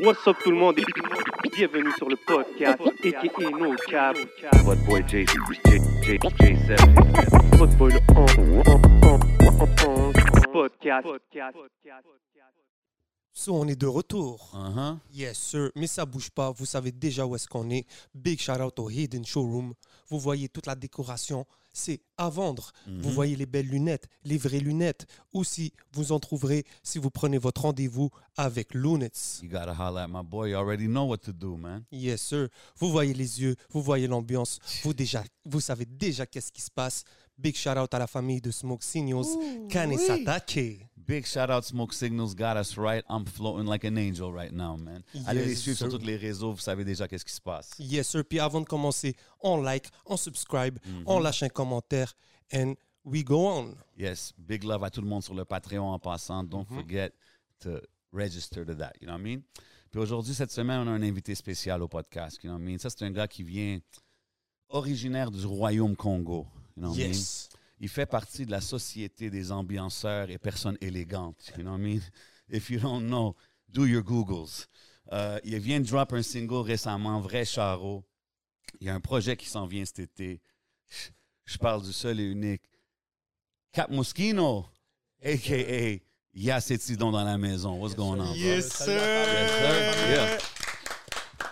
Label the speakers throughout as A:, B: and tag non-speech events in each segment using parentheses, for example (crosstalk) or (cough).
A: What's up tout le monde et bienvenue sur le podcast a.k.a. No Cap.
B: What boy J J J J7.
A: Votre boy le on, on, on, on, on, podcast.
C: So, on est de retour.
D: Uh-huh.
C: Yes, sir. Mais ça bouge pas. Vous savez déjà où est-ce qu'on est. Big shout out au Hidden Showroom. Vous voyez toute la décoration. C'est à vendre. Vous voyez les belles lunettes, les vraies lunettes. Aussi, vous en trouverez si vous prenez votre rendez-vous avec Lunettes.
D: You gotta holla at my boy. You already know what to do, man.
C: Yes, sir. Vous voyez les yeux, vous voyez l'ambiance. Vous, déjà, vous savez déjà qu'est-ce qui se passe. Big shout out à la famille de Smoke Signals, Kanesatake.
D: Big shout out, Smoke Signals got us right. I'm floating like an angel right now, man. Allez les
C: Yes,
D: suivre sur
C: sir.
D: tous les réseaux, vous savez déjà qu'est-ce qui se passe.
C: Yes, sir. Puis avant de commencer, on like, on subscribe,
D: Mm-hmm.
C: on lâche un commentaire. And we go on.
D: Yes, big love à tout le monde sur le Patreon en passant. Don't
C: Mm-hmm.
D: forget to register to that, you know what I mean? Puis aujourd'hui, cette semaine, on a un invité spécial au podcast, you know what I mean? Ça, c'est un gars qui vient originaire du Royaume Congo, you know what I mean?
C: Yes.
D: Il fait partie de la société des ambianceurs et personnes élégantes. You know what I mean? If you don't know, do your Googles. Euh, il vient de drop un single récemment, Vrai Charo. Il y a un projet qui s'en vient cet été. Je parle du seul et unique. Cap Moschino, a.k.a. Yassé Tidon dans la maison. What's going on? bro?
E: Yes, sir.
D: Yes, sir. Yeah.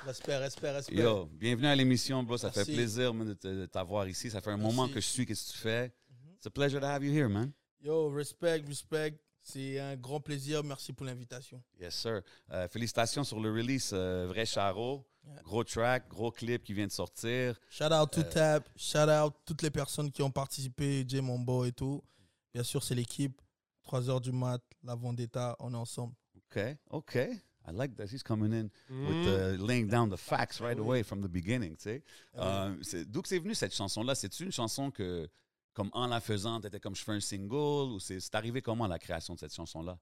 E: Respect, respect, respect.
D: Yo, bienvenue à l'émission, bro. Ça fait
E: Merci.
D: plaisir man, de te- de t'avoir ici. Ça fait un
E: Merci. Mm-hmm.
D: moment que je suis. Qu'est-ce que tu fais? It's a pleasure to have you here, man.
E: Yo, respect, respect. C'est un grand plaisir. Merci pour l'invitation.
D: Yes, sir. Euh, félicitations sur le release euh, Vrai Charo.
E: Yeah.
D: Gros track, gros clip qui vient de sortir.
E: Shout out
D: Euh.
E: to Tap. Shout out toutes les personnes qui ont participé, Jay Mombo et tout. Bien sûr, c'est l'équipe. 3 heures du mat, la Vendetta, on est ensemble.
D: OK, OK. I like that he's coming in
C: Mm.
E: Mm.
D: with uh, laying down the facts right away from the beginning, tu sais.
E: Eh
D: Euh, c'est- D'où que c'est venu cette chanson-là? C'est-tu une chanson que, comme en la faisant, t'étais comme je fais un single? Ou c'est c'est arrivé comment la création de cette chanson-là?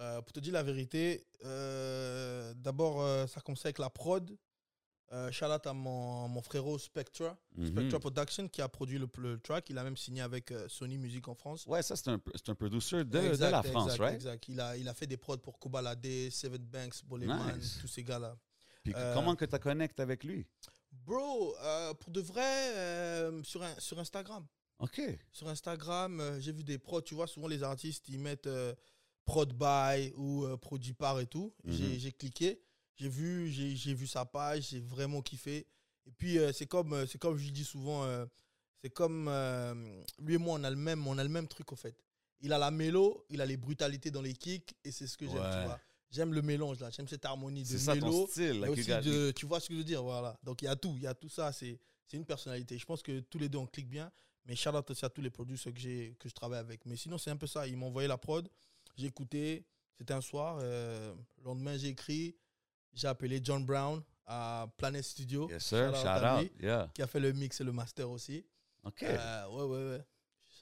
E: Euh, pour te dire la vérité, euh, d'abord, euh, ça commençait avec la prod. Euh, shout out à mon, mon frérot Spectra,
D: Mhm.
E: Spectra Production, qui a produit le, le track. Il a même signé avec euh, Sony Music en France.
D: Ouais, ça, c'est un, c'est un producer de, de
E: Exact,
D: la France,
E: exact,
D: right?
E: Exact. Il a, il a fait des prods pour Kobalade, Seven Banks, Boleman,
D: Nice.
E: tous ces gars-là.
D: Puis que-
E: Euh,
D: comment que tu connectes avec lui?
E: Bro, euh, pour de vrai, euh, sur, un- sur Instagram.
D: OK.
E: Sur Instagram, euh, j'ai vu des prods. Tu vois, souvent les artistes, ils mettent euh, prod by ou euh, produit par et tout.
D: Mhm.
E: J'ai- J'ai cliqué, j'ai vu, j'ai j'ai vu sa page, j'ai vraiment kiffé. Et puis, euh, c'est comme, euh, c'est comme je dis souvent, euh, c'est comme euh, lui et moi, on a, le même, on a le même truc en fait. Il a la mélo, il a les brutalités dans les kicks et c'est ce que j'aime,
D: Ouais.
E: tu vois. J'aime le mélange là, j'aime cette harmonie de
D: C'est ça ton
E: mélo.
D: style.
E: mais
D: like you
E: aussi
D: got-
E: de- tu vois ce que je veux dire, voilà. Donc il y a tout, il y a tout ça, c'est c'est une personnalité. Je pense que tous les deux on clique bien, mais shout out aussi à tous les produits que, j'ai- que je travaille avec. Mais sinon c'est un peu ça, ils m'ont envoyé la prod, j'ai écouté, c'était un soir, euh, le lendemain j'ai écrit, j'ai appelé John Brown à Planet Studio,
D: Yes, sir.
E: Shout out
D: Shout
E: à
D: out.
E: lui.
D: Yeah.
E: qui a fait le mix et le master aussi.
D: OK.
E: Euh, ouais, ouais, ouais.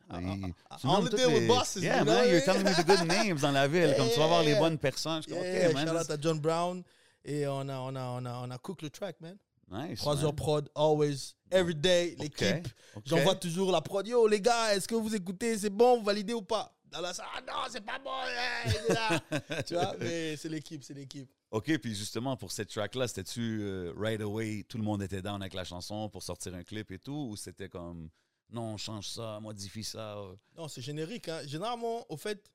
D: Ah,
E: I- I-
D: il-
E: I-
D: tu nommes
E: only
D: toutes
E: deal with
D: les-
E: bosses,
D: Yeah,
E: you know,
D: man, you're
E: yeah.
D: telling me the
E: (laughs)
D: good names dans la ville. Comme tu vas voir les
E: Yeah.
D: bonnes personnes. Je suis comme,
E: Yeah,
D: OK, man.
E: shout out
D: that's-
E: à John Brown. Et on a, on a, on a, on a cook le track, man.
D: Nice.
E: 3
D: man.
E: heures prod, always, every day,
D: OK,
E: l'équipe.
D: OK.
E: J'envoie toujours la prod. Yo, les gars, est-ce que vous écoutez C'est bon, vous validez ou pas Dans la salle, ah non, c'est pas bon. eh, il est là.
D: (laughs)
E: tu vois, mais c'est l'équipe, c'est l'équipe.
D: OK, puis justement, pour cette track-là, c'était-tu euh, right away, tout le monde était down avec la chanson pour sortir un clip et tout, ou c'était comme, non, on change ça, modifie ça? euh?
E: Non, c'est générique. hein. Généralement, au fait,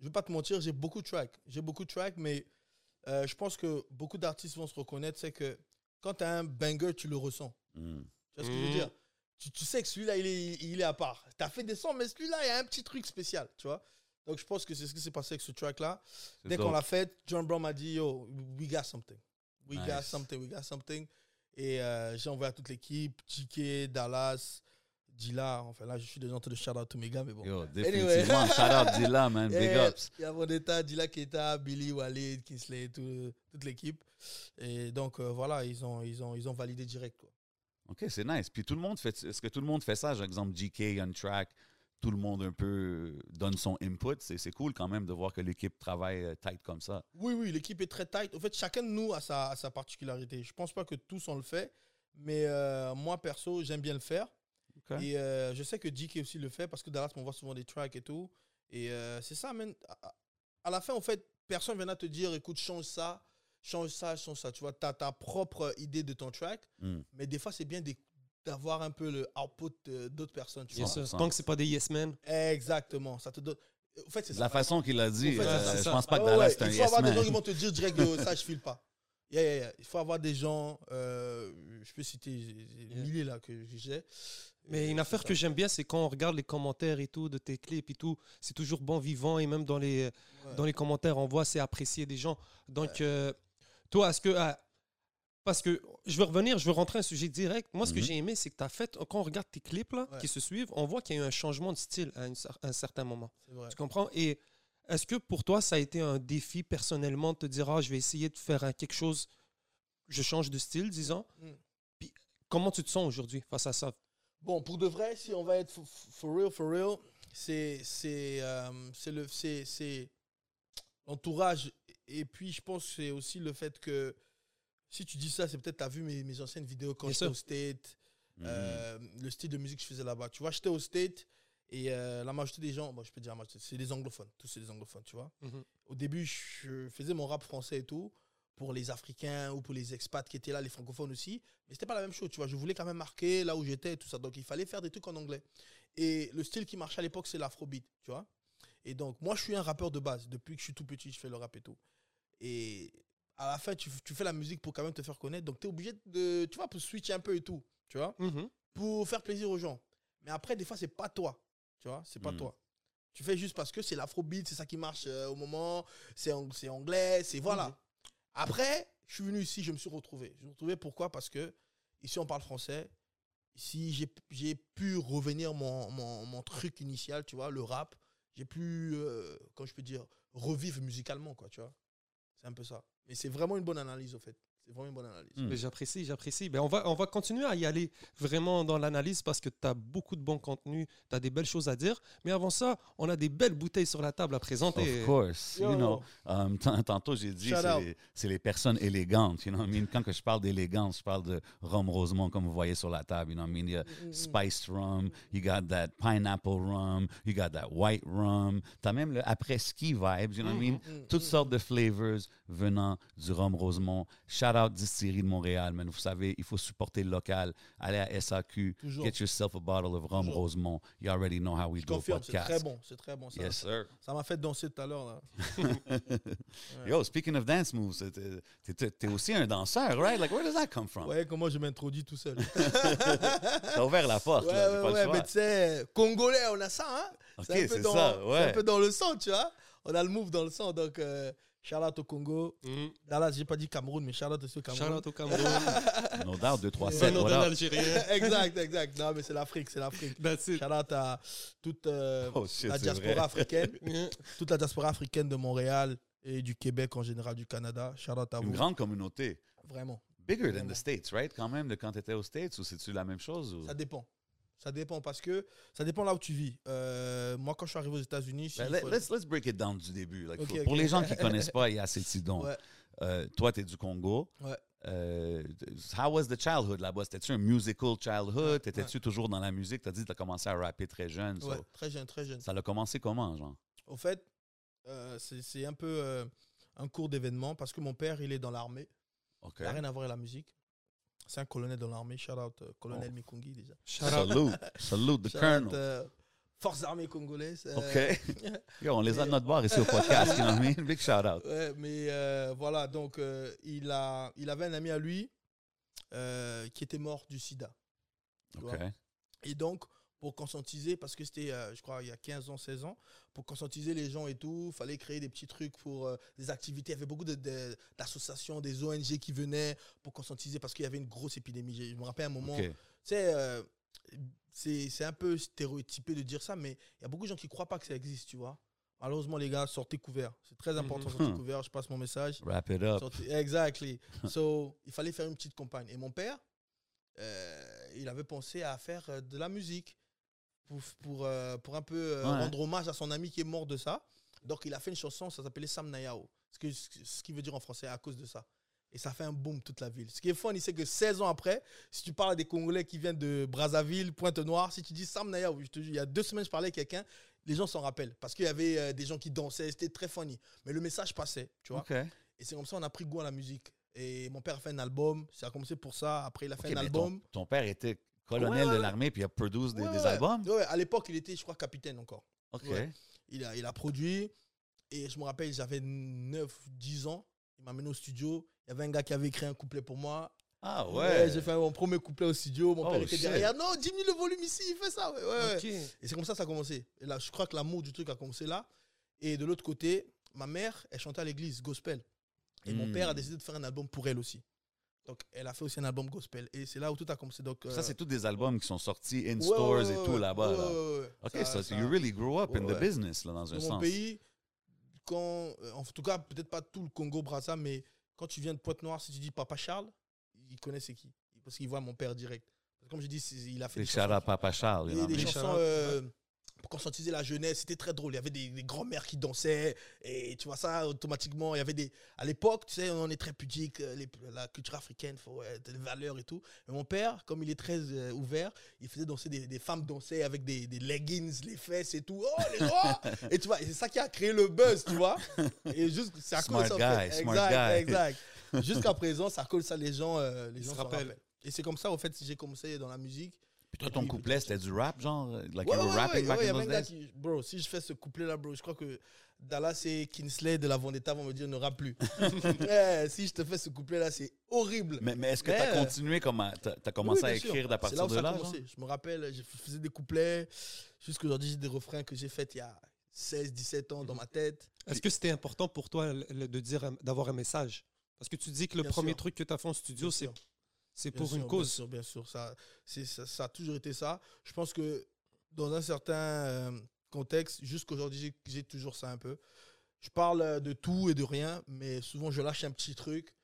E: je vais pas te mentir, j'ai beaucoup de tracks. J'ai beaucoup de tracks, mais euh, je pense que beaucoup d'artistes vont se reconnaître. C'est que quand tu as un banger, tu le ressens.
D: Hmm.
E: Tu vois ce que je veux
C: Mhm.
E: dire tu, tu sais que celui-là, il est, il est à part. Tu as fait des sons, mais celui-là, il y a un petit truc spécial, tu vois. Donc, je pense que c'est ce qui s'est passé avec ce track-là.
D: C'est
E: Dès
D: dope.
E: qu'on l'a fait, John Brown m'a dit, yo, we got something. We got
D: Nice.
E: something, we got something. Et euh, j'ai envoyé à toute l'équipe, Tike, Dallas, Dila. Enfin, là, je suis déjà en train de shout-out tous mes gars, mais bon.
D: Yo, définitivement, shout out Dilla, man,
E: (laughs) Et
D: big ups.
E: Il y a Vendetta, Dila Keta, Billy, Walid, Kinsley, tout- toute l'équipe. Et donc, euh, voilà, ils ont, ils, ont, ils ont validé direct, quoi.
D: OK, c'est nice. Puis tout le monde fait, est-ce que tout le monde fait ça? Genre, exemple, GK, on track, tout le monde un peu euh, donne son input. C'est c'est cool quand même de voir que l'équipe travaille euh, tight comme ça.
E: Oui, oui, l'équipe est très tight. En fait, chacun de nous a sa, a sa particularité. Je pense pas que tous on le fait, mais euh, moi perso, j'aime bien le faire.
D: Ok.
E: Et euh, je sais que JK aussi le fait parce que Dallas m'envoie souvent des tracks et tout. Et euh, c'est ça, man. À, à- à la fin, en fait, personne viendra te dire, écoute, change ça, change ça, change ça. Tu vois, tu as ta propre idée de ton track,
D: Mm.
E: mais des fois, c'est bien d'éc- d'avoir un peu le output euh, d'autres personnes. Tu
C: Bien
E: vois.
C: sûr.
D: 100%.
C: Tant que c'est pas des yes men,
E: Exactement. Ça te donne. En fait, c'est ça.
D: La façon qu'il a dit,
E: En fait,
D: euh,
E: c'est
D: je
C: ça.
D: pense pas que
E: Ah Ouais,
D: Dallas
E: ouais,
D: c'est un
E: Il faut avoir des gens
D: yes
E: qui
D: man.
E: vont te dire direct, Yo, ça, je file pas. Yeah, yeah, yeah. Il faut avoir des gens, euh, je peux citer j'ai- j'ai
C: Yeah.
E: milliers là que j'ai.
C: Mais une affaire que j'aime bien, c'est quand on regarde les commentaires et tout de tes clips et tout, c'est toujours bon vivant et même dans les,
E: Ouais.
C: dans les commentaires, on voit c'est apprécié des gens. Donc, euh, toi, est-ce que. ah, parce que je veux revenir, je veux rentrer à un sujet direct. Moi, ce que
D: Mhm.
C: j'ai aimé, c'est que tu as fait, quand on regarde tes clips là,
E: Ouais.
C: qui se suivent, on voit qu'il y a eu un changement de style à, une cer- à un certain moment.
E: C'est vrai.
C: Tu comprends? Et est-ce que pour toi, ça a été un défi personnellement de te dire, ah, je vais essayer de faire euh, quelque chose, je change de style, disons?
E: Mm.
C: Puis comment tu te sens aujourd'hui face à ça?
E: Bon, pour de vrai, si on va être for, for real, for real, c'est c'est euh, c'est le c'est c'est l'entourage et puis je pense que c'est aussi le fait que si tu dis ça, c'est peut-être t'as vu mes, mes anciennes vidéos quand
C: Bien
E: j'étais
C: sûr.
E: au state,
D: Mhm.
E: euh, le style de musique que je faisais là-bas. Tu vois, j'étais au state et euh, la majorité des gens, bon, je peux dire la majorité, c'est des anglophones, tous c'est des anglophones, tu vois.
C: Mhm.
E: Au début, je faisais mon rap français et tout pour les Africains ou pour les expats qui étaient là, les francophones aussi. Mais c'était pas la même chose, tu vois. Je voulais quand même marquer là où j'étais et tout ça. Donc il fallait faire des trucs en anglais. Et le style qui marchait à l'époque, c'est l'afrobeat, tu vois. Et donc moi, je suis un rappeur de base. Depuis que je suis tout petit, je fais le rap et tout. Et à la fin, tu, tu fais la musique pour quand même te faire connaître. Donc tu es obligé de, tu vois, pour switcher un peu et tout, tu vois,
C: Mhm.
E: pour faire plaisir aux gens. Mais après, des fois, c'est pas toi, tu vois, c'est pas
D: Mm.
E: toi. Tu fais juste parce que c'est l'afrobeat, c'est ça qui marche euh, au moment, c'est ang- c'est anglais, c'est voilà.
C: Mhm.
E: Après, je suis venu ici, je me suis retrouvé. Je me suis retrouvé pourquoi Parce que ici, on parle français. Ici, j'ai- j'ai pu revenir mon, mon, mon truc initial, tu vois, le rap. J'ai pu, euh, comment je peux dire, revivre musicalement, quoi, tu vois. C'est un peu ça. Mais c'est vraiment une bonne analyse, au fait. C'est vraiment une bonne analyse.
D: Mm.
C: Mais J'apprécie, j'apprécie. Ben, on, va, on va continuer à y aller vraiment dans l'analyse parce que tu as beaucoup de bon contenu, tu as des belles choses à dire. Mais avant ça, on a des belles bouteilles sur la table à présenter.
D: Of course, you
E: Yo.
D: know. Um, tan- (laughs) tantôt, j'ai dit,
E: Shout
D: c'est
E: out.
D: les, c'est les personnes élégantes, you know what I mean? Quand que je parle d'élégance, je parle de rhum Rosemont, comme vous voyez sur la table, you know what I mean? Il y a
E: Mm-hmm.
D: spiced rum, you got that pineapple rum, you got that white rum. T'as même le après-ski vibes, you know what I mean?
E: mm,
D: Toutes sortes de flavors venant du rhum Rosemont. Shout out Distillerie de Montréal, man. Vous savez, il faut supporter le local. Allez à SAQ,
E: Toujours.
D: get yourself a bottle of rhum
E: Toujours.
D: Rosemont. You already know how we
E: Je
D: do
E: confirme, c'est
D: podcast.
E: très bon. C'est très bon. Ça
D: Yes, sir.
E: ça m'a fait danser tout à l'heure, là.
D: Yo, speaking of dance moves, euh, t'es- t'es- t'es t'es aussi un danseur, right? Like, where does that come
E: Vous
D: from?
E: voyez comment je m'introduis tout seul.
D: T'as ouvert la porte,
E: Ouais,
D: là, j'ai
E: ouais,
D: pas le
E: ouais,
D: choix.
E: mais tu sais, Congolais, on a ça, hein?
D: Ok,
E: C'est un peu
D: c'est
E: dans-
D: ça,
E: c'est un
D: ouais. (laughs)
E: peu dans le sang, tu vois? On a le move dans le sang, donc euh, Charlotte au Congo.
C: Mhm.
E: Dallas, j'ai pas dit Cameroun, mais Charlotte aussi au Cameroun.
C: Shout-out au Cameroun,
D: No doubt, 2, 3,
C: c'est
D: 7,
C: nom d'un
D: what up?
C: Algérien.
E: (laughs) exact, exact. Non, mais c'est l'Afrique, c'est l'Afrique.
C: That's it.
E: Charlotte à toute euh,
D: Oh shit,
E: la
D: c'est
E: diaspora
D: vrai.
E: africaine,
C: Mhm.
E: toute la diaspora africaine de Montréal et du Québec en général, du Canada. Charlotte à
D: Une
E: vous.
D: grande communauté.
E: Vraiment.
D: Bigger than
E: Vraiment.
D: the States, right? Quand même, de quand t'étais aux States, ou c'est-tu la même chose? Ou...
E: Ça dépend. Ça dépend parce que ça dépend là où tu vis. Euh, moi, quand je suis arrivé aux États-Unis,
D: Ben,
E: s'il
D: let-
E: faut-
D: let's, let's break it down du début. like,
E: Ok,
D: pour,
E: ok.
D: pour les gens
E: (laughs)
D: qui connaissent pas Yacétidon,
E: Ouais.
D: euh, toi, t'es du Congo.
E: Ouais.
D: Euh, how was the childhood là-bas? C'était-tu un musical childhood? T'étais-tu toujours dans la musique? T'as dit que t'as commencé à rapper très jeune. so-
E: ouais, très jeune, très jeune.
D: Ça l'a commencé comment, genre?
E: Au fait, euh, c'est c'est un peu euh, un cours d'événement parce que mon père, il est dans l'armée.
D: OK.
E: Il n'a rien à voir avec la musique. C'est un colonel dans l'armée. Shout out, euh, colonel Mikungi déjà.
C: Shout-out.
D: Salute. Salute Oh. the
E: Shout out,
D: colonel.
E: euh, Forces armées congolaises. euh,
D: OK.
E: (laughs)
D: Yo, on les a de notre bar ici au podcast, you know what I mean? Big shout out.
E: Ouais, mais euh, voilà, donc euh, il, a, il avait un ami à lui euh, qui était mort du sida. tu vois.
D: OK.
E: Et donc, pour conscientiser, parce que c'était, euh, je crois, il y a 15 ans, 16 ans, pour conscientiser les gens et tout, fallait créer des petits trucs pour euh, des activités. Il y avait beaucoup de- de- d'associations, des ONG qui venaient pour conscientiser parce qu'il y avait une grosse épidémie. J'ai- Je me rappelle un moment,
D: OK.
E: tu sais, euh, c'est c'est un peu stéréotypé de dire ça, mais il y a beaucoup de gens qui croient pas que ça existe, tu vois. Malheureusement, les gars, sortez couverts. C'est très important,
C: Mhm.
E: sortez couverts. Je passe mon message.
D: Wrap it up.
E: Sorti- Exactly. So, il fallait faire une petite campagne. Et mon père, euh, il avait pensé à faire euh, de la musique pour, pour, euh, pour un peu euh,
D: Ouais.
E: rendre hommage à son ami qui est mort de ça. Donc, il a fait une chanson, ça s'appelait Sam Nayao. Ce, que, ce qui veut dire en français à cause de ça. Et ça fait un boom toute la ville. Ce qui est fun, c'est que 16 ans après, si tu parles à des Congolais qui viennent de Brazzaville, Pointe-Noire, si tu dis Sam Nayao, je te jure, il y a deux semaines, je parlais à quelqu'un, les gens s'en rappellent parce qu'il y avait euh, des gens qui dansaient, c'était très funny. Mais le message passait, tu vois.
D: OK. OK,
E: Et c'est comme ça on a pris goût à la musique. Et mon père a fait un album, ça a commencé pour ça. Après, il a fait
D: mais
E: un
D: ton-
E: album.
D: Ton, père était colonel
E: Ouais, ouais,
D: de l'armée puis il a produit des,
E: Ouais,
D: des
E: ouais.
D: albums.
E: Ouais, ouais, à l'époque, il était, je crois, capitaine encore.
D: OK.
E: Ouais. Il a, il a produit. Et je me rappelle, j'avais 9, 10 ans. Il m'a mené au studio. Il y avait un gars qui avait écrit un couplet pour moi.
D: Ah ouais.
E: J'ai fait mon premier couplet au studio. Mon
D: Oh,
E: père était
D: shit.
E: derrière. Non, diminue le volume ici, il fait ça. Ouais, ouais, ouais.
C: Ok.
E: Et c'est comme ça que ça a commencé. Et là, je crois que l'amour du truc a commencé là. Et de l'autre côté, ma mère, elle chantait à l'église, gospel. Et mon
D: Hmm.
E: père a décidé de faire un album pour elle aussi. Donc, elle a fait aussi un album gospel. Et c'est là où tout a commencé. Donc,
D: Ça,
E: euh,
D: c'est tous des albums qui sont sortis in
E: ouais,
D: stores
E: ouais,
D: et
E: ouais,
D: tout
E: ouais.
D: là-bas.
E: Ouais,
D: là.
E: ouais, ouais.
D: OK,
E: Ça-
D: so,
E: ça-
D: you really grew up in
E: Ouais,
D: the
E: ouais.
D: business, là, dans un
E: dans
D: sens.
E: mon pays, quand, euh, en tout cas, peut-être pas tout le Congo Brassa, mais quand tu viens de Pointe-Noire, si tu dis Papa Charles, il connaît c'est qui parce qu'il voit mon père direct. Parce que comme je dis, c'est- il a fait
D: Les
E: des chansons,
D: Shara Papa Charles. you
E: des-
D: know
E: des
D: what I mean?
E: chansons,
C: Charles,
E: euh, pour conscientiser la jeunesse. C'était très drôle. Il y avait des, des grands-mères qui dansaient et tu vois ça automatiquement. Il y avait des à l'époque, tu sais, on est très pudique, euh, les- la culture africaine, faut être les valeurs et tout. Mais mon père, comme il est très euh, ouvert, il faisait danser des, des femmes danser avec des, des leggings, les fesses et tout. Oh, les
D: (laughs)
E: gars Et tu vois, et c'est ça qui a créé le buzz, tu vois. Et juste, c'est à cause
D: Smart
E: de ça. en fait.
D: guy, smart guy.
E: exact, exact. Jusqu'à présent, c'est à cause de ça, les gens, euh, les
C: Ils
E: gens
C: se
E: s'en
C: rappellent.
E: rappellent. Et c'est comme ça, en fait, j'ai commencé dans la musique.
D: Puis toi, ton couplet, c'était du rap, genre? Like
E: Ouais,
D: you
E: ouais,
D: were
E: ouais,
D: rapping
E: ouais,
D: back
E: ouais, y
D: in
E: avait
D: those
E: un gars
D: days?
E: qui- Bro, si je fais ce couplet-là, bro, je crois que Dallas et Kinsley de la Vendetta vont me dire ne rappe
D: (laughs)
E: plus. Ouais, si je te fais ce couplet-là, c'est horrible.
D: Mais, mais est-ce que tu
E: Mais,
D: as
E: euh,
D: continué comme à- t'as- t'as commencé
E: Oui,
D: à
E: bien sûr.
D: écrire d'à
E: C'est
D: partir
E: là où
D: de
E: ça a
D: là? genre?
E: commencé. Je me rappelle, je faisais des couplets. Jusqu'aujourd'hui, j'ai des refrains que j'ai faits il y a 16, 17 ans dans ma tête.
C: Est-ce que c'était important pour toi le- le- de dire un- d'avoir un message Parce que tu dis que le
E: Bien
C: premier
E: sûr.
C: truc que tu as fait en studio,
E: Bien
C: c'est
E: sûr,
C: c'est
E: bien
C: pour
E: sûr,
C: une
E: bien
C: cause.
E: sûr, bien sûr. Ça, c'est- ça, ça a toujours été ça. Je pense que dans un certain euh, contexte, jusqu'aujourd'hui, j'ai- j'ai toujours ça un peu. Je parle euh, de tout et de rien, mais souvent, je lâche un petit truc.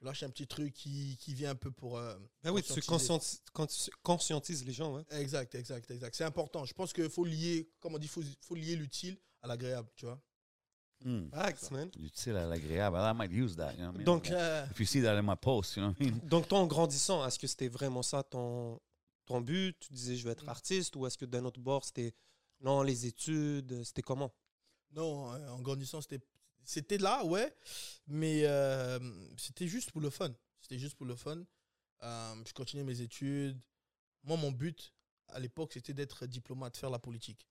E: Je lâche un petit truc qui, qui vient un peu pour. euh,
C: Ben oui, tu
E: Conscientiser.
C: conscienti- cons- conscientises les gens. hein. ouais.
E: Exact, exact, exact. C'est important. Je pense qu'il faut lier, comme on dit, faut, faut lier l'utile à l'agréable, tu vois.
D: Hmm.
C: Facts, man.
D: L'utile à l'agréable. I might use that. You know what I mean?
C: Donc,
E: (laughs) Euh,
D: If you see that in my post, you know what I mean?
C: Donc, toi, en grandissant, est-ce que c'était vraiment ça ton, ton but Tu disais, je veux
E: Mm.
C: être artiste Ou est-ce que d'un autre bord, c'était non, les études C'était comment
E: Non, euh, en grandissant, c'était c'était là, ouais, mais euh, c'était juste pour le fun. C'était juste pour le fun. Euh, je continuais mes études. Moi, mon but à l'époque, c'était d'être diplomate, faire la politique.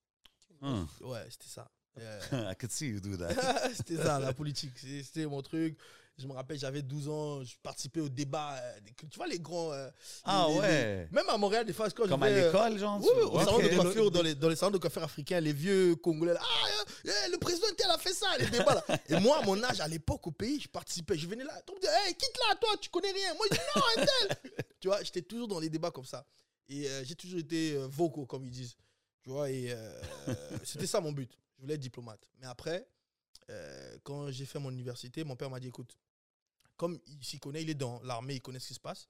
D: Hmm.
E: Ouais, c'était ça. Euh,
D: (laughs)
E: (laughs)
D: I could see you do that.
E: c'était ça, la politique. C'est- C'était mon truc. Je me rappelle, j'avais 12 ans, je participais au débat. euh, des- tu vois, les grands. euh,
D: Ah
E: les- les-
D: ouais.
E: Même à Montréal, des fois, quand je
D: Comme à
E: vais, euh,
D: l'école, genre?
E: oui,
D: tu-
E: oui, au
D: Ok.
E: salon de
C: Le-
E: coiffure, dans les, dans les salons de coiffure africains, les vieux Congolais, là, ah, euh, euh, le président tel a fait ça, les débats là.
C: (laughs)
E: Et moi, à mon âge, à l'époque, au pays, je participais, je venais là, on me disait, hey, quitte là, toi, tu connais rien. Moi, je dis, non, un
C: (laughs)
E: tel. tu vois, j'étais toujours dans les débats comme ça. Et euh, j'ai toujours été euh, vocaux, comme ils disent. Tu vois,
C: (laughs)
E: et euh, c'était ça mon but. Je voulais être diplomate. Mais après, euh, quand j'ai fait mon université, mon père m'a dit, écoute, comme il s'y connaît, il est dans l'armée, il connaît ce qui se passe.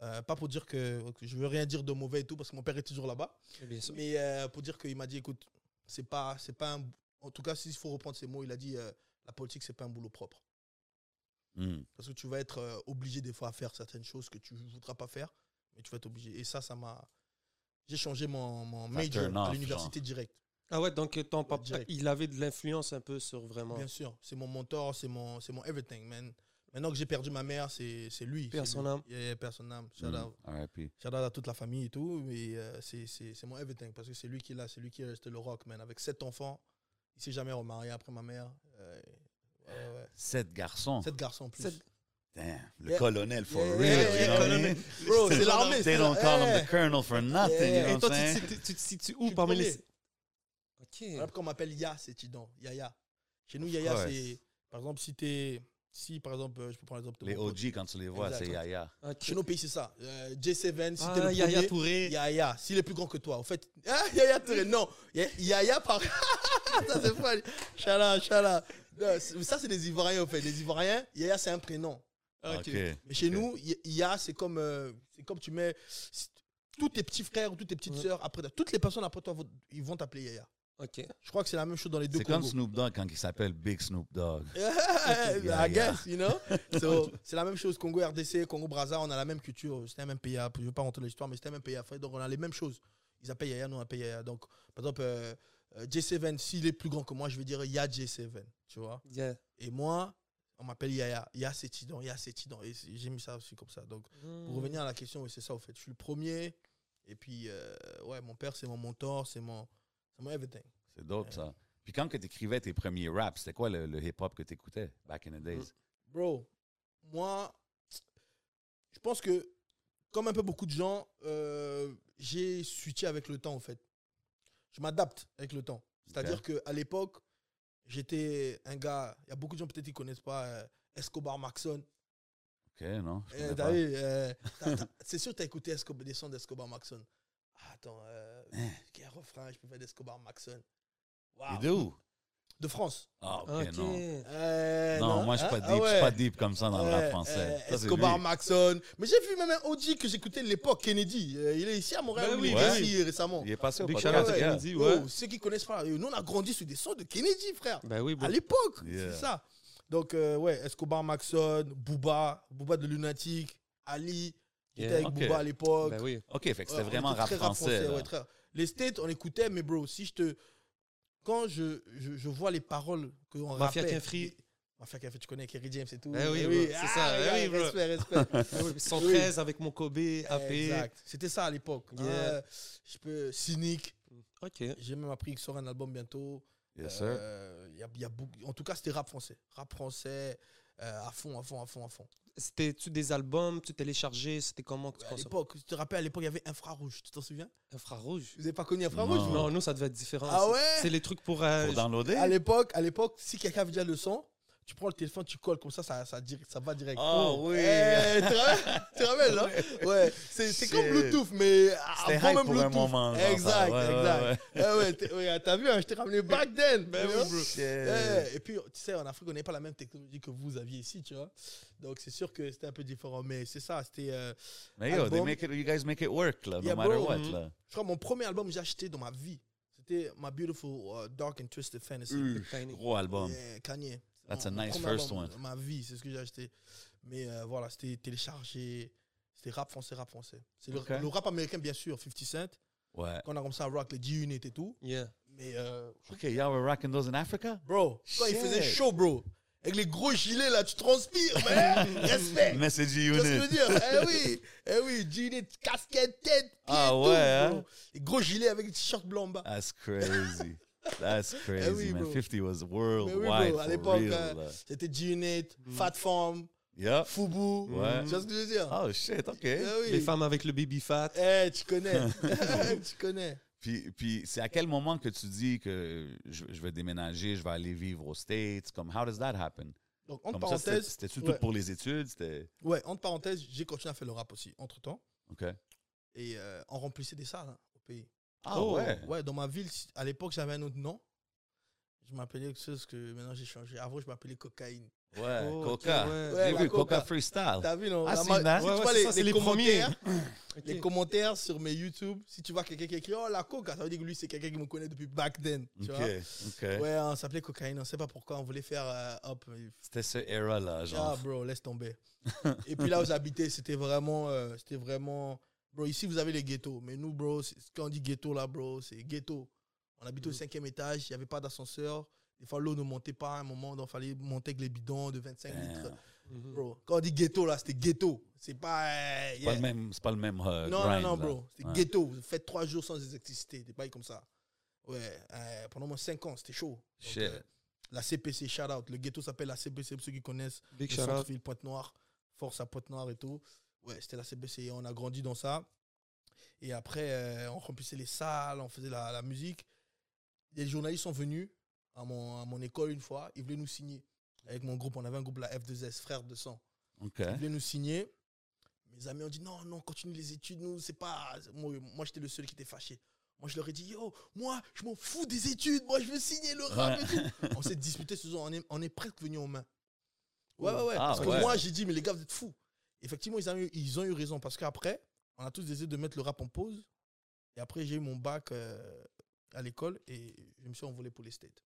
E: Euh, pas pour dire que, que je veux rien dire de mauvais et tout, parce que mon père est toujours là-bas.
C: Eh Bien sûr.
E: Mais euh, pour dire qu'il m'a dit, écoute, c'est pas, c'est pas un- En tout cas, s'il faut reprendre ses mots, il a dit, euh, la politique, c'est pas un boulot propre.
D: Hmm.
E: Parce que tu vas être euh, obligé des fois à faire certaines choses que tu ne voudras pas faire, mais tu vas être obligé. Et ça, ça m'a. J'ai changé mon, mon
D: Ça turn
E: major à
D: off,
E: l'université direct.
C: Ah ouais, donc euh, ton papa,
E: Direct.
C: il avait de l'influence un peu sur vraiment.
E: Bien sûr, c'est mon mentor, c'est mon, c'est mon everything, man. Maintenant que j'ai perdu ma mère, c'est c'est lui.
C: Paix à
E: c'est
C: son
E: lui.
C: âme.
E: Yeah, Père son âme. Shout
D: Hmm.
E: out.
D: R.I.P.
E: Shout out à toute la famille et tout, mais euh, c'est- c'est c'est mon everything parce que c'est lui qui est là, c'est lui qui est resté le rock, man. Avec sept enfants, il s'est jamais remarié après ma mère. Euh, ouais, ouais, ouais.
D: Sept garçons.
E: Sept garçons en plus.
C: Sept-
D: Damn, le
E: Yeah.
D: colonel for
E: Yeah,
D: real.
E: yeah,
D: you know what I
E: yeah.
D: mean?
E: Bro, c'est l'armée.
D: They
E: c'est
D: don't
E: la-
D: call him
E: Hey.
D: the colonel for nothing,
E: Yeah.
D: you
C: Et
D: know what
C: toi,
D: I'm
C: tu,
D: saying?
C: tu- tu te situes
E: Je
C: où
E: suis
C: parmi les.
E: premier.
C: Ok.
E: Voilà pourquoi on m'appelle Ya, c'est Tidan. Yaya. Chez nous,
D: Of
E: Yaya,
D: course.
E: c'est. Par exemple, si t'es. Si, par exemple, euh, je peux prendre l'exemple de.
D: Les
E: mon pote.
D: OG, quand tu les vois, c'est
E: Exact.
D: Yaya.
C: ok.
E: Chez nos pays, c'est ça. Euh, J7, Ah, si
C: Ah,
E: t'es le
C: Yaya
E: premier,
C: Touré.
E: Yaya, s'il est plus grand que toi, en fait. (laughs) Ah, Yaya Touré, non. Ya- Yaya par. (laughs) ça, c'est fou. Chala, chala. Non, c'est- Ça, c'est des Ivoiriens, en fait. Les Ivoiriens, Yaya, c'est un prénom.
D: Ah, Ok.
E: Mais chez
D: Ok.
E: nous, y- Yaya, c'est comme, euh, c'est comme tu mets. si- Tous tes petits frères ou toutes tes petites
C: Ouais.
E: sœurs, après, toutes les personnes après toi, vont- ils vont t'appeler Yaya.
C: Ok.
E: Je crois que c'est la même chose dans les deux
D: C'est comme
E: Congos.
D: Snoop Dogg quand il s'appelle Big Snoop Dogg. yeah,
E: (laughs) I
D: yeah.
E: guess, you
D: (laughs)
E: know. So, c'est la même chose, Congo RDC, Congo Brazza, on a la même culture. C'était un même pays, je ne veux pas rentrer dans l'histoire, mais c'était un même pays africain. Donc on a les mêmes choses. Ils appellent Yaya, nous on appelle Yaya. Donc, par exemple, euh, euh, J7, s'il est plus grand que moi, je vais dire Ya J7, tu vois.
C: Yeah.
E: Et moi, on m'appelle Yaya. Ya c'est Tidon, Ya c'est Tidon. Et c'est- j'ai mis ça aussi comme ça. Donc,
C: Mm.
E: pour revenir à la question, oui, c'est ça, au fait. Je suis le premier. Et puis, euh, ouais, mon père, c'est mon mentor, c'est mon, c'est mon everything.
D: C'est dope, ça. Puis quand que tu écrivais tes premiers raps, c'était quoi le, le hip-hop que tu écoutais back in the
E: Mm.
D: days?
E: Bro, moi, je pense que, comme un peu beaucoup de gens, euh, j'ai switché avec le temps, en fait. Je m'adapte avec le temps. C'est-à-dire qu'à l'époque, j'étais un gars, il y a beaucoup de gens peut-être qui ne connaissent pas euh, Escobar Maxon.
D: OK, non? je
E: Eh,
D: connais
E: t'as
D: pas.
E: vu,
D: (laughs)
E: euh, t'as- t'as- c'est sûr que t'as écouté Escobar, des sons d'Escobar Maxon. Ah, attends, euh, quel refrain je peux faire d'Escobar Maxon
D: Eh. Il
E: Waouh.
D: est de où?
E: De France.
D: Ah, OK,
C: Hmm, Ok.
D: non.
E: Euh,
D: Non, moi, je suis
E: hein,
D: pas
E: ah
D: deep. Je
E: ouais.
D: suis pas deep comme ça dans le
E: Ouais,
D: rap français.
E: euh,
D: Ça, c'est
E: Escobar
D: lui.
E: Maxon. Mais j'ai vu même un OG que j'écoutais de l'époque, Kennedy. Euh, il est ici à Montréal,
C: Ben
E: ou
C: oui,
E: il
D: ben
E: est ici récemment.
D: Il est passé au
C: Big
D: podcast.
C: shout out à
D: yeah.
C: Kennedy. ouais.
E: Oh, ceux qui connaissent pas, euh, nous on a grandi sur des sons de Kennedy, frère.
C: Ben oui, bon.
E: À l'époque,
D: Yeah.
E: c'est ça. Donc, euh, ouais, Escobar Maxon, Booba, Booba de Lunatic, Ali. J'étais
C: Yeah.
E: avec
D: Ok.
E: Booba à l'époque.
C: Ben oui.
D: OK, fait que c'était
E: Ouais, on
D: vraiment
E: était
D: rap
E: très
D: français. là.
E: ouais, très- Les States, on écoutait, mais bro, si je te. Quand je, je, je vois les paroles qu'on
C: Mafia
E: rappait.
C: Kinfri.
E: Mafia Kinfri, tu connais Kerry James et tout.
C: Eh oui,
E: Eh
C: bro, c'est
E: ah,
C: ça, eh
E: gars,
C: oui, bro.
E: Respect, respect.
C: Ben (laughs) oui, 113 avec mon Kobe, AP. Ah.
E: exact. C'était ça à l'époque. Ah. hein.
C: Yeah.
E: je peux. Cynique.
C: Ok.
E: J'ai même appris qu'il sort un album bientôt.
D: Yes, sir.
E: Euh, il y a, il y a beaucoup- En tout cas, c'était rap français. Rap français. euh, à fond, à fond, à fond, à fond.
C: C'était-tu des albums Tu téléchargeais C'était comment que tu
E: À
C: consommes
E: l'époque, tu te rappelles, à l'époque, il y avait Infrarouge, tu t'en souviens
C: Infrarouge
E: Vous n'avez pas connu Infrarouge
D: Non.
E: vous
C: Non, nous, ça devait être différent.
E: Ah
C: C'est-
E: ouais
C: C'est les trucs pour. euh,
D: Pour downloader?
E: À l'époque, à l'époque, si quelqu'un avait déjà le son, tu prends le téléphone, tu colles comme ça, ça, ça, direct- ça va direct.
D: Oh, oui.
E: Eh, tu te rappelles- tu te rappelles,
D: (laughs)
E: hein Ouais, c'est c'est comme
D: Shit.
E: Bluetooth, mais
D: C'était
E: avant
D: hype
E: même
D: pour un
E: Bluetooth.
D: moment. genre, ça.
E: exact,
D: Ouais, ouais, ouais.
E: exact. Eh ouais, t'es- ouais, t'as vu, hein, je t'ai ramené back then.
D: Ben
E: tu
D: oui,
E: vois
D: bro. Shit.
E: Eh, et puis, tu sais, en Afrique, on n'avait pas la même technologie que vous aviez ici, tu vois. Donc, c'est sûr que c'était un peu différent. Mais c'est ça, c'était. euh,
D: Mais yo, they
E: album.
D: make it, you guys make it work, là,
E: Yeah,
D: no matter
E: bro.
D: what,
C: Mhm.
D: là.
E: je crois mon premier album que j'ai acheté dans ma vie, c'était My Beautiful uh, Dark and Twisted Fantasy.
D: Ur,
C: Tiny.
D: Gros album.
E: Mm. Yeah, Kanye.
D: That's a
E: Mon- mon
D: nice
E: premier
D: first
E: album
D: one.
E: de Ma vie, c'est ce que j'ai acheté. Mais euh, voilà, c'était téléchargé. C'était rap français, rap français. C'est le-
D: Ok.
E: le, rap américain, bien sûr, 50 Cent.
D: Ouais.
E: Quand on a comme ça, rock, les G-Unit et tout.
C: Yeah.
E: Mais euh,
D: OK, y'all were rocking those in Africa?
E: bro, quand il
D: Shit.
E: faisait chaud, bro, avec les gros gilets là, tu transpires,
D: (laughs)
E: man. Respect.
D: Message
E: Tu vois ce que je veux
D: unit.
E: dire Eh oui, eh oui, G-Unit, casquette, tête, pied,
D: Ah
E: tout.
D: ouais,
E: bro.
D: hein.
E: Les gros gilets avec des t-shirts blancs en bas.
D: That's crazy. That's crazy,
E: Eh oui,
D: man.
E: bro.
D: 50 was
E: Mais oui,
D: worldwide
E: bro, à
D: for
E: l'époque,
D: real,
E: euh,
D: là.
E: c'était G-Unit, Fat Farm,
D: Yup.
E: Fubu.
D: Mm. Ouais.
E: Tu vois ce que je veux dire
D: Oh, shit, OK.
E: Eh oui.
C: Les femmes avec le baby fat.
E: Eh, tu
D: (laughs)
E: connais. (laughs) tu connais.
D: Puis, puis c'est à quel moment que tu dis que je, je vais déménager, je vais aller vivre aux States? Comme, how does that happen?
E: Donc, entre
D: Comme ça, c'était-
E: parenthèses,
D: c'était surtout
E: ouais.
D: pour les études? C'était...
E: ouais, entre parenthèses, j'ai continué à faire le rap aussi, entre temps.
D: OK.
E: Et euh, on remplissait des salles hein, au pays.
D: Ah,
C: Oh,
D: ouais.
E: Ouais, dans ma ville, si- à l'époque, j'avais un autre nom. Je m'appelais quelque chose que maintenant j'ai changé. Avant, je m'appelais cocaïne.
D: Ouais,
C: Oh,
D: Coca.
C: ok, ouais.
E: Ouais,
D: J'ai
E: la
D: vu, Coca,
E: Coca.
D: Freestyle.
E: T'as vu, non
D: Ah,
E: La
D: c'est
E: ma-
D: une-
E: si
D: ouais,
E: tu
C: ouais,
E: vois
C: c'est
E: les,
C: ça, c'est
E: les
C: les premiers.
E: commentaires,
C: Ok. Mhm.
E: les commentaires sur mes YouTube, si tu vois quelqu'un qui écrit Oh la coca, ça veut dire que lui, c'est quelqu'un qui me connaît depuis back then. Tu
D: OK,
E: vois
D: OK.
E: Ouais, on s'appelait cocaïne, on sait pas pourquoi, on voulait faire euh, hop,
D: C'était ce era-là,
E: Ah,
D: genre.
E: bro, laisse tomber. et puis là où j'habitais, c'était vraiment, euh, c'était vraiment, bro. Ici, vous avez les ghettos, mais nous, bro, c'est- quand on dit ghetto là, bro, c'est ghetto. On habitait
D: Mm.
E: au cinquième étage, il n'y avait pas d'ascenseur. Des fois, l'eau ne montait pas à un moment, donc fallait monter avec les bidons de 25
D: Damn.
E: litres.
C: Mhm.
E: Bro, quand on dit ghetto là, c'était ghetto. C'est pas. euh,
D: C'est pas
E: yeah.
D: le même, c'est pas le même euh,
E: non,
D: grind,
E: non, non,
D: là.
E: bro. C'était
D: Ouais.
E: ghetto. Vous faites trois jours sans électricité, des bails comme ça. Ouais, euh, pendant moins cinq ans, c'était chaud. Donc,
D: Shit.
E: euh, la CPC, shout out. Le ghetto s'appelle la CPC pour ceux qui connaissent
C: Big
E: le
C: shout out.
E: centre-ville Pointe-Noire, force à Pointe-Noire et tout. Ouais, c'était la CBC. On a grandi dans ça. Et après, euh, on remplissait les salles, on faisait la, la musique. Des journalistes sont venus à mon, à mon école une fois. Ils voulaient nous signer. Avec mon groupe, on avait un groupe, la F2S, Frères de Sang.
D: OK.
E: Ils voulaient nous signer. Mes amis ont dit non, non, continue les études. Nous, c'est pas. Moi, moi, j'étais le seul qui était fâché. Moi, je leur ai dit yo, moi, je m'en fous des études. Moi, je veux signer le rap et tout
D: Ouais.
E: on s'est disputé ce soir, on est, on est presque venus aux mains. Ouais, ouais, ouais.
D: Ah,
E: parce que
D: ouais.
E: moi, j'ai dit, mais les gars, vous êtes fous. Effectivement, ils ont eu, ils ont eu raison parce qu'après, on a tous décidé de mettre le rap en pause. Et après, j'ai eu mon bac euh, à l'école et je me suis envolé pour les States.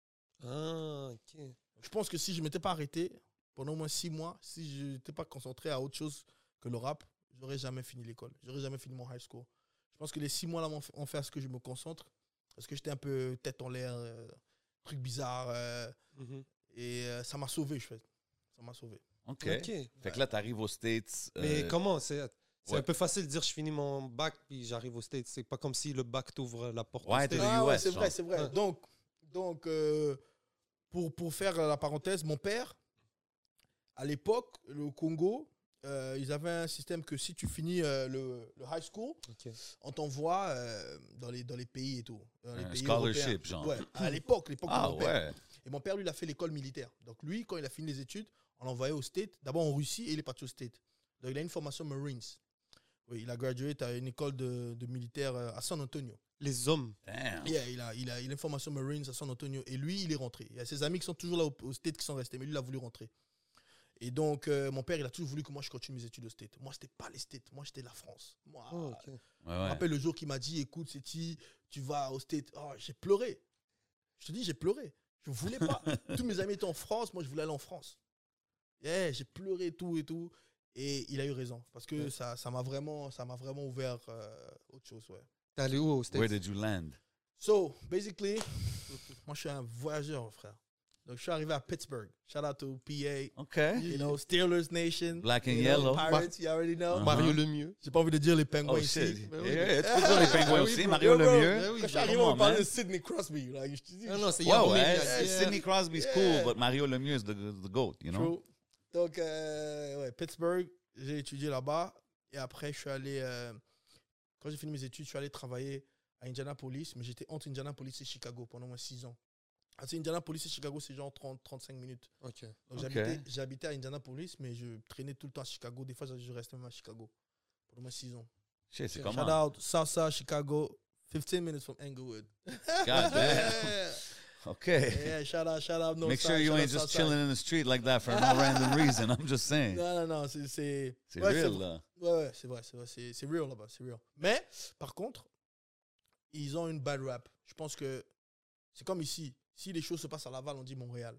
C: Ah, ok.
E: Je pense que si je ne m'étais pas arrêté pendant au moins six mois, si je n'étais pas concentré à autre chose que le rap, j'aurais jamais fini l'école. J'aurais jamais fini mon high school. Je pense que les six mois là m'ont fait- ont fait à ce que je me concentre Parce que j'étais un peu tête en l'air, euh, truc bizarre. euh,
C: Mhm.
E: et euh, ça m'a sauvé, je fais. Ça m'a sauvé.
D: OK.
C: Ok.
D: Fait que là, t'arrives aux States.
C: Mais
D: euh,
C: comment C'est c'est
D: ouais.
C: un peu facile de dire je finis mon bac puis j'arrive au States. C'est pas comme si le bac t'ouvre la porte. au
D: Ouais,
C: States.
D: t'es-
E: Ah ouais,
D: US,
E: c'est vrai,
D: genre.
E: c'est vrai.
C: Ouais.
E: Donc, donc euh, pour, pour faire la parenthèse, mon père, à l'époque, le Congo, euh, ils avaient un système que si tu finis euh, le, le high school,
C: Ok.
E: on t'envoie euh, dans, les, dans les pays et tout. Dans les
D: Un
E: pays
D: scholarship,
E: européens.
D: genre.
E: Ouais, à l'époque, l'époque de
D: Ah
E: mon père.
D: ouais.
E: Et mon père, lui, il a fait l'école militaire. Donc lui, quand il a fini les études, on l'envoyait au State, d'abord en Russie, et il est parti au State. Donc il a une formation Marines. Oui, il a gradué à une école de, de militaire euh, à San Antonio.
C: Les hommes.
D: Damn.
E: Yeah, il, a, il, a, il a une formation Marines à San Antonio et lui, il est rentré. Il y a ses amis qui sont toujours là au, au State qui sont restés, mais lui, il a voulu rentrer. Et donc, euh, mon père, il a toujours voulu que moi, je continue mes études au State. Moi, c'était pas les States, moi, j'étais la France. Moi,
C: Oh, ok.
D: Ouais,
E: je me
D: ouais.
E: rappelle le jour qu'il m'a dit écoute, Seti, tu vas au State. Oh, j'ai pleuré. Je te dis, j'ai pleuré. Je
D: (laughs)
E: voulais pas. Tous mes amis étaient en France, moi, je voulais aller en France. Yeah, j'ai pleuré et tout et tout. Et il a eu raison parce que
C: Ouais.
E: ça ça m'a vraiment, ça m'a vraiment ouvert euh, autre chose. Ouais.
C: T'es allé où au States
D: Where did you land?
E: So, basically,
D: (laughs)
E: moi je suis un voyageur, frère. Donc je suis arrivé à Pittsburgh. Shout out to PA.
D: OK. (laughs)
E: You know, Steelers Nation.
D: Black and
E: You know,
D: yellow.
E: Pirates, you already know.
D: Uh-huh.
C: Mario Lemieux.
E: J'ai pas envie de dire les pingouins
D: Oh
E: ici.
D: shit.
C: Mais oui.
D: Yeah, tu peux dire les pingouins
E: Ah oui,
D: aussi,
E: bro.
D: Mario
E: Yo, bro.
D: Lemieux.
C: Eh oui,
E: Quand je suis
C: j'ai-
E: arrivé,
D: Come
E: on
D: on,
E: parlait
D: man.
E: de Sidney Crosby. like, je te dis,
C: Ah non, c'est
D: Ouais,
C: Yahoo
D: ouais.
C: Media,
D: eh,
C: c'est-
D: Sidney Crosby's
E: Yeah.
D: cool, but Mario Lemieux is the, the GOAT, you know?
E: True. Donc, euh, ouais, Pittsburgh, j'ai étudié là-bas. Et après, je suis allé. euh, quand j'ai fini mes études, je suis allé travailler à Indianapolis. Mais j'étais entre Indianapolis et Chicago pendant moins 6 ans. Ah, c'est Indianapolis et Chicago, c'est genre 30-35 minutes.
C: Ok.
D: Ok.
E: Donc, j'habitais- j'habitais à Indianapolis, mais je traînais tout le temps à Chicago. Des fois, je restais même à Chicago pendant moins 6 ans.
D: Shit, c'est
C: Shout
D: comment?
E: Shout out, Southside, Chicago, 15 minutes from Englewood.
D: God
E: (laughs)
D: damn.
E: Yeah.
D: OK. (laughs)
E: Yeah, shout out, shout out.
D: Make sure you ain't just chilling in the street like that for no random reason. I'm just saying.
E: Non, non, non, c'est. C'est
D: C'est
E: ouais,
D: real,
E: vrai.
D: là.
E: Ouais, ouais, c'est vrai, c'est vrai. C'est c'est real là-bas, c'est real. Mais, par contre, ils ont une bad rap. Je pense que c'est comme ici. Si les choses se passent à Laval, on dit Montréal.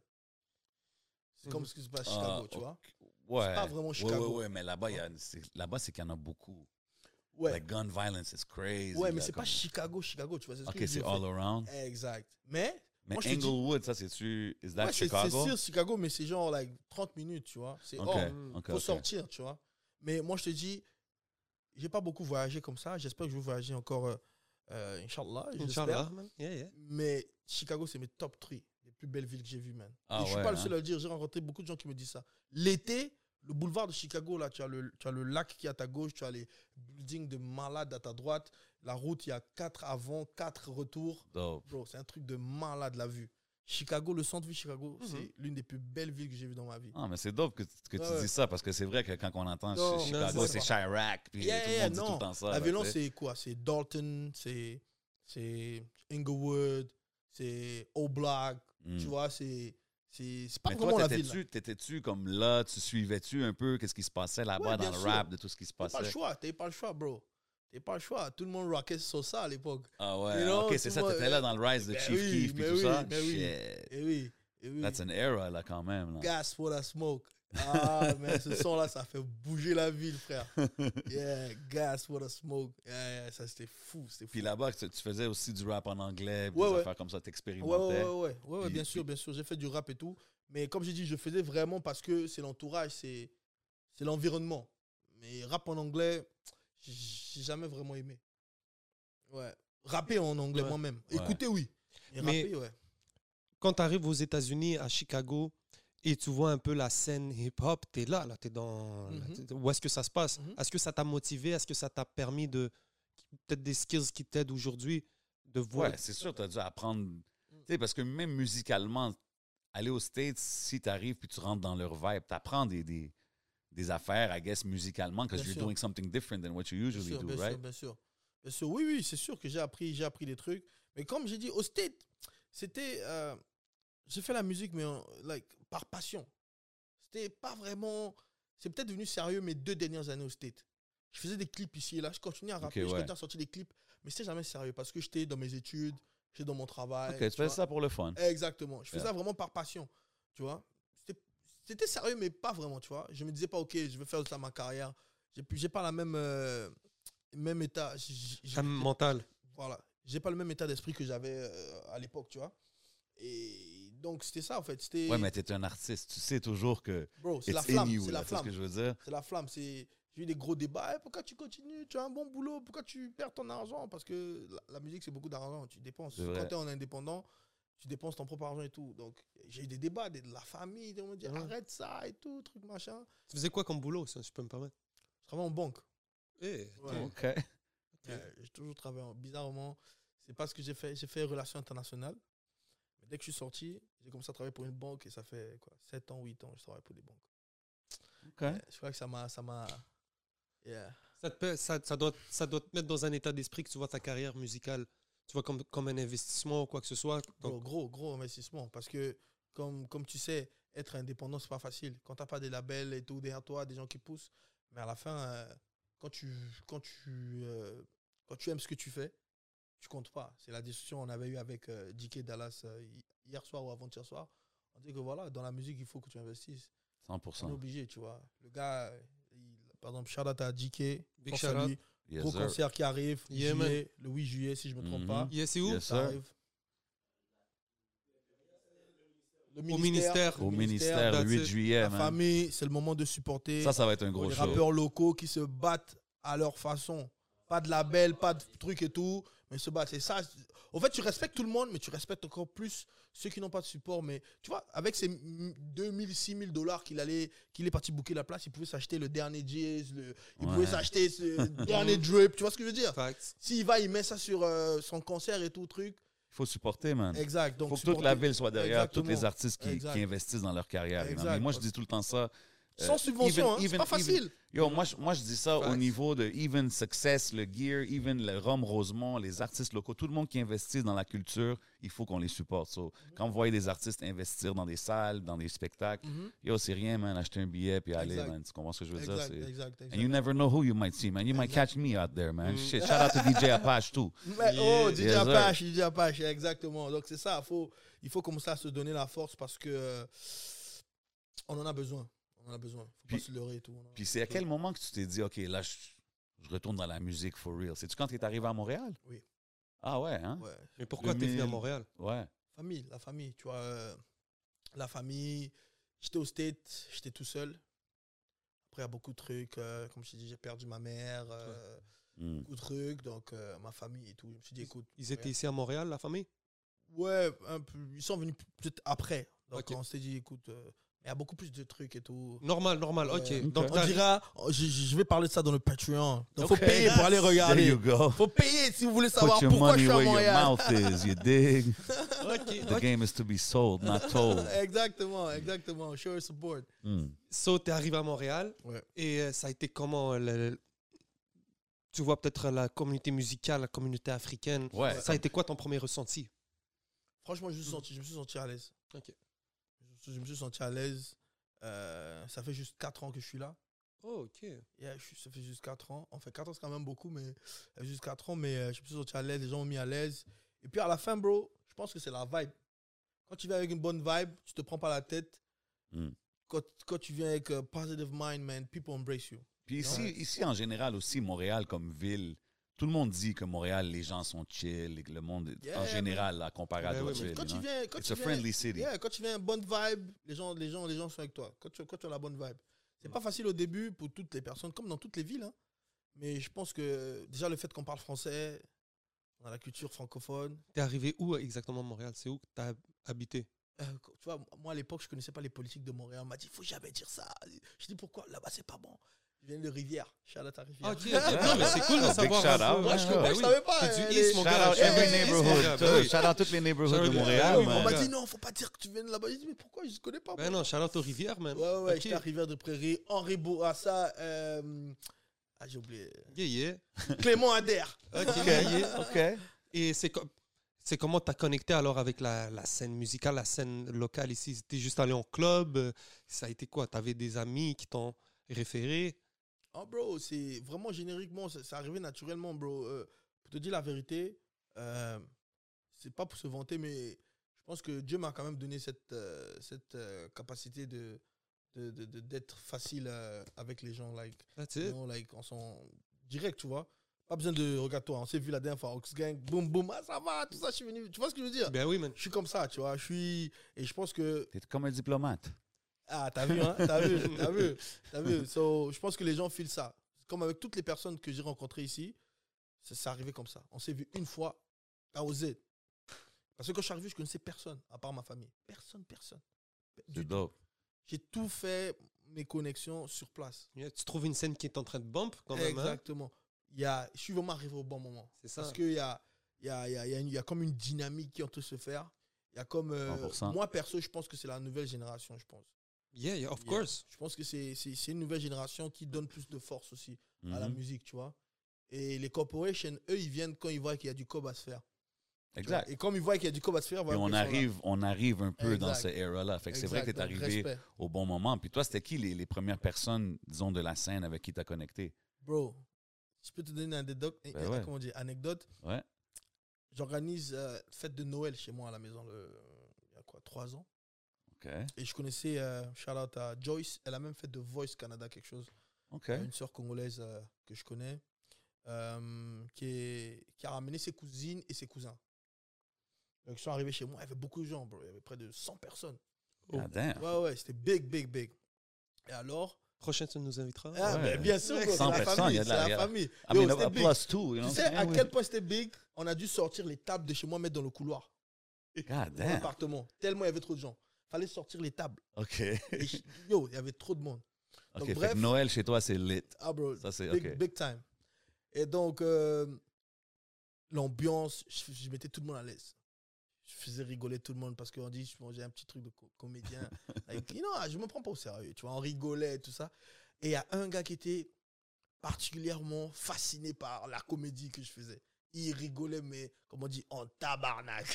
E: C'est
C: Mhm.
E: comme ce qui se passe à Chicago,
D: Ah,
E: tu vois.
D: Ouais.
E: C'est pas vraiment
D: Ouais,
E: Chicago.
D: Ouais, ouais, mais là-bas, il y a- c'est- là-bas, c'est qu'il y en a beaucoup.
E: Ouais,
D: Like, gun violence is crazy.
E: ouais mais
D: là,
E: c'est pas
D: comme-
E: Chicago, Chicago, tu vois. ce que
D: OK,
E: je
D: c'est
E: veux
D: all
E: dire.
D: around.
E: Exact. Mais,
D: Mais
E: Moi, je te dis-
D: Englewood, ça, c'est-tu... Is that
E: ouais, c'est c'est
D: Chicago?
E: sûr Chicago, mais c'est genre like 30 minutes, tu vois. C'est
D: OK,
E: hors.
D: OK,
E: faut
D: OK.
E: sortir, tu vois. Mais moi, je te dis, j'ai pas beaucoup voyagé comme ça. J'espère que je vais voyager encore, euh, euh, Inch'Allah.
C: Inch'Allah,
E: J'espère.
C: man. Yeah, yeah.
E: Mais Chicago, c'est mes top 3 des plus belles villes que j'ai vues, man.
D: Ah
E: Et je suis
D: ouais,
E: pas le
D: hein.
E: seul à le dire. J'ai rencontré beaucoup de gens qui me disent ça. L'été, le boulevard de Chicago, là, tu as le, tu as le lac qui est à ta gauche, tu as les buildings de malades à ta droite. La route, il y a 4 avant, 4 retours.
D: Dope.
E: Bro, c'est un truc de malade la vue. Chicago, le centre-ville de Chicago,
C: Mhm.
E: c'est l'une des plus belles villes que j'ai vues dans ma vie.
D: Ah, mais c'est dope que, que
E: Ouais,
D: tu
E: ouais.
D: dis ça, parce que c'est vrai que quand on entend
E: Non,
D: Chi-
C: non,
D: Chicago,
E: c'est
D: c'est Chirac, puis
E: Yeah,
D: tout le
E: yeah,
D: monde dit tout
E: non.
D: le temps ça.
E: la
D: là,
E: violence,
D: tu sais.
E: c'est quoi C'est Dalton, c'est c'est Inglewood, c'est O'Black.
D: Mm.
E: Tu vois, c'est c'est c'est pas
D: Mais
E: vraiment
D: toi,
E: la ville. là.
D: t'étais-tu, t'étais-tu comme là, tu suivais-tu un peu qu'est-ce qui se passait là-bas
E: Ouais,
D: dans
E: bien
D: le
E: sûr.
D: rap, de tout ce qui se
E: T'as pas le
D: passait?
E: choix, t'avais pas le choix, bro. T'avais pas le choix. Tout le monde rockait sur ça à l'époque.
D: Ah ouais,
E: You know,
D: ok,
E: tout
D: c'est ça,
E: le monde-
D: t'étais là dans le rise de
E: Ben
D: Chief
E: oui,
D: Keef puis
E: ben
D: tout
E: oui,
D: ça.
E: ben oui.
D: Shit.
E: Et oui, eh oui.
D: That's an era là quand même. Là.
E: Gas for the smoke. Ah, (laughs) mais ce son-là, ça fait bouger la
D: (laughs)
E: ville, frère. Yeah, gas for the smoke. Yeah, yeah, ça, c'était fou, c'était fou.
D: Puis là-bas, tu, tu faisais aussi du rap en anglais, puis
E: Ouais,
D: des
E: ouais.
D: affaires comme ça,
E: Ouais, ouais,
D: t'expérimentais.
E: ouais, ouais, ouais, ouais,
D: Puis-
E: bien
D: puis-
E: sûr, bien sûr. J'ai fait du rap et tout. Mais comme j'ai dit, je faisais vraiment parce que c'est l'entourage, c'est c'est l'environnement. Mais rap en anglais, j'ai- j'ai jamais vraiment aimé. Ouais. Rapper en anglais
C: Ouais.
E: moi-même.
D: Ouais.
E: Écoutez, oui. Mais,
C: Mais-
E: rapper, ouais.
C: Quand tu arrives aux États-Unis, à Chicago, et tu vois un peu la scène hip-hop, tu es là, là, tu es dans. là,
E: Mhm.
C: t'es- Où est-ce que ça se passe
E: Mhm.
C: Est-ce que ça t'a motivé Est-ce que ça t'a permis de. Peut-être des skills qui t'aident aujourd'hui de voir.
D: Ouais, c'est sûr, tu as dû apprendre. Tu sais, parce que même musicalement, aller aux States, si tu arrives puis tu rentres dans leur vibe, tu apprends des, des, des affaires, I guess, musicalement, because
E: Bien
D: you're
E: sûr.
D: doing something different than what you usually
E: bien sûr,
D: do,
E: bien
D: right?
E: sûr, bien sûr. Bien sûr, oui, oui, c'est sûr que j'ai appris, j'ai appris des trucs. Mais comme j'ai dit, au State, c'était. euh, j'ai fait la musique, mais euh, like, par passion. C'était pas vraiment. C'est peut-être devenu sérieux mes deux dernières années au State. Je faisais des clips ici et là, je continuais à rapper,
D: Ok,
E: je
D: ouais.
E: continuais à sortir des clips, mais c'était jamais sérieux parce que j'étais dans mes études, j'étais dans mon travail.
D: Ok, tu fais
E: vois.
D: ça pour le fun.
E: Exactement. Je faisais
D: Yeah.
E: ça vraiment par passion. Tu vois C'était- C'était sérieux, mais pas vraiment, tu vois. Je me disais pas, OK, je vais faire ça ma carrière. J'ai plus- j'ai pas la même, euh, même état. J- j- j-
C: Comme mental.
E: Voilà. j'ai pas le même état d'esprit que j'avais euh, à l'époque, tu vois. Et donc, c'était ça, en fait. C'était.
D: Ouais, mais t'es un artiste. Tu sais toujours que
E: Bro, c'est
D: it's
E: la
D: in
E: flamme.
D: you.
E: C'est
D: là,
E: la
D: C'est ce que
E: flamme.
D: je veux dire.
E: C'est la flamme. C'est. J'ai eu des gros débats. Eh, pourquoi tu continues Tu as un bon boulot. Pourquoi tu perds ton argent Parce que la, la musique, c'est beaucoup d'argent. Tu dépenses.
D: C'est vrai.
E: Quand tu es en indépendant, tu dépenses ton propre argent et tout. Donc, j'ai eu des débats, des- de la famille. On me dit
C: Ouais.
E: arrête ça et tout, truc machin.
C: Tu faisais quoi comme boulot, ça, si je peux me permettre
E: Je travaille en banque.
C: Eh,
E: Ouais.
D: OK.
E: Ouais, j'ai toujours travaillé en. Bizarrement, c'est pas ce que j'ai fait. J'ai fait relations internationales. Mais dès que je suis sorti, j'ai commencé à travailler pour une banque et ça fait quoi 7 ans, 8 ans que je travaille pour des banques.
D: OK.
E: Ouais, Je crois que ça m'a. ça m'a- Yeah.
C: Ça, te peut- ça, ça doit, ça doit te mettre dans un état d'esprit que tu vois ta carrière musicale, tu vois, comme, comme un investissement ou quoi que ce soit.
E: Gros,
C: Donc,
E: gros, gros investissement. Parce que, comme, comme tu sais, être indépendant, c'est pas facile. Quand t'as pas des labels et tout derrière toi, des gens qui poussent. Mais à la fin, euh, quand, tu, quand, tu, euh, quand tu aimes ce que tu fais, tu comptes pas. C'est la discussion qu'on avait eue avec euh, DK Dallas euh, hi- hier soir ou avant-hier soir. On dit que voilà, dans la musique, il faut que tu investisses. On est
D: 100%.
E: obligé, tu vois. Le gars, euh, il- par exemple, Charlotte a DK.
C: Big
E: force à
C: shout-out.
E: lui.
D: Yes,
E: Gros
D: sir.
E: concert qui arrive
C: Yeah, man.
E: juillet, le 8 juillet, si je me trompe
D: Mhm.
E: pas.
C: Yeah, c'est où
D: Yes, sir.
E: Ça arrive. Le
C: Au ministère.
D: Au ministère, le
C: that's
D: 8
C: it.
D: juillet,
E: la
D: man.
E: famille, c'est le moment de supporter
D: Ça, ça va être un gros
E: les
D: show.
E: rappeurs locaux qui se battent à leur façon. Pas de label, pas de truc et tout, mais ils se battent. C'est ça. En fait, tu respectes tout le monde, mais tu respectes encore plus ceux qui n'ont pas de support. Mais tu vois, avec ces 2000, 6000 dollars qu'il allait, qu'il est parti bouquer la place, il pouvait s'acheter le dernier Jizz, le- il
D: Ouais.
E: pouvait
D: (laughs)
E: s'acheter ce dernier drip. Tu vois ce que je veux dire?
C: Facts.
E: S'il va, il met ça sur euh, son concert et tout, truc.
D: Il faut supporter, man.
E: Exact.
D: Il
E: Donc,
D: faut que toute la
E: supporter-
D: ville soit derrière, tous les
E: Exactement.
D: artistes qui,
E: Exact.
D: qui investissent dans leur carrière. you know.
E: Exact.
D: Mais moi, je dis tout le temps ça. euh,
E: Sans
D: even-
E: subvention, hein, c'est
D: even-
E: pas
D: even-
E: facile.
D: Yo, moi, je, moi, je dis ça au
C: Facts.
D: niveau de Even Success, le Gear, Even le Rome Rosemont, les artistes locaux, tout le monde qui investit dans la culture, il faut qu'on les supporte. So, quand vous voyez des artistes investir dans des salles, dans des spectacles,
E: Mhm.
D: yo, c'est rien, man, acheter un billet puis aller,
E: Exact.
D: man. Tu comprends ce que je veux dire?
E: Exact,
D: C'est-
E: exact,
D: And you
E: exact.
D: never know who you might see, man. You might catch me out there, man.
E: Mm-hmm.
D: Shit, shout out to DJ Apache, too.
E: Mais- oh, DJ
D: Yes, sir.
E: Apache, DJ Apache, exactement. Donc c'est ça, faut, il faut commencer à se donner la force parce que euh, on en a besoin. On en a besoin. Faut
D: Puis-
E: pas se leurrer et tout. On en a-
D: Puis c'est à quel moment que tu t'es dit, OK, là, je, je retourne dans la musique for real? C'est-tu quand tu es arrivé à Montréal?
E: Oui.
D: Ah ouais, hein?
E: Ouais.
C: Mais pourquoi t'es venu à
D: 2000.
C: Montréal
D: Ouais.
E: Famille, la famille, tu vois. euh, la famille, j'étais au States, j'étais tout seul. Après, il y a beaucoup de trucs. euh, comme je t'ai dit, j'ai perdu ma mère, euh,
D: Mm.
E: beaucoup de trucs. Donc, euh, ma famille et tout. Je me suis dit, écoute.
C: Ils étaient ici à Montréal, la famille
E: Ouais, un peu- ils sont venus peut-être après. Donc
C: Ok.
E: on s'est dit, écoute, euh, il y a beaucoup plus de trucs et tout.
C: Normal, normal, ok.
E: Ouais.
C: Donc,
E: On
C: t'as-
E: dira, oh, je, je- je vais parler de ça dans le Patreon. Donc faut
D: Ok.
E: payer pour aller
D: There
E: regarder.
D: you go.
E: Faut payer si vous voulez savoir
D: Put your
E: pourquoi je
D: money
E: suis à
D: where your
E: Montréal.
D: mouth is, you
E: (laughs)
D: dig?
C: Ok.
D: The game is to be sold, not told.
E: Exactement, exactement. Show your support.
D: Mm.
C: So, t'es arrivé à Montréal
E: Ouais.
C: et euh, ça a été comment euh, le- le- Tu vois peut-être la communauté musicale, la communauté africaine.
D: Ouais.
C: Ça a été quoi ton premier ressenti
E: Franchement, je, me suis senti, je me suis senti à l'aise.
C: Ok.
E: Je, je me suis senti à l'aise. Euh, ça fait juste 4 ans que je suis là.
C: Oh, ok.
E: Yeah, je suis- ça fait juste 4 ans. Enfin, 4 ans, c'est quand même beaucoup, mais ça fait juste 4 ans, mais euh, je me suis senti à l'aise, les gens m'ont mis à l'aise. Et puis à la fin, bro, je pense que c'est la vibe. Quand tu viens avec une bonne vibe, tu te prends pas la tête.
D: Mm.
E: Quand, quand tu viens avec euh, positive mind, man, people embrace you.
D: Puis ici, ici, en général aussi, Montréal comme ville, tout le monde dit que Montréal, les gens sont chill, et que le monde,
E: Yeah,
D: en
E: man.
D: général, là, comparé à
C: Ouais,
D: d'autres
C: ouais, mais
D: villes.
E: Quand tu
D: hein.
E: viens, quand
D: It's
E: tu
D: a
E: viens,
D: friendly city.
E: yeah, quand tu viens avec bonne vibe, les gens, les gens, les gens sont avec toi. Quand tu, quand tu as la bonne vibe, c'est pas facile au début pour toutes les personnes, comme dans toutes les villes. hein. Mais je pense que déjà le fait qu'on parle français, on a la culture francophone.
C: T'es arrivé où euh, exactement à Montréal C'est où que t'as habité
E: Euh, co- tu vois, moi à l'époque, je connaissais pas les politiques de Montréal. On m'a dit, faut jamais dire ça. Je dis pourquoi Là-bas, c'est pas bon. Je viens de Rivière. Charlotte à Rivière.
C: Ah, ok.
E: (laughs)
C: Non, mais c'est cool de
D: Ah, Big
C: savoir. hein.
D: shout
C: un peu.
D: out.
E: Moi, je,
D: Ah,
E: moi, Ah,
C: Ben
E: je
C: oui.
E: savais pas.
C: C'est
E: elle
C: du East,
E: est-
C: mon
D: Shout
C: gars.
D: out every
E: Yeah,
D: neighborhood.
C: yeah, yeah.
D: too. Shout out toutes les neighborhoods de
C: Shout out-
D: Montréal,
C: Yeah,
E: On
D: man.
E: m'a
C: gars.
E: dit, non, faut pas dire que tu viens de là-bas. Je dis, mais pourquoi Je connais pas.
C: Ben non, Charlotte aux rivières, man.
E: Ouais, ouais,
C: Ok.
E: j'étais à Rivière de Prairie, Henri Bourassa, euh... ah, j'ai oublié.
C: Yeah, yeah.
E: Clément Adair.
C: Ok, yeah.
D: OK.
C: Et c'est comme. C'est comment t'as connecté alors avec la, la scène musicale, la scène locale ici T'es juste allé en club euh, Ça a été quoi T'avais des amis qui t'ont référé
E: Oh, bro, c'est vraiment génériquement, c'est c'est arrivé naturellement, bro. Euh, pour te dire la vérité, euh, c'est pas pour se vanter, mais je pense que Dieu m'a quand même donné cette, euh, cette euh, capacité de de- de- de- d'être facile euh, avec les gens, like,
C: That's
E: you
C: it.
E: know, like, on s'en direct, tu vois. Pas besoin de. Regarde-toi, on s'est vu la dernière fois, Oxgang, boum, boum, ah, ça va, tout ça, je suis venu. Tu vois ce que je veux dire
C: Ben oui, man.
E: Je suis comme ça, tu vois. Je suis. Et je pense que
D: T'es comme un diplomate.
E: Ah, t'as vu, hein T'as vu, t'as vu, t'as vu. So, je pense que les gens filent ça. Comme avec toutes les personnes que j'ai rencontrées ici, ça- c'est arrivé comme ça. On s'est vu une fois, à osé. Parce que quand je suis arrivé, je connaissais personne, à part ma famille. Personne, personne.
D: C'est
E: Du-
D: dope.
E: J'ai tout fait, mes connexions sur place.
C: Yeah, Tu trouves une scène qui est en train de bump quand même. hein.
E: Exactement. Il y a, je suis vraiment arrivé au bon moment.
C: C'est ça.
E: Parce qu'il y a, il y, a, il y, a, il y a une- il y a comme une dynamique qui est en train de se faire. Il y a comme. euh,
D: 100%.
E: moi, perso, je pense que c'est la nouvelle génération, je pense.
C: Yeah, yeah, of
E: Yeah.
C: course.
E: Je pense que c'est- c'est c'est une nouvelle génération qui donne plus de force aussi à la
D: Mhm.
E: musique, tu vois. Et les corporations, eux, ils viennent quand ils voient qu'il y a du cob à se faire. tu vois.
D: Exact.
E: Et comme ils voient qu'il y a du cob à se faire,
D: Et
E: voilà
D: on
E: qu'ils sont là.
D: arrive, on arrive un peu dans
E: Exact.
D: cette era-là. Fait que c'est vrai que
E: Exact.
D: t'es
E: Donc,
D: arrivé
E: respect.
D: au bon moment. Puis toi, c'était qui les, les premières personnes, disons, de la scène avec qui t'as connecté?
E: Bro, je peux te donner une anecdote.
D: Ben ouais.
E: comment on dit, anecdote.
D: Ouais.
E: J'organise euh, fête de Noël chez moi à la maison le- il y a quoi, trois ans.
D: OK.
E: Et je connaissais, euh, shout out à Joyce, elle a même fait de Voice Canada quelque chose.
D: OK.
E: Il y a une sœur congolaise euh, que je connais euh, qui, est- qui a ramené ses cousines et ses cousins. Donc, ils sont arrivés chez moi, il y avait beaucoup de gens, bro. il y avait près de 100 personnes.
D: Ah, damn.
E: Ouais, ouais, c'était big, big, big. Et alors
C: Prochaine, tu nous inviteras.
E: Ah,
D: Ouais.
E: ben, Bien sûr, bro, c'est
D: 100
E: la
D: personnes, il y
E: famille.
D: a de la- Ah,
E: c'est
D: il y
E: la
D: a-
E: famille.
D: I
E: Yo,
D: mean,
E: c'était
D: a
E: big.
D: plus two, you know?
E: Tu sais
D: what I'm
E: à
D: saying?
E: quel point c'était big On a dû sortir les tables de chez moi, mettre dans le couloir,
D: God
E: dans
D: damn.
E: l'appartement, tellement il y avait trop de gens. Fallait sortir les tables.
D: OK. (laughs)
E: Et je- Yo, il y avait trop de monde.
D: OK,
E: Donc,
D: fait que
E: bref.
D: Noël chez toi, c'est lit.
E: Ah, bro,
D: Ça, c'est
E: big,
D: OK.
E: big time. Et donc, euh, l'ambiance, je, je mettais tout le monde à l'aise. Je faisais rigoler tout le monde parce qu'on dit, bon, j'ai un petit truc de co-
D: (laughs)
E: comédien. Avec- non, ah, je me prends pas au sérieux. Tu vois, on rigolait et tout ça. Et il y a un gars qui était particulièrement fasciné par la comédie que je faisais. Il rigolait, mais, comment on dit, en tabarnak.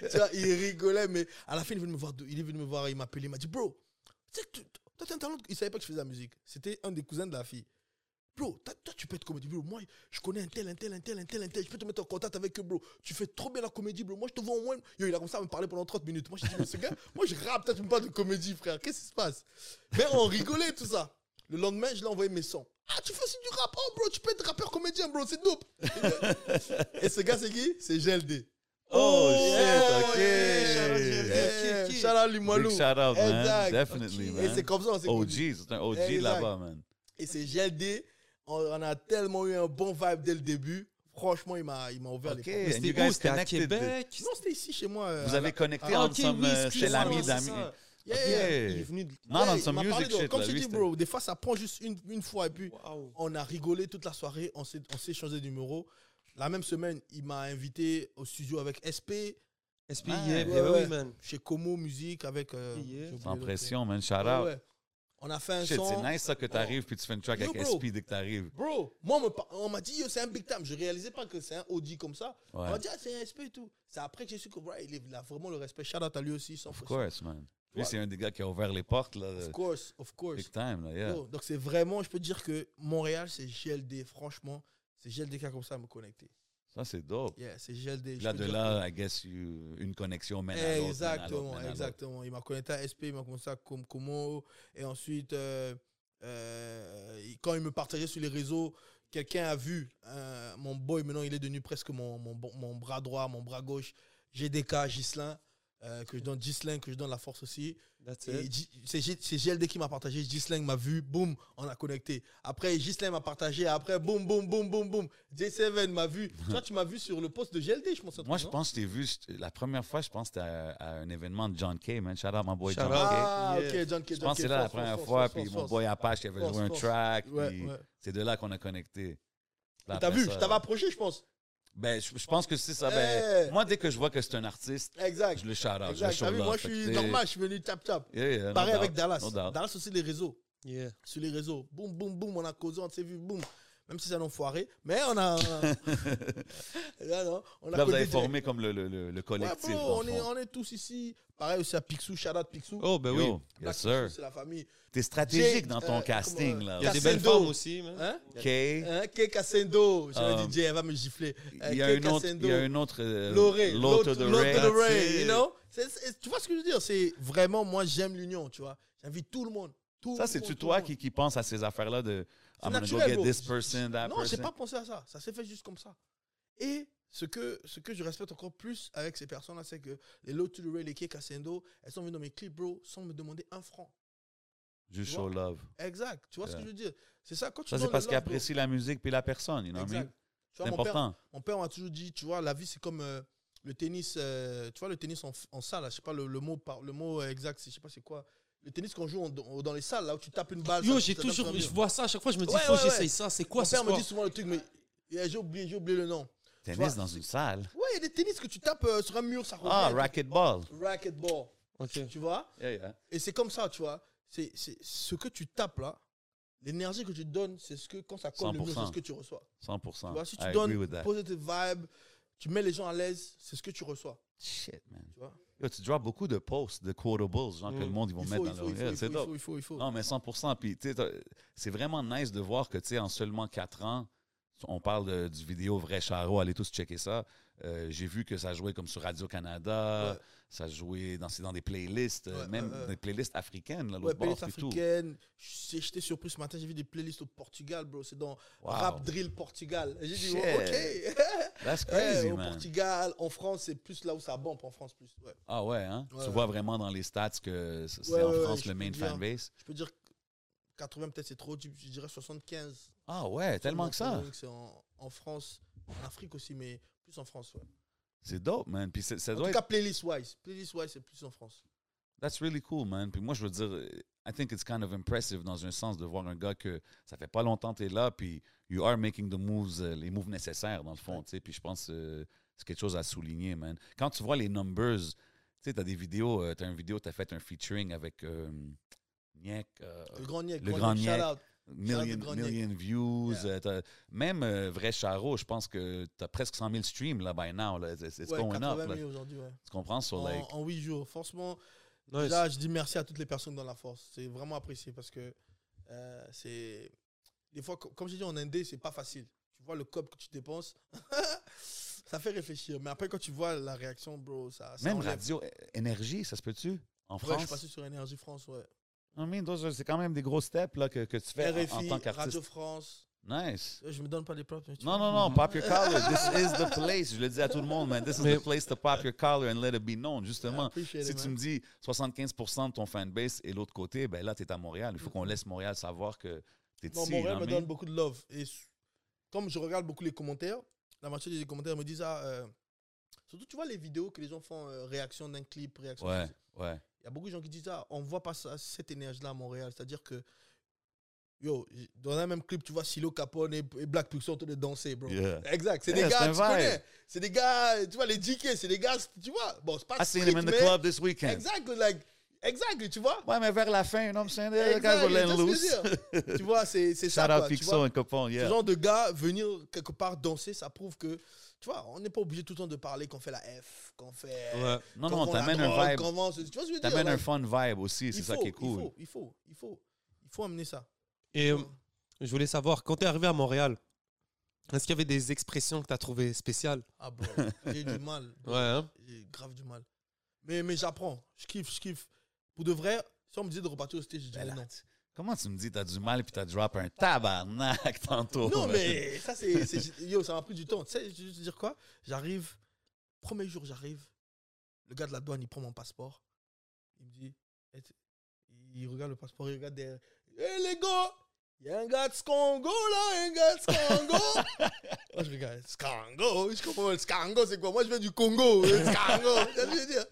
E: (laughs) tu vois, il rigolait, mais à la fin, il est venu me voir, de- il est venu me voir, il m'a appelé, il m'a dit, bro, tu sais que tu- toi, t'as un talent. Il savait pas que je faisais de la musique. C'était un des cousins de la fille. Bro, t'as- toi, tu peux être comédie. Bro, moi, je connais un tel, un tel, un tel, un tel, un tel. Je peux te mettre en contact avec eux, bro. Tu fais trop bien la comédie, bro. Moi, je te vois au moins. Yo, il a commencé à me parler pendant 30 minutes. Moi, je dis, mais ce gars, moi, je rappe, peut-être me parle de comédie, frère. Qu'est-ce qui se passe Mais on rigolait, tout ça. Le lendemain, je l'ai envoyé mes sons. Ah, tu fais aussi du rap. Oh, bro, tu peux être rappeur comédien, bro. C'est dope. Et ce gars, c'est qui C'est GLD.
D: Oh,
E: yeah,
D: shit, OK.
E: yeah,
C: Qui- qui-
E: Shout out Limoilou.
D: Big shout out, man.
E: Exact.
D: Definitely,
E: Et c'est
D: man.
E: comme ça, on s'est
D: OG,
E: connus.
D: c'est un OG
E: Exact.
D: là-bas, man.
E: Et c'est GLD. On, on a tellement eu un bon vibe dès le début. Franchement, il m'a il m'a ouvert
D: OK,
E: les portes.
D: and
C: C'était
D: you
C: où
D: guys
C: C'était à
D: connected.
C: Québec
E: Non, c'était ici chez moi. euh,
D: Vous
E: à
D: avez
E: la-
D: connecté
C: Ah,
D: entre
C: ok,
D: some,
C: oui,
D: euh, chez
C: excuse-moi,
D: l'ami
C: c'est
D: d'amis.
C: ça.
E: Yeah,
D: Ok.
E: yeah.
C: Il est venu de...
D: Non,
E: Yeah,
D: non,
E: il
D: some
E: m'a parlé
D: music
E: de-
D: shit.
E: Comme
D: là, euh,
E: je
D: lui,
E: dis,
D: c'était-
E: bro, des fois, ça prend juste une, une fois. Et puis,
C: Wow.
E: on a rigolé toute la soirée. On s'est on s'est échangé des numéros. La même semaine, il m'a invité au studio avec SP,
C: SPIF,
D: Ouais,
C: eh ben
E: Ah, ouais.
C: oui, man.
E: chez Como Musique, avec. euh,
C: Yeah.
E: j'ai oublié
D: Sans
E: le-
D: pression, man. Shout
E: Ouais,
D: out.
E: ouais. On a fait un
D: Shit,
E: son.
D: c'est nice ça que t'arrives puis tu fais une track
E: Yo,
D: avec
E: bro.
D: SP dès que t'arrives.
E: Bro, moi, on me par- on m'a dit, yo, c'est un big time. Je réalisais pas que c'est un Audi comme ça.
D: Ouais.
E: On m'a dit, ah, c'est un SP et tout. C'est après que j'ai su que, ouais, il est- il a vraiment le respect. Shout out à lui aussi, sans
D: Of course, man. Lui,
E: Ouais.
D: c'est un des gars qui a ouvert les portes, là. euh,
E: Of course, of course.
D: Big time, là, yeah.
E: Yo, donc, c'est vraiment, je peux te dire que Montréal, c'est GLD. Franchement, c'est GLD qui a commencé à me connecter.
D: Ça, c'est dope.
E: Yeah, c'est GLD. je
D: Là,
E: peux
D: de
E: dire
D: là, I guess, you- une connexion
E: que-
D: mène à l'autre.
E: Exactement,
D: exactement.
E: exactement. Il m'a connecté à SP, il m'a commencé à Com- Como. Et ensuite, euh, euh, il- quand il me partageait sur les réseaux, quelqu'un a vu euh, mon boy. Maintenant, il est devenu presque mon, mon, bon- mon bras droit, mon bras gauche. GDK, Gislin, euh, que je donne Gislin, que je donne la force aussi.
C: That's
E: Et
C: it.
E: J- C'est J- c'est GLD qui m'a partagé, Gislain m'a vu, boum, on a connecté. Après, Gislain m'a partagé, après, boum, boum, boum, boum, boum. J7
D: (laughs)
E: m'a vu. Toi, tu m'as vu sur le poste de GLD, je pense. un
D: Moi,
E: truc,
D: je
E: non
D: pense que je t'ai vu, je- la première fois, je pense que c'était à, à un événement de John Kay, man. Shout out, my boy
C: Shout
D: John
C: out.
D: Kay.
E: Ah,
C: Yeah.
E: ok, John K.
D: Je pense que c'est là la première fois, puis mon boy Apache il avait
E: Force,
D: joué un
E: force.
D: track.
E: Ouais,
D: puis
E: ouais.
D: C'est de là qu'on a connecté. Là,
E: T'as
D: après
E: vu,
D: ça,
E: je t'avais approché, je pense.
D: Ben, je, je pense que c'est ça. Ben,
E: Hey.
D: Moi, dès que je vois que c'est un artiste,
E: Exact.
D: je le shout out. Je le
E: exact.
D: show
E: T'as vu,
D: love.
E: moi, je
D: Fait que
E: suis
D: c'est-
E: normal, je suis venu tap-tap.
D: Yeah, yeah, no
E: Pareil
D: doubt,
E: avec Dallas.
D: no doubt.
E: Dallas aussi, les réseaux.
C: Yeah.
E: sur les réseaux. Boum, boum, boum, on a causé, on s'est vu, boum. Même si ça n'a foiré, mais on a. on
D: (laughs)
E: a- là, non, on a
D: Là, vous
E: codé
D: avez
E: direct.
D: formé comme le, le, le, le
E: Ouais,
D: collectif.
E: bro,
D: dans
E: on,
D: le
E: est,
D: fond.
E: on est tous ici. Pareil aussi à Picsou, shout out Picsou.
C: Oh, ben oui.
D: Yo,
E: Black
D: yes, sir.
E: Picsou, C'est la famille.
D: T'es stratégique
E: Jake,
D: dans
E: euh,
D: ton
E: comment,
D: casting,
E: euh,
D: là.
C: Il y a des
E: Cassendo.
C: belles femmes aussi, man.
E: Hein?
D: Kay.
E: Hein? Kay Cassendo. J'avais
D: Um,
E: dit DJ, elle va me gifler. Euh,
D: Il y a
E: Kay
D: un autre. Il
E: Cassendo.
D: y a un autre. euh,
E: Loré,
D: Low to the Ray.
E: Ray,
C: That's
E: you
C: it.
E: know? C'est- c'est- tu vois ce que je veux dire? C'est vraiment, moi, j'aime l'union, tu vois. J'invite tout le monde. Tout,
D: Ça,
E: tout,
D: c'est-tu
E: tout,
D: toi
E: tout.
D: qui, qui pense à ces affaires-là de
E: C'est
D: I'm gonna go
E: naturel,
D: get
E: bro.
D: this person, that
E: Non, j'ai
D: person?
E: pas pensé à ça. Ça s'est fait juste comme ça. Et ce que, ce que je respecte encore plus avec ces personnes-là, c'est que les Low to the Ray, les Kay Casendo, elles sont venues dans mes clips, bro, sans me demander un franc.
D: Just
E: tu
D: show
E: vois?
D: love.
E: Exact. Tu vois ce que
D: Yeah.
E: je veux dire C'est ça, quand tu
D: Ça, c'est
E: donnes
D: parce
E: le
D: qu'il
E: love, bro.
D: apprécie la musique puis la personne, you know what I mean?
E: Exact. Tu
D: C'est
E: vois, mon père,
D: important.
E: mon père m'a toujours dit, tu vois, la vie, c'est comme euh, le tennis, euh, tu vois, le tennis en, en salle, là, je sais pas le, le mot, par- le mot euh, exact, c'est- je sais pas c'est quoi. Le tennis qu'on joue en- dans les salles, là où tu tapes une balle.
C: Yo,
E: ça-
C: j'ai
E: ça tape sur
C: toujours.
E: un mur.
C: Je vois ça à chaque fois, je me dis,
E: Ouais,
C: faut que
E: ouais, ouais.
C: j'essaye ça. C'est quoi
E: Mon
C: ça
E: père me dit souvent le truc, mais eh, j'ai oublié, j'ai oublié le nom.
D: Tennis
E: vois,
D: dans une salle.
E: Ouais, il y a des tennis que tu tapes euh, sur un mur, ça revient.
D: Ah, racquetball.
E: Racquetball. Tu vois
D: Yeah, yeah.
E: Et c'est comme ça, tu vois. C'est c'est ce que tu tapes là, l'énergie que tu donnes, c'est ce que quand ça colle le mur,
D: 100%.
E: c'est ce que tu reçois.
D: 100%.
E: Tu vois, si tu
D: I agree with
E: donnes
D: that.
E: positive vibe, tu mets les gens à l'aise, c'est ce que tu reçois.
D: Shit, man.
E: Tu vois Mm.
D: Yo, tu drops beaucoup de posts, de quotables, genre que le monde, ils vont
E: il,
D: mettre
E: faut, il,
D: dans
E: faut,
D: leur...
E: il, faut,
D: Yeah,
E: il, faut,
D: c'est
E: il
D: dope.
E: faut, il faut, il faut.
D: Non, mais 100%. Puis, tu sais, t'as- c'est vraiment nice de voir que, tu sais, en seulement 4 ans, on parle de- du vidéo Vrai Charo, allez tous checker ça. Euh, J'ai vu que ça jouait comme sur Radio-Canada,
E: Ouais.
D: ça jouait dans, c'est dans des playlists, euh,
E: Ouais,
D: même
E: ouais, ouais.
D: des playlists africaines, là,
E: Ouais,
D: l'autre
E: playlist
D: bord, puis tout.
E: africaine. J'ai- J'étais surpris ce matin, j'ai vu des playlists au Portugal, bro. C'est dans
D: Wow.
E: Rap Drill Portugal. Et J'ai dit,
D: Shit.
E: oh, ok.
D: That's
E: (laughs) Ouais,
D: crazy,
E: au
D: man.
E: Portugal, en France, c'est plus là où ça bombe, en France plus. Ouais.
D: Ah ouais, hein?
E: Ouais,
D: tu
E: ouais.
D: vois vraiment dans les stats que c- c'est
E: Ouais,
D: en
E: ouais, ouais,
D: France
E: je
D: le
E: peux
D: main
E: dire.
D: fanbase.
E: Je peux dire 80, peut-être c'est trop, je je dirais 75.
D: Ah ouais, tellement que ça.
E: Following, C'est en, en France, en Afrique aussi, mais plus en France. Ouais.
D: C'est dope, man. Puis c'est- ça
E: En
D: doit
E: tout
D: être
E: cas, playlist wise. Playlist wise, c'est plus en France.
D: That's really cool, man. Puis moi, je veux dire, euh, I think it's kind of impressive dans un sens de voir un gars que ça fait pas longtemps que tu es là, puis you are making the moves, euh, les moves nécessaires, dans le fond, tu sais. Puis je pense que c'est quelque chose à souligner, man. Quand tu vois les numbers, tu sais, t'as des vidéos, euh, t'as une vidéo, t'as fait un featuring avec euh, Niek, euh,
E: Le Grand Niek.
D: Le Grand
E: Niek,
D: Niek.
E: shout out.
D: million,
E: Shout out to Grand
D: million views.
E: Yeah.
D: euh, t'as- même euh, Vrai Charo, je pense que t'as presque 100 000 streams, là, by now. Là. It's, it's
E: Ouais,
D: going up,
E: 80
D: là.
E: 000 aujourd'hui, ouais.
D: Tu comprends? So,
E: en,
D: like,
E: en 8 jours. Forcément,
C: Nice.
E: déjà, je dis merci à toutes les personnes dans la force. C'est vraiment apprécié parce que euh, c'est. Des fois, co- comme j'ai dit en Indé, c'est pas facile. Tu vois le cop que tu dépenses, (laughs) ça fait réfléchir. Mais après, quand tu vois la réaction, bro, ça. ça
D: même
E: enlève.
D: Radio euh, Énergie, ça se peut-tu? En
E: Ouais, je suis
D: France?
E: passé sur Énergie France, ouais.
D: I mean, those are- c'est quand même des gros steps là, que, que tu fais en- en,
E: RFI,
D: tant
E: Radio
D: qu'artiste.
E: France.
D: Nice.
E: Euh, Je me donne pas les propres. mais tu
D: Non,
E: vois.
D: non, non, pop your collar. This
E: (laughs)
D: is the place. Je le dis à tout le monde, man. This is the place to pop your collar and let it be known.
E: I
D: Justement,
E: appreciate
D: si
E: it,
D: tu
E: man.
D: me dis 75% de ton fanbase est l'autre côté, ben là, tu es à Montréal. Il faut qu'on laisse Montréal savoir que tu es
E: Non,
D: ici.
E: Mm-hmm. Montréal
D: non,
E: me
D: mais-
E: donne beaucoup de love. Et s- comme je regarde beaucoup les commentaires, la moitié des commentaires me disent ah, euh, surtout, tu vois les vidéos que les gens font, euh, réaction d'un clip, réaction.
D: Ouais, ouais.
E: Il y a beaucoup de gens qui disent ah, on voit pas ça- cette énergie-là à Montréal. C'est-à-dire que, yo, j- dans un même clip, tu vois Silo Capone et, et Black Pug sont en train de danser, bro.
D: Yeah.
E: Exact, c'est
D: Yeah,
E: des
D: c'est
E: gars,
D: un
E: tu
D: vibe.
E: connais. C'est des gars, tu vois, les DK, c'est des gars, tu vois. Bon, c'est pas
D: I seen him
E: street,
D: in the
E: mais-
D: club this weekend.
E: Exactly, like, exactly, tu vois.
D: Ouais, mais vers la fin, you know what I'm saying? The guys were
E: Exactly,
D: letting
E: tu vois ce que
D: loose.
E: je veux dire. tu vois,
D: (laughs)
E: c'est c'est ça.
D: Shout out
E: quoi, tu
D: Pixo
E: vois.
D: and Copon,
E: Ce
D: yeah.
E: genre de gars, venir quelque part danser, ça prouve que, tu vois, on n'est pas obligé tout le temps de parler qu'on fait la F, qu'on fait.
C: Ouais.
D: Non,
E: qu'on
D: non,
E: vend la
D: t'amènes un
E: drogue,
D: vibe.
E: qu'on vend ce- Tu vois ce que je veux dire
D: T'amènes un
E: like,
D: fun vibe aussi,
E: il
D: c'est ça
E: faut,
D: qui est cool.
E: Il faut, il faut, il faut, il faut amener ça.
C: Et euh, je voulais savoir, quand tu es arrivé à Montréal, est-ce qu'il y avait des expressions que tu as trouvées spéciales
D: (laughs)
E: Ah, bro, j'ai du mal.
C: hein
E: J'ai grave du mal. Mais, mais j'apprends, je kiffe, je kiffe. Pour de vrai, si on me disait de repartir au stage, je dirais
D: Ben là,
E: non.
D: Comment tu me dis t'as du mal puis t'as drop un tabarnak (laughs) tantôt?
E: Non,
D: man?
E: mais ça, c'est.
D: (laughs)
E: c'est- Yo, ça m'a pris du temps. Tu sais, je veux te dire quoi J'arrive, premier jour, j'arrive. Le gars de la douane, il prend mon passeport. Il me dit. eh, tu- Il regarde le passeport, il regarde derrière. Hé, les gars Il y a un gars de Skango, là, un gars
D: (laughs)
E: de Skango Moi, je regarde. Skango Je comprends, le Skango, c'est quoi Moi, je viens du Congo. le Skango Tu vois ce que je veux dire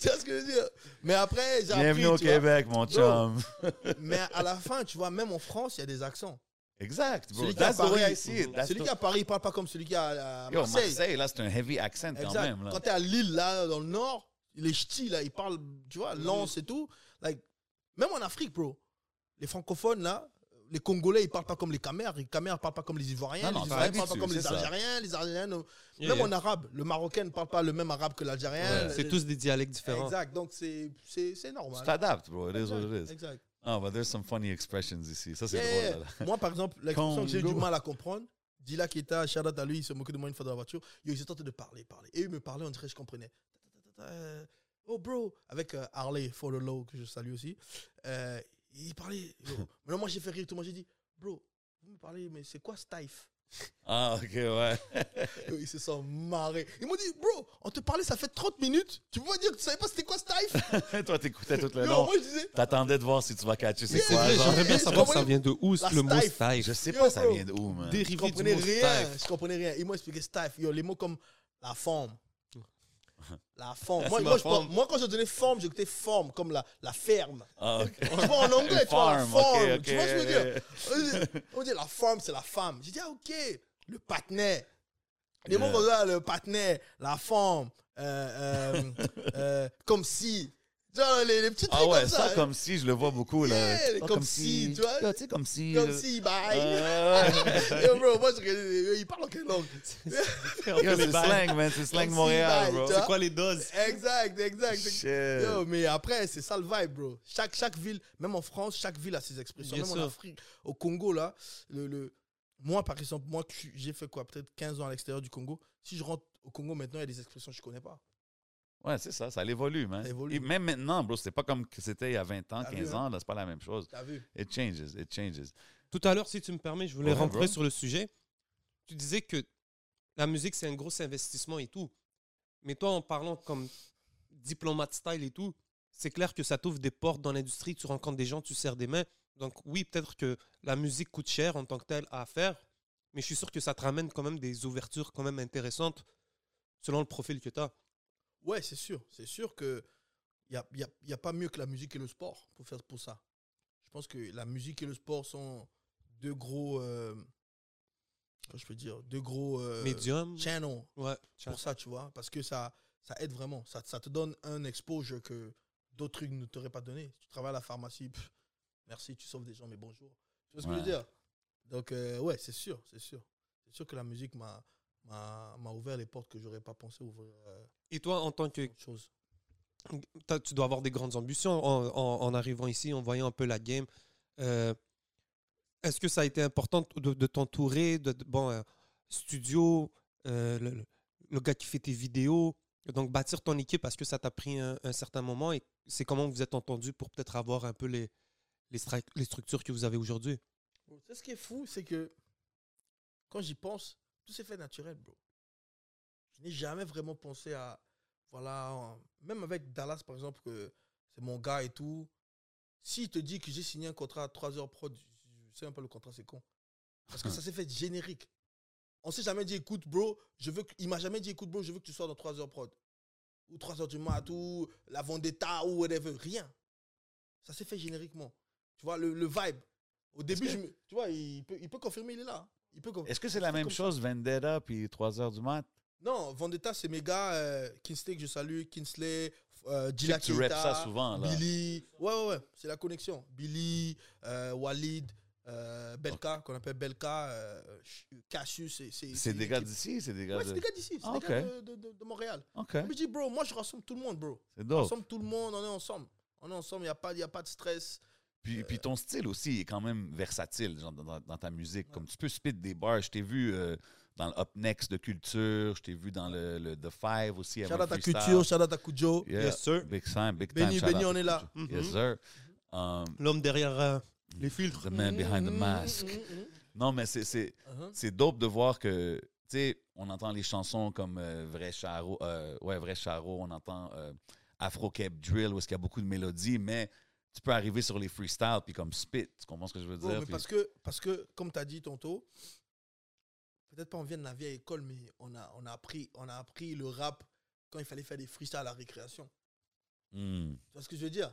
E: Tu vois ce que je veux dire Mais après, j'ai appris.
D: Bienvenue au
E: tu vois.
D: Québec, mon chum.
E: Mais à la fin, tu vois, même en France, il y a des accents.
D: Exact, bro.
E: Celui qui est à
D: That's the way
E: Paris.
D: I see it. That's
E: Celui
D: the-
E: qui est à Paris, il parle pas comme celui qui est à à
D: Yo,
E: Marseille.
D: Marseille, là, c'est un heavy accent quand
E: exact.
D: même. là.
E: Quand t'es à Lille, là, dans le nord, les ch'tis, là, ils parlent, tu vois, lance et tout. Like, même en Afrique, bro, les francophones, là, les Congolais, ils parlent pas comme les Camères. Les Camères parlent pas comme les Ivoiriens.
D: Non, non,
E: les
D: ça
E: Ivoiriens parlent pas
D: habitue,
E: comme les
D: c'est ça.
E: Algériens. Les Algériens, non.
C: Yeah,
E: même
C: yeah.
E: en arabe, le Marocain ne parle pas le même arabe que l'Algérien.
C: C'est
E: Le-
C: tous des dialectes différents.
E: Exact. Donc, c'est c'est- c'est normal.
D: Tu t'adaptes, bro. It is what it
E: Exact.
D: is.
E: exact.
D: Ah, but there's some funny expressions ici. Ça, c'est
E: Yeah.
D: drôle. là, là.
E: (laughs) Moi, par exemple, l'expression que j'ai eu
D: Congo.
E: du mal à comprendre, Dila Keta, shout out à lui, il se moquait de moi une fois dans la voiture. Yo, Ils étaient tenté de parler, parler. Et il me parlait, on dirait que je comprenais. Ta, ta, ta, ta, euh, Oh, bro, avec euh, Harley, For the Low, que je salue aussi. Euh, Il parlait. (laughs) yo. Mais là, moi, j'ai fait rire tout le monde. J'ai dit, bro, vous me parlez, mais c'est quoi (laughs) Stife
D: Ah, ok, ouais. (laughs)
E: Yo, Ils se sont marrés. Ils m'ont dit, bro, on te parlait, ça fait 30 minutes. Tu peux pas dire que tu savais pas c'était quoi Stife
D: Toi, t'écoutais tout le
E: Yo,
D: long.
E: Moi, je disais,
D: T'attendais de voir si tu vas catcher c'est
E: Yeah,
D: quoi.
E: vrai,
D: genre.
C: J'aimerais bien
E: je
C: savoir
E: comprends-
C: ça vient de où
E: La
C: le mot
E: stife.
D: Je
C: style.
D: sais
E: Yo,
D: pas, ça
E: bro.
D: vient de où, man.
E: je
C: Dérivé du
E: comprenais
C: mot
E: rien.
C: style.
E: Je comprenais rien. Ils m'ont expliqué Stife. Yo, les mots comme
D: (laughs)
E: la forme. La forme.
D: C'est
E: Moi,
D: ma
E: moi, je
D: forme.
E: pense- moi, quand je donnais forme, j'écoutais forme, comme la,
D: (laughs)
E: la ferme.
D: Ah, ok.
E: Tu vois, en anglais, tu vois, la
D: Farm, ok,
E: forme.
D: ok.
E: Tu vois ce que je veux dire On dit- On dit la femme, c'est la femme. J'ai dit, ah, ok, le partenaire. Des mots
D: Yeah.
E: comme ça, le partenaire, la femme, euh, euh,
D: (laughs)
E: euh, comme si. Genre, les, les petits trucs
D: Ah ouais,
E: comme
D: ça,
E: ça.
D: comme si, je le vois beaucoup, là.
E: Yeah,
D: Ah,
E: comme si, tu vois.
D: Yo, Tu sais, comme si.
E: Comme
D: là.
E: si, bye.
D: Ah,
C: (laughs)
D: ouais.
E: Yo, bro, moi, je regardais, il parle en quelle langue
D: Yo, c'est slang, man. C'est slang de
E: Comme si,
D: Montréal,
E: bye,
D: bro.
E: tu vois.
C: Quoi les doses
E: Exact, exact.
D: Shit.
E: Yo, mais après, c'est ça le vibe, bro. Chaque, chaque ville, même en France, chaque ville a ses expressions.
C: Bien
E: même
C: sûr.
E: en Afrique, au Congo, là, le, le- moi, par exemple, moi, que je suis- j'ai fait quoi, peut-être 15 ans à l'extérieur du Congo. Si je rentre au Congo maintenant, il y a des expressions que je connais pas.
D: Ouais, c'est ça, ça évolue, man.
E: Ça évolue.
D: Et même maintenant, bro, c'est pas comme que c'était il y a 20 ans,
E: T'as vu,
D: 15
E: hein?
D: ans, là, c'est pas la même chose.
E: T'as vu
D: It changes, it changes.
C: Tout à l'heure, si tu me permets, je voulais
D: Ouais,
C: rentrer
D: bro.
C: sur le sujet. Tu disais que la musique, c'est un gros investissement et tout. Mais toi, en parlant comme diplomate style et tout, c'est clair que ça t'ouvre des portes dans l'industrie, tu rencontres des gens, tu serres des mains. Donc oui, peut-être que la musique coûte cher en tant que telle à faire, mais je suis sûr que ça te ramène quand même des ouvertures quand même intéressantes selon le profil que tu as.
E: Ouais, c'est sûr. C'est sûr que il n'y a, y a- y a pas mieux que la musique et le sport pour faire pour ça. Je pense que la musique et le sport sont deux gros. euh, comment je peux dire Deux gros. euh,
C: Medium,
E: Channels.
C: ouais,
E: pour ça, tu vois, parce que ça, ça aide vraiment. Ça, ça te donne un exposure que d'autres trucs ne t'auraient pas donné. Tu travailles à la pharmacie, pff, merci, tu sauves des gens, mais bonjour. Tu vois ce que je veux
D: Ouais.
E: dire Donc, euh, ouais, c'est sûr, c'est sûr. C'est sûr que la musique m'a m'a m'a ouvert les portes que j'aurais pas pensé ouvrir euh,
C: Et toi, en tant que
E: autre chose.
C: T'as- tu dois avoir des grandes ambitions en, en- en arrivant ici, en voyant un peu la game. Euh, Est-ce que ça a été important de, de t'entourer de, de- bon euh, studio, euh, le, le- le gars qui fait tes vidéos, donc bâtir ton équipe parce que ça t'a pris un, un certain moment et c'est comment vous êtes entendu pour peut-être avoir un peu les, les, stra- les structures que vous avez aujourd'hui.
E: Bon, tu sais, ce qui est fou, c'est que quand j'y pense, tout s'est fait naturel, bro. Je n'ai jamais vraiment pensé à. Voilà, en- même avec Dallas, par exemple, que c'est mon gars et tout. S'il te dit que j'ai signé un contrat à 3 heures prod, je sais même pas le contrat, c'est con. Parce
D: Hmm.
E: que ça s'est fait générique. On s'est jamais dit, écoute, bro, je veux que... il m'a jamais dit, écoute, bro, je veux que tu sois dans 3 heures prod. Ou 3 heures du mat, ou la vendetta, ou whatever. Rien. Ça s'est fait génériquement. Tu vois, le, le vibe. Au début, je me- tu vois, il peut, il peut confirmer, il est là. Il peut confirmer.
D: Est-ce que c'est la
E: fait
D: même
E: comme ça.
D: chose, Vendetta, puis 3 heures du mat?
E: Non, Vendetta, c'est mes gars, euh, Kinsley que je salue, Kinsley, euh,
D: Je sais
E: Dila
D: que tu rappes
E: Keita,
D: ça souvent, là.
E: Billy. Ouais, ouais, ouais, c'est la connexion. Billy, euh, Walid, euh, Belka, qu'on appelle Belka, euh, Ch- Cassius. c'est-
D: C'est des gars
E: l'équipe.
D: d'ici, c'est des gars
E: Ouais, c'est
D: de.
E: des gars Ah, d'ici, c'est
D: Ah,
E: des gars
D: ok.
E: de, de- de- de Montréal.
D: Ok,
E: Mais je dis, bro, moi je rassemble tout le monde, bro.
D: c'est
E: Je
D: dope.
E: rassemble tout le monde, on est ensemble. On est ensemble, il n'y a, pas- y a pas de stress.
D: Puis,
E: Euh,
D: puis ton style aussi est quand même versatile genre, dans, dans ta musique.
E: Ouais.
D: Comme tu peux spit des bars. Je t'ai vu euh, dans le Up Next de Culture. Je t'ai vu dans le, le The Five aussi.
E: Shout
D: avant
E: out
D: le
E: à
D: freestyle.
E: Culture, shout out à Kujo.
D: Yeah.
C: sir.
D: Big time, big time.
E: Benny,
D: shout out
E: Benny,
D: à
E: on est là. Mm-hmm.
D: Culture. Yes, sir. Um,
C: L'homme derrière euh, les filtres.
D: the man behind the mask. Non, mais c'est- c'est.
E: Mm-hmm, Uh-huh.
D: c'est dope de voir que, tu sais, on entend les chansons comme euh, Vrai Charo, euh, ouais, Vrai Charo, on entend euh, Afro Cap Drill, où est-ce qu'il y a beaucoup de mélodies, mais tu peux arriver sur les freestyles, puis comme spit, tu comprends ce que je veux
E: Bon,
D: dire?
E: mais
D: Puis-
E: parce, que, parce que, comme tu as dit tantôt, peut-être pas on vient de la vieille école, mais on a, on, a appris, on a appris le rap quand il fallait faire des freestyles à la récréation.
D: Hmm.
E: Tu vois ce que je veux dire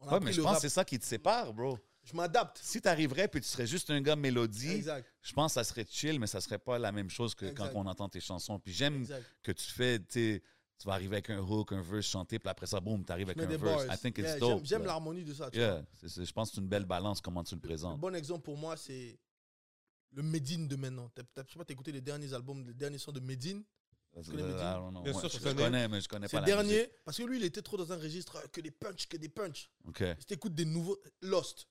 E: On a
D: Ouais,
E: appris
D: mais je
E: le
D: pense que
E: rap.
D: c'est ça qui te sépare, bro.
E: Je m'adapte.
D: Si t'arriverais, puis tu serais juste un gars mélodie,
E: Exact,
D: je pense que ça serait chill, mais ça serait pas la même chose que quand
E: Exact.
D: on entend tes chansons. Puis j'aime
E: exact.
D: que tu fais, tu sais, tu vas arriver avec un hook, un verse chanté, puis après ça, boum, t'arrives
E: Je
D: avec
E: mets
D: un
E: des
D: verse.
E: bars.
D: I think it's
E: Yeah,
D: dope.
E: J'aime, j'aime
D: là.
E: l'harmonie de ça. tu vois.
D: Yeah, c'est- c'est- je pense que c'est une belle balance comment tu le
E: Un
D: présentes.
E: bon exemple pour moi, c'est le Medine de maintenant. T'as- t'as- Je sais pas, t'as écouté les derniers albums, les derniers sons de Medine.
D: Je
E: connais Medine?
C: Bien sûr,
D: je
C: je connais.
D: connais, mais je connais
E: C'est
D: pas
E: le
D: la
E: dernier,
D: musique.
E: parce que lui, il était trop dans un registre euh, que des punchs, que des punchs.
D: OK.
E: Si t'écoutes des nouveaux. Lost,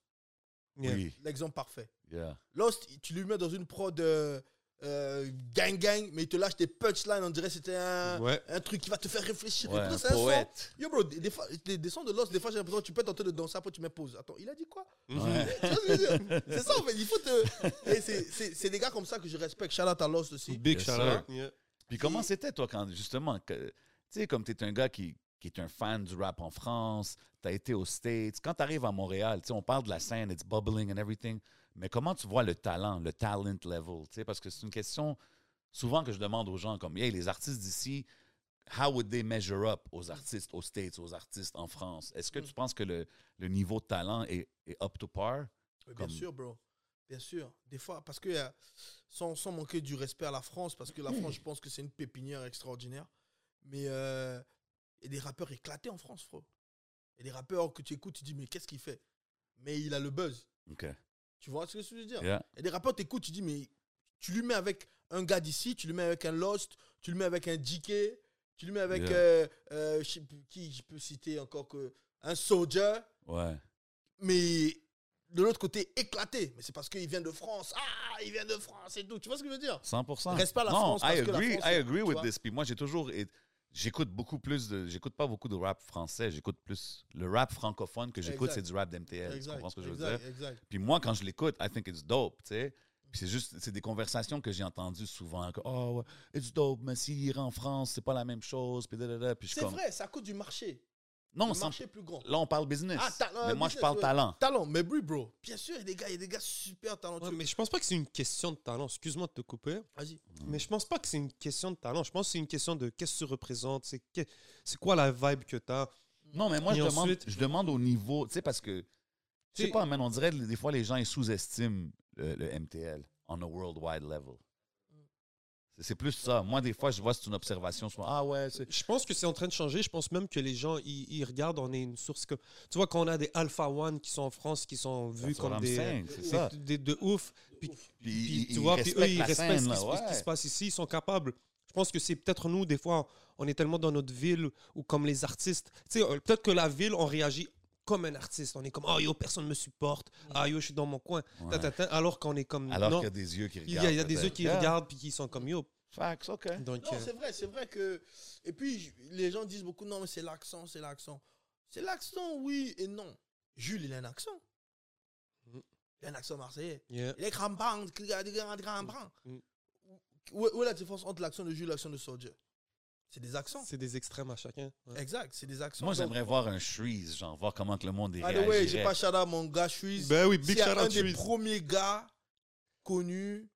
C: Yeah.
D: Oui.
E: l'exemple parfait.
D: Yeah.
E: Lost, tu lui mets dans une prod euh, euh, gang gang, mais il te lâche des punchlines, on dirait que c'était
C: Hein?
E: un,
D: Ouais.
E: un truc qui va te faire réfléchir.
D: Ouais,
E: Écoute,
D: un
E: c'est un son.
D: poète.
E: Yo bro, des, des fois, des, des sons de Lost, des fois j'ai l'impression que tu peux tenter de danser, après tu mets pause. Attends, il a dit quoi
D: Ouais.
E: Tu vois ce que je veux
D: (laughs)
E: dire C'est ça en fait, il faut te. et c'est- C'est c'est des gars comme ça que je respecte. Shout out à Lost aussi.
C: Big
D: Yes,
C: shout
D: sir.
C: out. Yeah.
D: Puis comment c'était, toi, quand justement, que- tu sais, comme tu es un gars qui, qui est un fan du rap en France, tu as été aux States, quand tu arrives à Montréal, tu sais, on parle de la scène, it's bubbling and everything, mais comment tu vois le talent, le talent level, tu sais, parce que c'est une question souvent que je demande aux gens, comme, hey, les artistes d'ici, how would they measure up aux artistes aux States, aux artistes en France? Est-ce que
E: Mm.
D: tu penses que le, le niveau de talent est, est up to par?
E: Mais Bien
D: Comme-
E: sûr, bro. Bien sûr. Des fois, parce que euh, sans, sans manquer du respect à la France, parce que la France, je pense que c'est une pépinière extraordinaire. Mais euh, il y a des rappeurs éclatés en France, frérot. Il y a des rappeurs que tu écoutes, tu dis, mais qu'est-ce qu'il fait Mais il a le buzz.
D: OK.
E: Tu vois ce que je veux dire
D: Yeah.
E: Il y a des rappeurs, t'écoutes, tu dis, mais tu lui mets avec un gars d'ici, tu lui mets avec un Lost, tu lui mets avec un JK, tu lui mets avec.
D: Yeah.
E: euh, euh, je sais plus qui je peux citer encore que. Un Soldier
D: Ouais.
E: mais de l'autre côté éclaté. Mais c'est parce qu'il vient de France. Ah, il vient de France et tout. Tu vois ce que je veux dire
D: 100%.
E: Reste pas à la
D: non,
E: France parce
D: I
E: que la
D: agree,
E: France,
D: I
E: tu
D: agree with
E: vois.
D: this. Puis moi, j'ai toujours. et- J'écoute beaucoup plus de. J'écoute pas beaucoup de rap français. J'écoute plus. Le rap francophone que j'écoute,
E: Exact.
D: c'est du rap d'MTL. Tu comprends ce que je veux
E: exact,
D: dire?
E: exact.
D: Puis moi, quand je l'écoute, I think it's dope, tu sais. Puis c'est juste. C'est des conversations que j'ai entendues souvent. que, oh, ouais, it's dope, mais s'il irait en France, c'est pas la même chose. Puis, da, da, da. Puis je suis
E: C'est
D: comme.
E: vrai, c'est à cause du marché.
D: Non,
E: Le
D: sans-
E: marché plus grand.
D: là, on parle business.
E: Ah, talent,
D: mais moi, je
E: business,
D: parle
E: ouais.
D: talent.
E: Talent, mais oui, bro. Bien sûr, il y a des gars, il y a des gars super talentueux.
C: Ouais, mais je pense pas que c'est une question de talent. Excuse-moi de te couper.
E: Vas-y.
C: Mais je pense pas que c'est une question de talent. Je pense que c'est une question de qu'est-ce que tu représentes, c'est que- c'est quoi la vibe que tu as.
D: Non, mais moi,
C: Et
D: je,
C: ensuite-
D: demande, je demande au niveau, tu sais, parce que, je sais
C: Tu-
D: pas, man, on dirait que des fois les gens ils sous-estiment le, le MTL on a worldwide level. C'est- C'est plus ça. Moi, des fois, je vois, c'est une observation. Soit, ah ouais, c'est.
C: Je pense que c'est en train de changer. Je pense même que les gens, ils ils regardent, on est une source que... Tu vois, quand on a des Alpha One qui sont en France, qui sont vus
D: That's what
C: comme
D: I'm
C: des,
D: saying, c'est
C: des-
D: ça.
C: des- de ouf, puis,
D: Puis,
C: puis,
D: ils-
C: tu
D: ils
C: vois, puis eux, ils
D: la
C: respectent
D: scène,
C: ce, qui,
D: là,
C: se- ce qui
D: ouais.
C: se passe ici, ils sont capables. Je pense que c'est peut-être nous, des fois, on est tellement dans notre ville ou comme les artistes. Tu sais, euh, peut-être que la ville, on réagit comme un artiste. On est comme, oh yo, personne me supporte. Ah yo, je suis dans mon coin.
D: Mm. Ouais.
C: Ta, ta, ta. Alors qu'on est comme.
D: Alors
C: non,
D: qu'il y a des yeux qui
C: il y
D: regardent.
C: a, il y a des
D: peut-être.
C: eux qui
D: Yeah.
C: regardent puis qui sont comme yo.
D: Facts, OK.
C: Donc,
E: Non,
C: euh,
E: c'est vrai, c'est vrai que. Et puis, j- les gens disent beaucoup, non, mais c'est l'accent, c'est l'accent. C'est l'accent, oui et non. Jules, il a un accent.
C: Mhm.
E: Il a un accent marseillais.
C: yeah.
E: Les grands-parents, les grands- les grands- les grands-parents.
C: Mm.
E: Où, est- où est la différence entre l'action de Jules et l'action de Soldier C'est des accents.
C: euh, c'est des extrêmes à chacun. Ouais.
E: Exact, c'est des accents.
D: Moi,
E: Donc,
D: j'aimerais voir un Shreeze, genre, voir comment que le monde est
E: By the way, j'ai pas shout out mon gars Suisse.
C: Ben oui,
E: C'est un des premiers gars connus.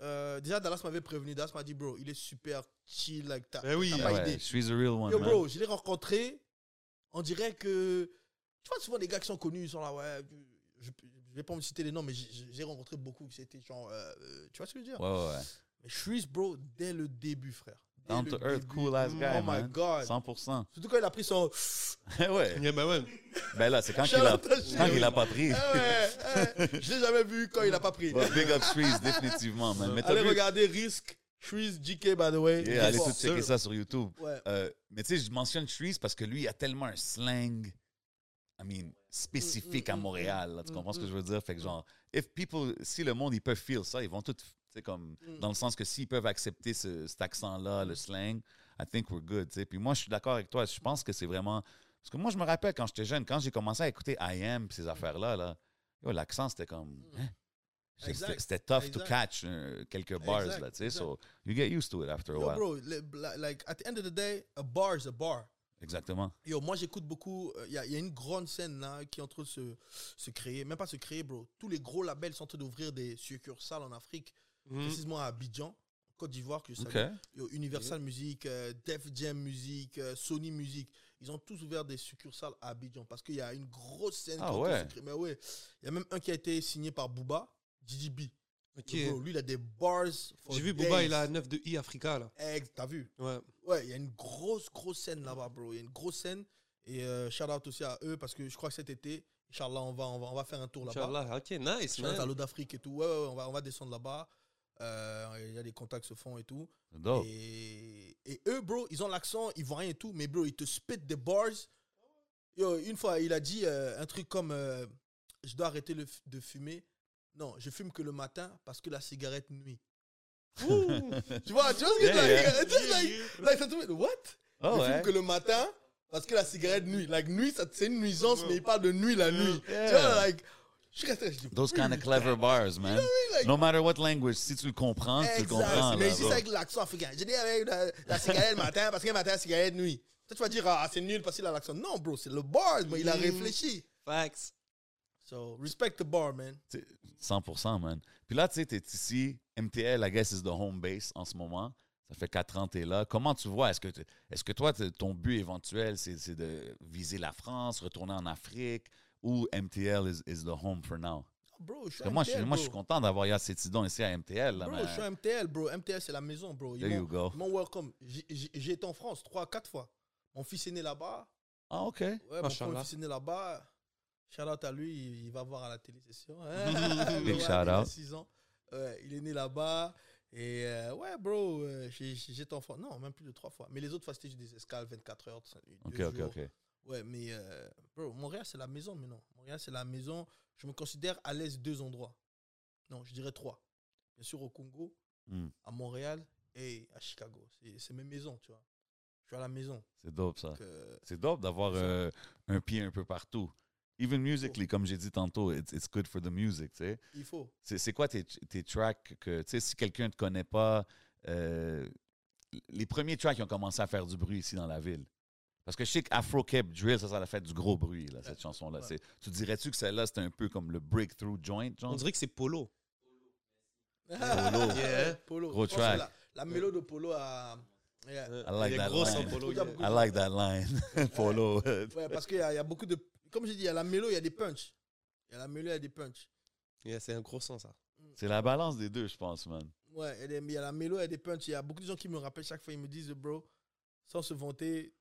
E: Euh, déjà, Dallas m'avait prévenu. Dallas m'a dit, bro, il est super chill, like t'as
C: Ben oui.
E: t'as
C: Ah
E: pas idée.
D: Shreeze a real one.
E: Yo,
D: man.
E: bro, je l'ai rencontré. On dirait que. Tu vois, souvent, les gars qui sont connus, ils sont là, ouais. Je, je vais pas me citer les noms, mais j'ai- j'ai j'ai rencontré beaucoup. C'était genre. euh, euh, tu vois ce que je veux dire
D: Ouais, ouais, ouais.
E: Mais Shreeze, bro, dès le début, frère. Dès
D: Down
E: le
D: to earth,
E: début.
D: cool ass guy,
E: Oh my
D: man.
E: god.
D: 100%.
E: Surtout quand il a pris son.
D: Eh (laughs) ouais.
C: Yeah, ben ouais.
D: Ben là, c'est quand qu'il a,
E: Shout-out à
D: quand il a pas
E: Eh
D: pris.
E: ouais, eh, je l'ai jamais vu quand il a pas pris.
D: Ouais, big up Shreeze, définitivement, man. Mais t'as
E: Allez
D: vu-
E: regarder Risk, Shreeze, JK, by the way.
D: Yeah, allez
E: Fort.
D: tout checker ça sur YouTube.
E: Ouais.
D: Euh, mais tu sais, je mentionne Shreeze parce que lui, il a tellement un slang, I mean, spécifique
E: Mm, mm,
D: à
E: mm,
D: Montréal. là, tu
E: mm,
D: comprends ce que
E: mm.
D: je veux dire? Fait que genre, if people, si le monde, ils peuvent feel ça, ils vont tout, tu sais, comme,
E: Mm.
D: dans le sens que s'ils peuvent accepter ce- cet accent-là, le slang, I think we're good, tu sais. Puis moi, je suis d'accord avec toi. Je pense que c'est vraiment... Parce que moi, je me rappelle quand j'étais jeune, quand j'ai commencé à écouter I Am pis ces affaires-là, là, yo, l'accent, c'était comme... hein? C'était-
E: Exact.
D: C'était tough to
E: Exact.
D: catch euh, quelques bars,
E: Exact,
D: là, tu sais.
E: exact.
D: So, you get used to it after a
E: Yo,
D: while.
E: bro, le- la- like, at the end of the day, a bar is a bar.
D: Exactement.
E: Yo, moi, j'écoute beaucoup. Il y, a- y a une grande scène là qui est en train de se, se créer. Même pas se créer, bro. Tous les gros labels sont en train d'ouvrir des succursales en Afrique,
C: Mm.
E: précisément à Abidjan, Côte d'Ivoire, que je
D: OK.
E: savais. Yo, Universal Music, euh, Def Jam Music, euh, Sony Music, ils ont tous ouvert des succursales à Abidjan parce qu'il y a une grosse scène.
D: Ah
E: qui est en train de se
D: ouais.
E: créer. Mais ouais, il y a même un qui a été signé par Booba, DDB.
C: Ok.
E: Lui, il a des bars. for
C: J'ai vu
E: days.
C: Booba, il a 9 de I Africa là.
E: Ex- T'as vu
C: Ouais.
E: Ouais, il y a une grosse, grosse scène là-bas, bro. Il y a une grosse scène. Et euh, shout out aussi à eux parce que je crois que cet été, Inch'Allah, on va, on va, on va faire un tour là-bas.
C: Inch'Allah. Ok, nice.
E: Shout out à
C: Man.
E: l'eau d'Afrique et tout. Ouais, ouais, ouais, on va, on va descendre là-bas. Euh, Il y a des contacts qui se font et tout.
D: Dope.
E: Et, et eux, bro, ils ont l'accent ivoirien et tout, mais bro, ils te spit des bars. Yo, une fois, il a dit euh, un truc comme euh, Je dois arrêter le f- de fumer. Non, je fume que le matin parce que la cigarette nuit. Ouh. (laughs) tu vois, tu vois ce que je veux
D: Yeah,
E: dire? Just like, like, ça te fait, what?
D: Oh,
E: Il fume
D: ouais.
E: que le matin, parce que la cigarette nuit. Like, nuit, ça- c'est une nuisance, mais il parle de nuit la nuit.
D: Yeah.
E: Tu vois, like, je suis resté, je dis,
D: Those
E: (laughs)
D: kind of clever bars, man.
E: like-
D: No matter what language, si tu le comprends, tu le
E: Exact.
D: comprends.
E: Mais
D: là,
E: juste
D: bro.
E: avec l'accent africain. J'ai dit avec la, la cigarette le matin, parce que le matin, la cigarette nuit. Toi, tu vas dire, ah, c'est nul parce qu'il a l'accent. Non, bro, c'est le bar, mais il a
C: Mm.
E: réfléchi.
C: Facts.
E: So, respect the bar, man.
D: T'sais, 100%, man. Puis là, tu sais, t'es ici. MTL, I guess, is the home base en ce moment. Ça fait 4 ans que t'es là. Comment tu vois? Est-ce que, t'es- est-ce que toi, t'es- ton but éventuel, c'est, c'est de viser la France, retourner en Afrique, ou MTL is, is the home for now?
E: Ah, Bro, je suis
D: Parce que moi, je,
E: MTL,
D: suis- moi, je
E: bro.
D: suis content d'avoir Yacétidon ici à MTL. Là,
E: Bro,
D: mais-
E: je suis un MTL, bro. MTL, c'est la maison, bro. Ils
D: There
E: m'ont-
D: you go.
E: ils m'ont welcome. J'ai- J'ai j'ai été en France trois, quatre fois. Mon fils est né là-bas.
D: Ah, OK.
E: Ouais, mon
C: Machallah.
E: premier fils est né là-bas. Shout out à lui, il, il va voir à la télé, c'est sûr. hein.
D: (laughs) Big
E: Ouais,
D: shout
E: Il a
D: out.
E: 6 ans. Ouais, il est né là-bas. Et euh, ouais, bro, euh, j'ai- j'ai j'ai été enfant. Non, même plus de trois fois. Mais les autres fois, c'était juste des escales, 24 heures.
D: OK,
E: deux
D: OK,
E: jours.
D: OK.
E: Ouais, mais euh, bro, Montréal, c'est la maison, mais non. Montréal, c'est la maison. Je me considère à l'aise deux endroits. Non, je dirais trois. Bien sûr, au Congo,
D: Hmm.
E: à Montréal et à Chicago. C'est- C'est mes maisons, tu vois. Je suis à la maison.
D: C'est dope, ça.
E: Donc, euh,
D: C'est dope d'avoir euh, un pied un peu partout. Even musically, comme j'ai dit tantôt, it's, it's good for the music, tu sais.
E: il faut.
D: C'est c'est quoi tes, tes tracks que, tu sais, si quelqu'un ne te connaît pas, euh, les premiers tracks qui ont commencé à faire du bruit ici dans la ville? Parce que je sais qu'Afro Cape Drill, ça, ça a fait du gros bruit, là, cette chanson-là.
E: ouais.
D: C'est- Tu dirais-tu que celle-là, c'était un peu comme le breakthrough joint,
C: On
D: genre?
C: dirait que c'est Polo.
D: Polo. Euh,
E: (laughs) Yeah. Polo.
D: Gros
E: Je pense que
D: track.
E: La, la mélo de Polo à. yeah.
C: Euh,
D: I like
C: il est
D: that
C: gros
D: line.
C: sans Polo.
E: Il y a
C: yeah.
E: beaucoup-
D: I like that line. (laughs) Polo.
E: Ouais, parce qu'il y, a- il y a beaucoup de. Comme j'ai dit, il y a la mélo, il y a des punchs. Il y a la mélo, il y a des punchs.
C: Yeah, c'est un gros son, ça.
D: C'est la balance des deux, je pense, man.
E: Ouais, il y a- il y a la mélo, il y a des punchs. Il y a beaucoup de gens qui me rappellent chaque fois, ils me disent, bro, sans se vanter,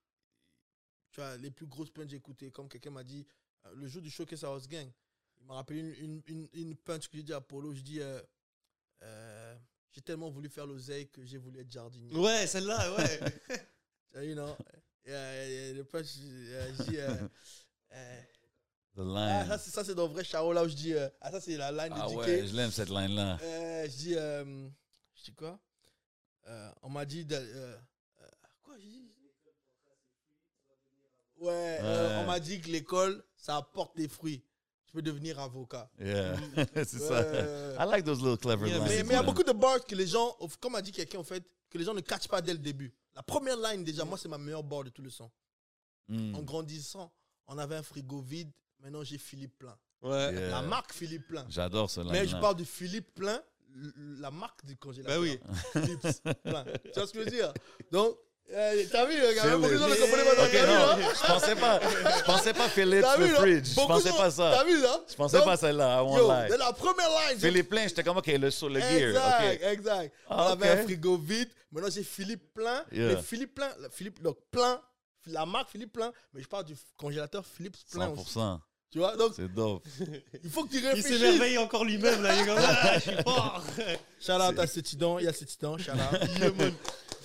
E: tu vois, les plus grosses punchs écoutées. Comme quelqu'un m'a dit, euh, le jour du showcase à House Gang, il m'a rappelé une, une, une, une punch que j'ai dit à Polo. Je dis, euh, euh, j'ai tellement voulu faire l'oseille que j'ai voulu être jardinier.
C: Ouais, celle-là, (laughs) ouais.
D: Oh.
E: Euh, you know, (laughs) euh, le punch, euh, je
D: (laughs)
E: dis, euh, euh,
D: The
E: ah, ça,
D: line.
E: c'est- ça, c'est dans le vrai Chao, là où je dis, euh, ah, ça, c'est la line
D: Ah
E: de DK.
D: ouais, je l'aime, cette line-là.
E: Euh, je dis, euh, je dis quoi Euh, On m'a dit, d'a- euh, euh, quoi, j'ai dit Ouais, euh,
D: Ouais.
E: on m'a dit que l'école, ça apporte des fruits. Tu peux devenir avocat.
D: Yeah. (laughs) C'est
E: Ouais,
D: ça. Ah,
E: ouais, ouais.
D: I like those little clever
C: Yeah,
D: lines.
E: Mm. Mais mais il y a
D: man.
E: beaucoup de bars que les gens, comme a dit quelqu'un, en fait, que les gens ne catchent pas dès le début. La première line, déjà, moi, c'est ma meilleure bar de tout le son.
D: Mm.
E: En grandissant, on avait un frigo vide. Maintenant, j'ai Philippe Plein.
C: Ouais.
D: Yeah.
E: euh, La marque Philippe Plein.
D: J'adore ce line.
E: Mais je parle de Philippe Plein, l- la marque du congélateur.
D: Ben
C: Bah oui.
E: (laughs) Philippe Plein. Tu vois ce que je veux dire Donc, euh, t'as vu, il y a
D: Philippe.
E: beaucoup de gens ne comprenaient pas.
D: Ok,
E: T'as vu,
D: non, je pensais pas. Je pensais pas Philippe
E: hein? T'as
D: le
E: vu, là
D: fridge. Je
E: Beaucoup
D: pensais
E: de-
D: pas
E: T'as
D: ça.
E: vu, là
D: Je pensais pas celle-là. I
E: Yo,
D: won't
E: de
D: lie.
E: la première line. j'ai-
D: Philippe Plein, j'étais comme OK, le sur le gear.
E: Exact,
D: OK.
E: exact.
D: Ah,
E: On avait
D: ok.
E: un frigo vide. Maintenant, j'ai Philippe Plein.
D: Yeah.
E: Mais Philippe Plein, le- Philippe, donc plein, la marque Philippe Plein, mais je parle du congélateur Philippe Plein aussi.
D: 100%.
E: Tu vois, donc
D: C'est dope.
E: il faut que tu
C: Il
E: réfléchisses.
C: s'émerveille encore lui-même, là. Il est comme, ah, je suis fort.
E: Shout out à Cétidon, il y a Cétidon, shout
D: (laughs)
E: out. Yeah, man.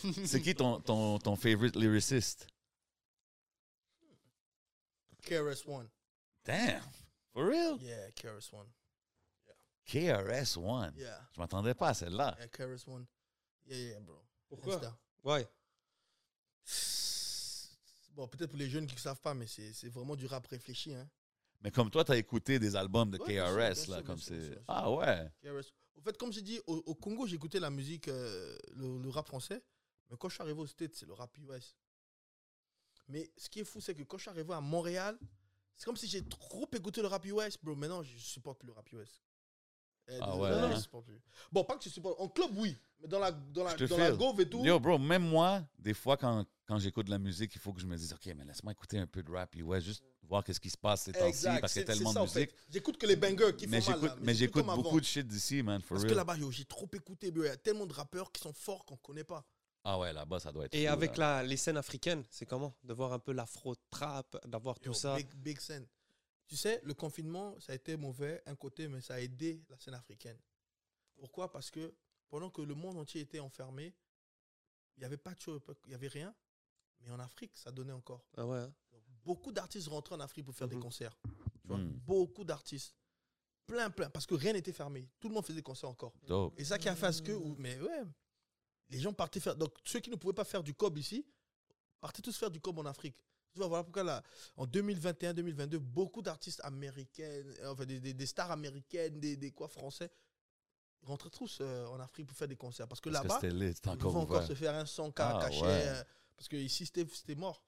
E: (laughs)
D: C'est qui ton, ton, ton favorite lyriciste?
E: KRS One.
D: Damn. For real?
E: Yeah, KRS One.
D: KRS One.
E: Yeah,
D: Je m'attendais pas à celle-là.
E: yeah KRS One. Yeah, yeah, bro.
C: Pourquoi
E: Hands down.
C: (laughs) Ouais.
E: Bon, peut-être pour les jeunes qui ne savent pas, mais c'est c'est vraiment du rap réfléchi. Hein.
D: Mais comme toi, t'as écouté des albums de
E: Ouais, bien sûr, bien
D: KRS,
E: sûr,
D: là,
E: bien
D: comme
E: sûr, bien
D: c'est.
E: sûr.
D: Ah ouais.
E: KRS. Au fait, comme j'ai dit, au, au Congo, j'écoutais la musique, euh, le, le rap français. Mais quand je suis arrivé aux States, c'est le rap US. Mais ce qui est fou, c'est que quand je suis arrivé à Montréal, c'est comme si j'ai trop écouté le rap US, bro. Maintenant, je supporte plus le rap US. Eh,
D: Ah
E: désolé,
D: ouais,
E: non,
D: hein.
E: je supporte plus. Bon, pas que tu supportes. En club, oui. Mais dans la, dans la,
D: Je te
E: dans la
D: file.
E: gauve et tout.
D: Yo, bro, même moi, des fois, quand, quand j'écoute de la musique, il faut que je me dise, OK, mais laisse-moi écouter un peu de rap, puis ouais, juste voir qu'est-ce qui se passe ces temps-ci,
E: Exact,
D: parce qu'il y a
E: c'est- c'est
D: tellement
E: ça,
D: de
E: en fait.
D: musique.
E: J'écoute que les bangers qui
D: mais
E: font mal.
D: j'écoute,
E: là,
D: mais
E: j'écoute
D: j'écoute
E: comme avant.
D: beaucoup de shit d'ici, man, for
E: Parce que
D: real.
E: là-bas, yo, j'ai trop écouté, bro. Il y a tellement de rappeurs qui sont forts qu'on connaît pas.
D: Ah ouais, là-bas, ça doit être.
C: Et
D: fou,
C: avec
D: là.
C: la, les scènes africaines, c'est comment De voir un peu l'afro-trap, d'avoir
E: Yo,
C: tout ça.
E: Big, big scène. Tu sais, le confinement, ça a été mauvais, un côté, mais ça a aidé la scène africaine. Pourquoi Parce que pendant que le monde entier était enfermé, il n'y avait pas de show, il n'y avait rien. Mais en Afrique, ça donnait encore.
C: Ah ouais. hein.
E: Donc, beaucoup d'artistes rentraient en Afrique pour faire
C: Mhm.
E: des concerts. Tu vois,
D: Mm.
E: beaucoup d'artistes. plein, plein, parce que rien n'était fermé. Tout le monde faisait des concerts encore.
D: Dope.
E: Et ça qui a fait à ce que. ou- Mais ouais, les gens partaient faire. Donc ceux qui ne pouvaient pas faire du cob ici, partaient tous faire du cob en Afrique. Tu vois, voilà pourquoi là, en 2021-2022, beaucoup d'artistes américaines, euh, enfin des, des- des stars américaines, des, des quoi français, rentraient tous euh, en Afrique pour faire des concerts. Parce que
D: Parce que
E: là-bas,
D: c'était lit, c'était
E: ils vont
D: encore
E: encore
D: ouvert.
E: se faire un 100K
D: Ah,
E: caché.
D: ouais.
E: euh, Parce que ici, c'était c'était mort.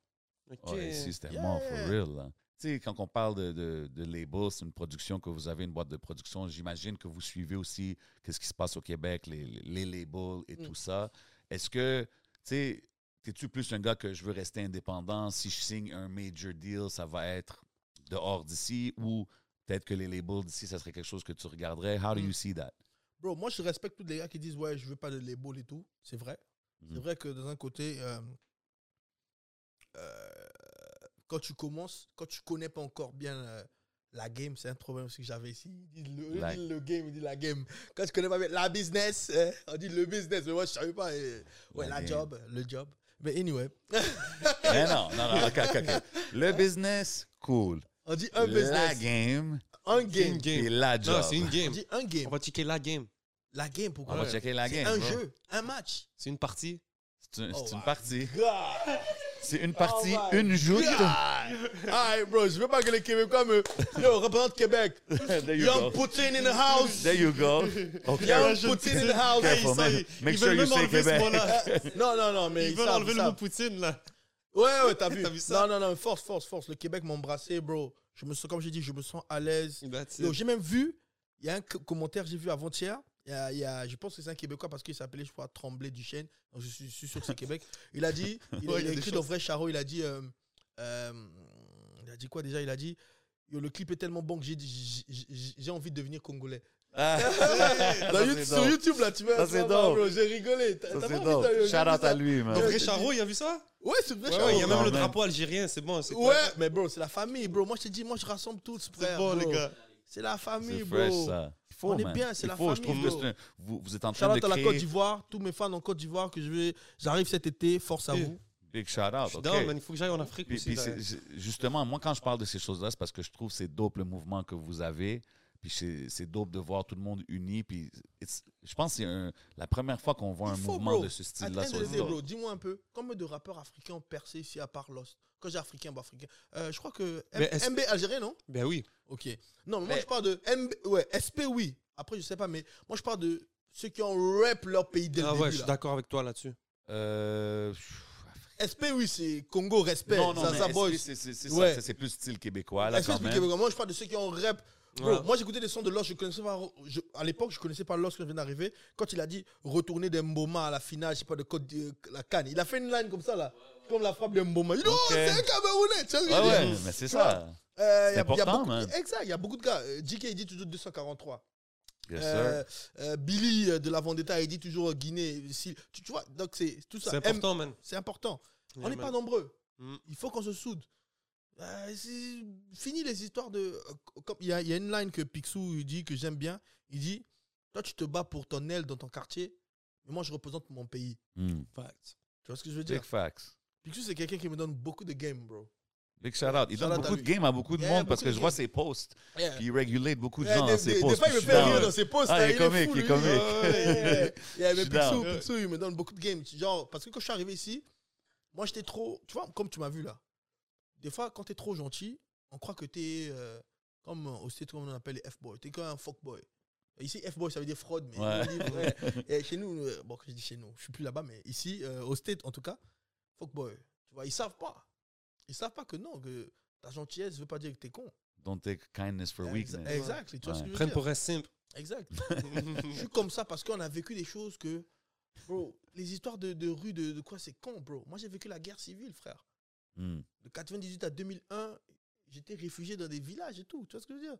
C: Ok.
D: Ouais, ici, c'était
E: Yeah.
D: mort, for real. là. Tu sais, quand on parle de, de, de label, c'est une production que vous avez, une boîte de production. J'imagine que vous suivez aussi qu'est-ce qui se passe au Québec, les, les labels et
E: Mm.
D: tout ça. Est-ce que, tu sais, t'es-tu plus un gars que je veux rester indépendant? Si je signe un major deal, ça va être dehors d'ici ou peut-être que les labels d'ici, ça serait quelque chose que tu regarderais? How do
E: Mm.
D: you see that?
E: Bro, moi, je respecte tous les gars qui disent Ouais, je veux pas de label et tout. C'est vrai.
D: Mhm.
E: C'est vrai que dans un côté, euh, euh, quand tu commences, quand tu connais pas encore bien euh, la game, c'est un problème aussi que j'avais ici. Ils disent le,
D: La-
E: ils disent le game, ils disent la game. Quand tu connais pas bien la business, euh, on dit le business, mais moi, je savais pas. euh, ouais,
D: La
E: la,
D: game.
E: job, le job. Mais anyway,
D: Mais non, non, non, OK, OK, OK. Le business, cool.
E: on dit un
D: La
E: business,
D: game,
E: un
C: Une
E: game.
D: et
C: game.
D: la job.
C: Non, c'est une
E: On
C: game.
E: dit un
C: On
E: game.
C: va checker la game.
E: La game, pourquoi
D: On va checker la
E: C'est
D: game.
E: un
D: bro.
E: jeu, un match.
C: C'est une partie.
D: C'est un-
E: Oh
D: c'est une
E: my
D: partie.
E: God.
D: C'est une partie,
E: Oh my
D: une
E: (laughs)
D: joute. (laughs)
E: Aïe, bro, je veux pas que les Québécois me. Yo, représente Québec.
D: There you
E: Young
D: go.
E: Poutine in the house.
D: There you
E: (laughs)
D: go. Okay.
E: Young Poutine in the house.
D: Careful, man.
E: Hey, ça,
D: Make
C: ils
D: sure
C: veulent
D: you
C: même
D: say
C: enlever ce
D: Québec.
C: mot-là.
E: il- Non, non, non, mais
C: Ils veulent
E: savent,
C: enlever le
E: savent.
C: mot Poutine, là.
E: Ouais, ouais, t'as vu.
C: T'as vu ça
E: Non, non, non, force, force, force. Le Québec m'a embrassé, bro. Je me sens, comme j'ai dit, je me sens à l'aise.
C: That's
E: Yo,
C: it.
E: J'ai même vu, il y a un co- commentaire que j'ai vu avant-hier. Il y a- il y a- je pense que c'est un Québécois parce qu'il s'appelait, je crois, Tremblay Duchesne. Donc, je, suis, je suis sûr que c'est Québec. Il
D: (laughs)
E: a dit, il,
C: Ouais,
E: il
C: il y a
E: a
C: des
E: écrit dans Vrai Charo, il a dit, euh, euh, il a dit quoi déjà Il a dit, Yo, le clip est tellement bon que j'ai dit, j'ai- j'ai j'ai envie de devenir Congolais.
D: Ah.
E: Dans
D: (laughs) Ça,
E: YouTube-
D: c'est
E: sur
D: dope.
E: YouTube, là, tu
D: Ça,
E: vois.
D: c'est
E: ça,
D: dope.
E: bro, J'ai rigolé. (laughs) T'as
D: Ça,
E: t'as
D: c'est
E: pas vu
D: dope.
E: ça, yo, j'ai
D: Shout
E: vu
D: out
E: ça.
D: à lui,
C: Dans
D: man.
C: vrai Charo, il a vu ça
E: Ouais, c'est vrai,
C: Ouais,
E: Charo.
C: il y a même
D: Non,
C: le
D: man.
C: drapeau algérien, c'est bon. c'est
E: Ouais,
C: clair.
E: mais bro, c'est la famille, bro. Moi, je te dis, moi, je rassemble tous,
C: C'est
E: frère.
C: bon, les
E: bro.
C: gars.
E: C'est la
D: C'est
E: famille, bro.
D: fresh, ça. Il faut,
E: On est
D: man.
E: bien, c'est
D: Il
E: la
D: faut. Je trouve
E: famille,
D: que c'est un- vous, vous êtes en train de
E: Shout-out à la Côte
D: créer.
E: d'Ivoire, tous mes fans en Côte d'Ivoire que je vais. J'arrive cet été, force à
C: Eh,
E: vous.
D: Big shout
C: Je
D: out.
C: suis
D: Ah, ok.
C: down, man. Il faut que j'aille en Afrique
D: Puis,
C: aussi.
D: puis
C: là.
D: c'est- c'est- justement, moi, quand je parle de ces choses-là, c'est parce que je trouve que c'est dope le mouvement que vous avez. Puis c'est c'est dope de voir tout le monde uni. Puis it's- je pense que c'est un- la première fois qu'on voit
E: Il
D: un
E: faut,
D: mouvement
E: bro.
D: de ce
E: At the
D: style-là
E: end
D: sur
E: of
D: le
E: the day, bro, dis-moi un peu, combien de rappeurs africains ont percé ici à part Lost Quand j'ai africain, bon, africain. Euh, je crois que. M-
C: Mais est-ce-
E: MB algérien, non
C: Ben oui.
E: Ok. Non, mais moi,
D: Mais-
E: je parle de MB. Ouais, SP, oui. Après, je sais pas, mais moi, je parle de ceux qui ont rap leur pays dès le
C: Ah ouais, je
E: début.
C: suis
E: là.
C: d'accord avec toi là-dessus.
D: Euh,
E: SP, oui, c'est Congo, respect.
D: non, non, mais
E: Zaza
D: est-ce
E: Boys.
D: que c'est c'est- c'est
E: Ouais.
D: ça, c'est- c'est plus style québécois, là,
E: Est-ce que
D: quand
E: c'est
D: même.
E: québécois Moi, je parle de ceux qui ont rap. Bro,
C: Voilà.
E: Moi, j'écoutais des sons de Lost. Je connaissais pas. je- à l'époque, je connaissais pas Lost quand je viens d'arriver. Quand il a dit retourner des Mboma à la finale, je sais pas de Côte d'I- la Cannes, il a fait une line comme ça là, comme la frappe de Mboma. Il dit, oh,
D: Ok.
E: c'est un Camerounais. Tu vois ce que je
D: Ouais,
E: veux
D: ouais,
E: dire
D: mais c'est
E: Tu vois,
D: ça.
E: Euh,
D: C'est
E: y a- y a
D: important,
E: beaucoup-
D: man.
E: Exact. Il y a beaucoup de gars. Euh, JK, il dit toujours 243.
D: Yes,
E: Euh,
D: sir.
E: euh, Billy euh, de la Vendetta, il dit toujours euh, Guinée. si- tu, tu vois, donc c'est tout ça.
C: C'est
E: M-
C: important, man.
E: C'est important. On
C: Yeah,
E: n'est
C: man.
E: pas nombreux.
C: Mm.
E: Il faut qu'on se soude. Euh, c'est- fini les histoires de. euh, comme- Il y, a- il y a une line que Picsou il dit que j'aime bien. Il dit Toi, tu te bats pour ton aile dans ton quartier, mais moi, je représente mon pays.
D: Mm.
C: Fact.
E: Tu vois ce que je veux dire
D: Big facts.
E: Picsou, c'est quelqu'un qui me donne beaucoup de game, bro.
D: Big shout out. Il
E: Shout
D: donne
E: out à
D: beaucoup de
E: lui.
D: game à beaucoup de
E: Yeah,
D: monde parce
E: beaucoup
D: que
E: de
D: je vois
E: game.
D: ses posts.
E: Yeah.
D: Puis il regulate beaucoup de
E: Eh,
D: gens
E: des,
D: dans ses
E: des- des
D: posts.
E: fois, il
D: puis
E: me
D: je
E: fait
D: suis
E: rire
D: down.
E: dans ses posts.
D: Ah,
E: hein,
D: il est comique,
E: fou,
D: il est
E: lui.
D: comique.
E: Ouais,
D: (laughs)
E: ouais. Yeah, mais
D: suis down.
E: Picsou, Picsou, il me donne beaucoup de game. Genre, parce que quand je suis arrivé ici, moi, j'étais trop. Tu vois, comme tu m'as vu là, des fois, quand t'es trop gentil, on croit que t'es. euh, comme euh, au States, comme on appelle les F-boys. T'es comme un fuckboy. Et Ici, F-boy, ça veut dire fraude, mais
D: Ouais.
E: on dit
D: (laughs)
E: vrai. Et chez nous, euh, bon, que je dis chez nous, je suis plus là-bas, mais ici, euh, au States, en tout cas, fuckboy. Tu vois, ils savent pas. Ils savent pas que non, que ta gentillesse veut pas dire que t'es con.
D: Don't take kindness for
E: Exact.
D: weakness.
E: Exact. Tu vois
D: Ouais.
E: ce que je veux
C: Prenne
E: dire
C: pour un (laughs) simple.
E: Exact.
D: (laughs)
E: Je suis comme ça parce qu'on a vécu des choses que. Bro, les histoires de, de rue, de, de quoi, c'est con, bro. Moi, j'ai vécu la guerre civile, frère.
D: Mm.
E: De 98 à 2001, j'étais réfugié dans des villages et tout. Tu vois ce que je veux dire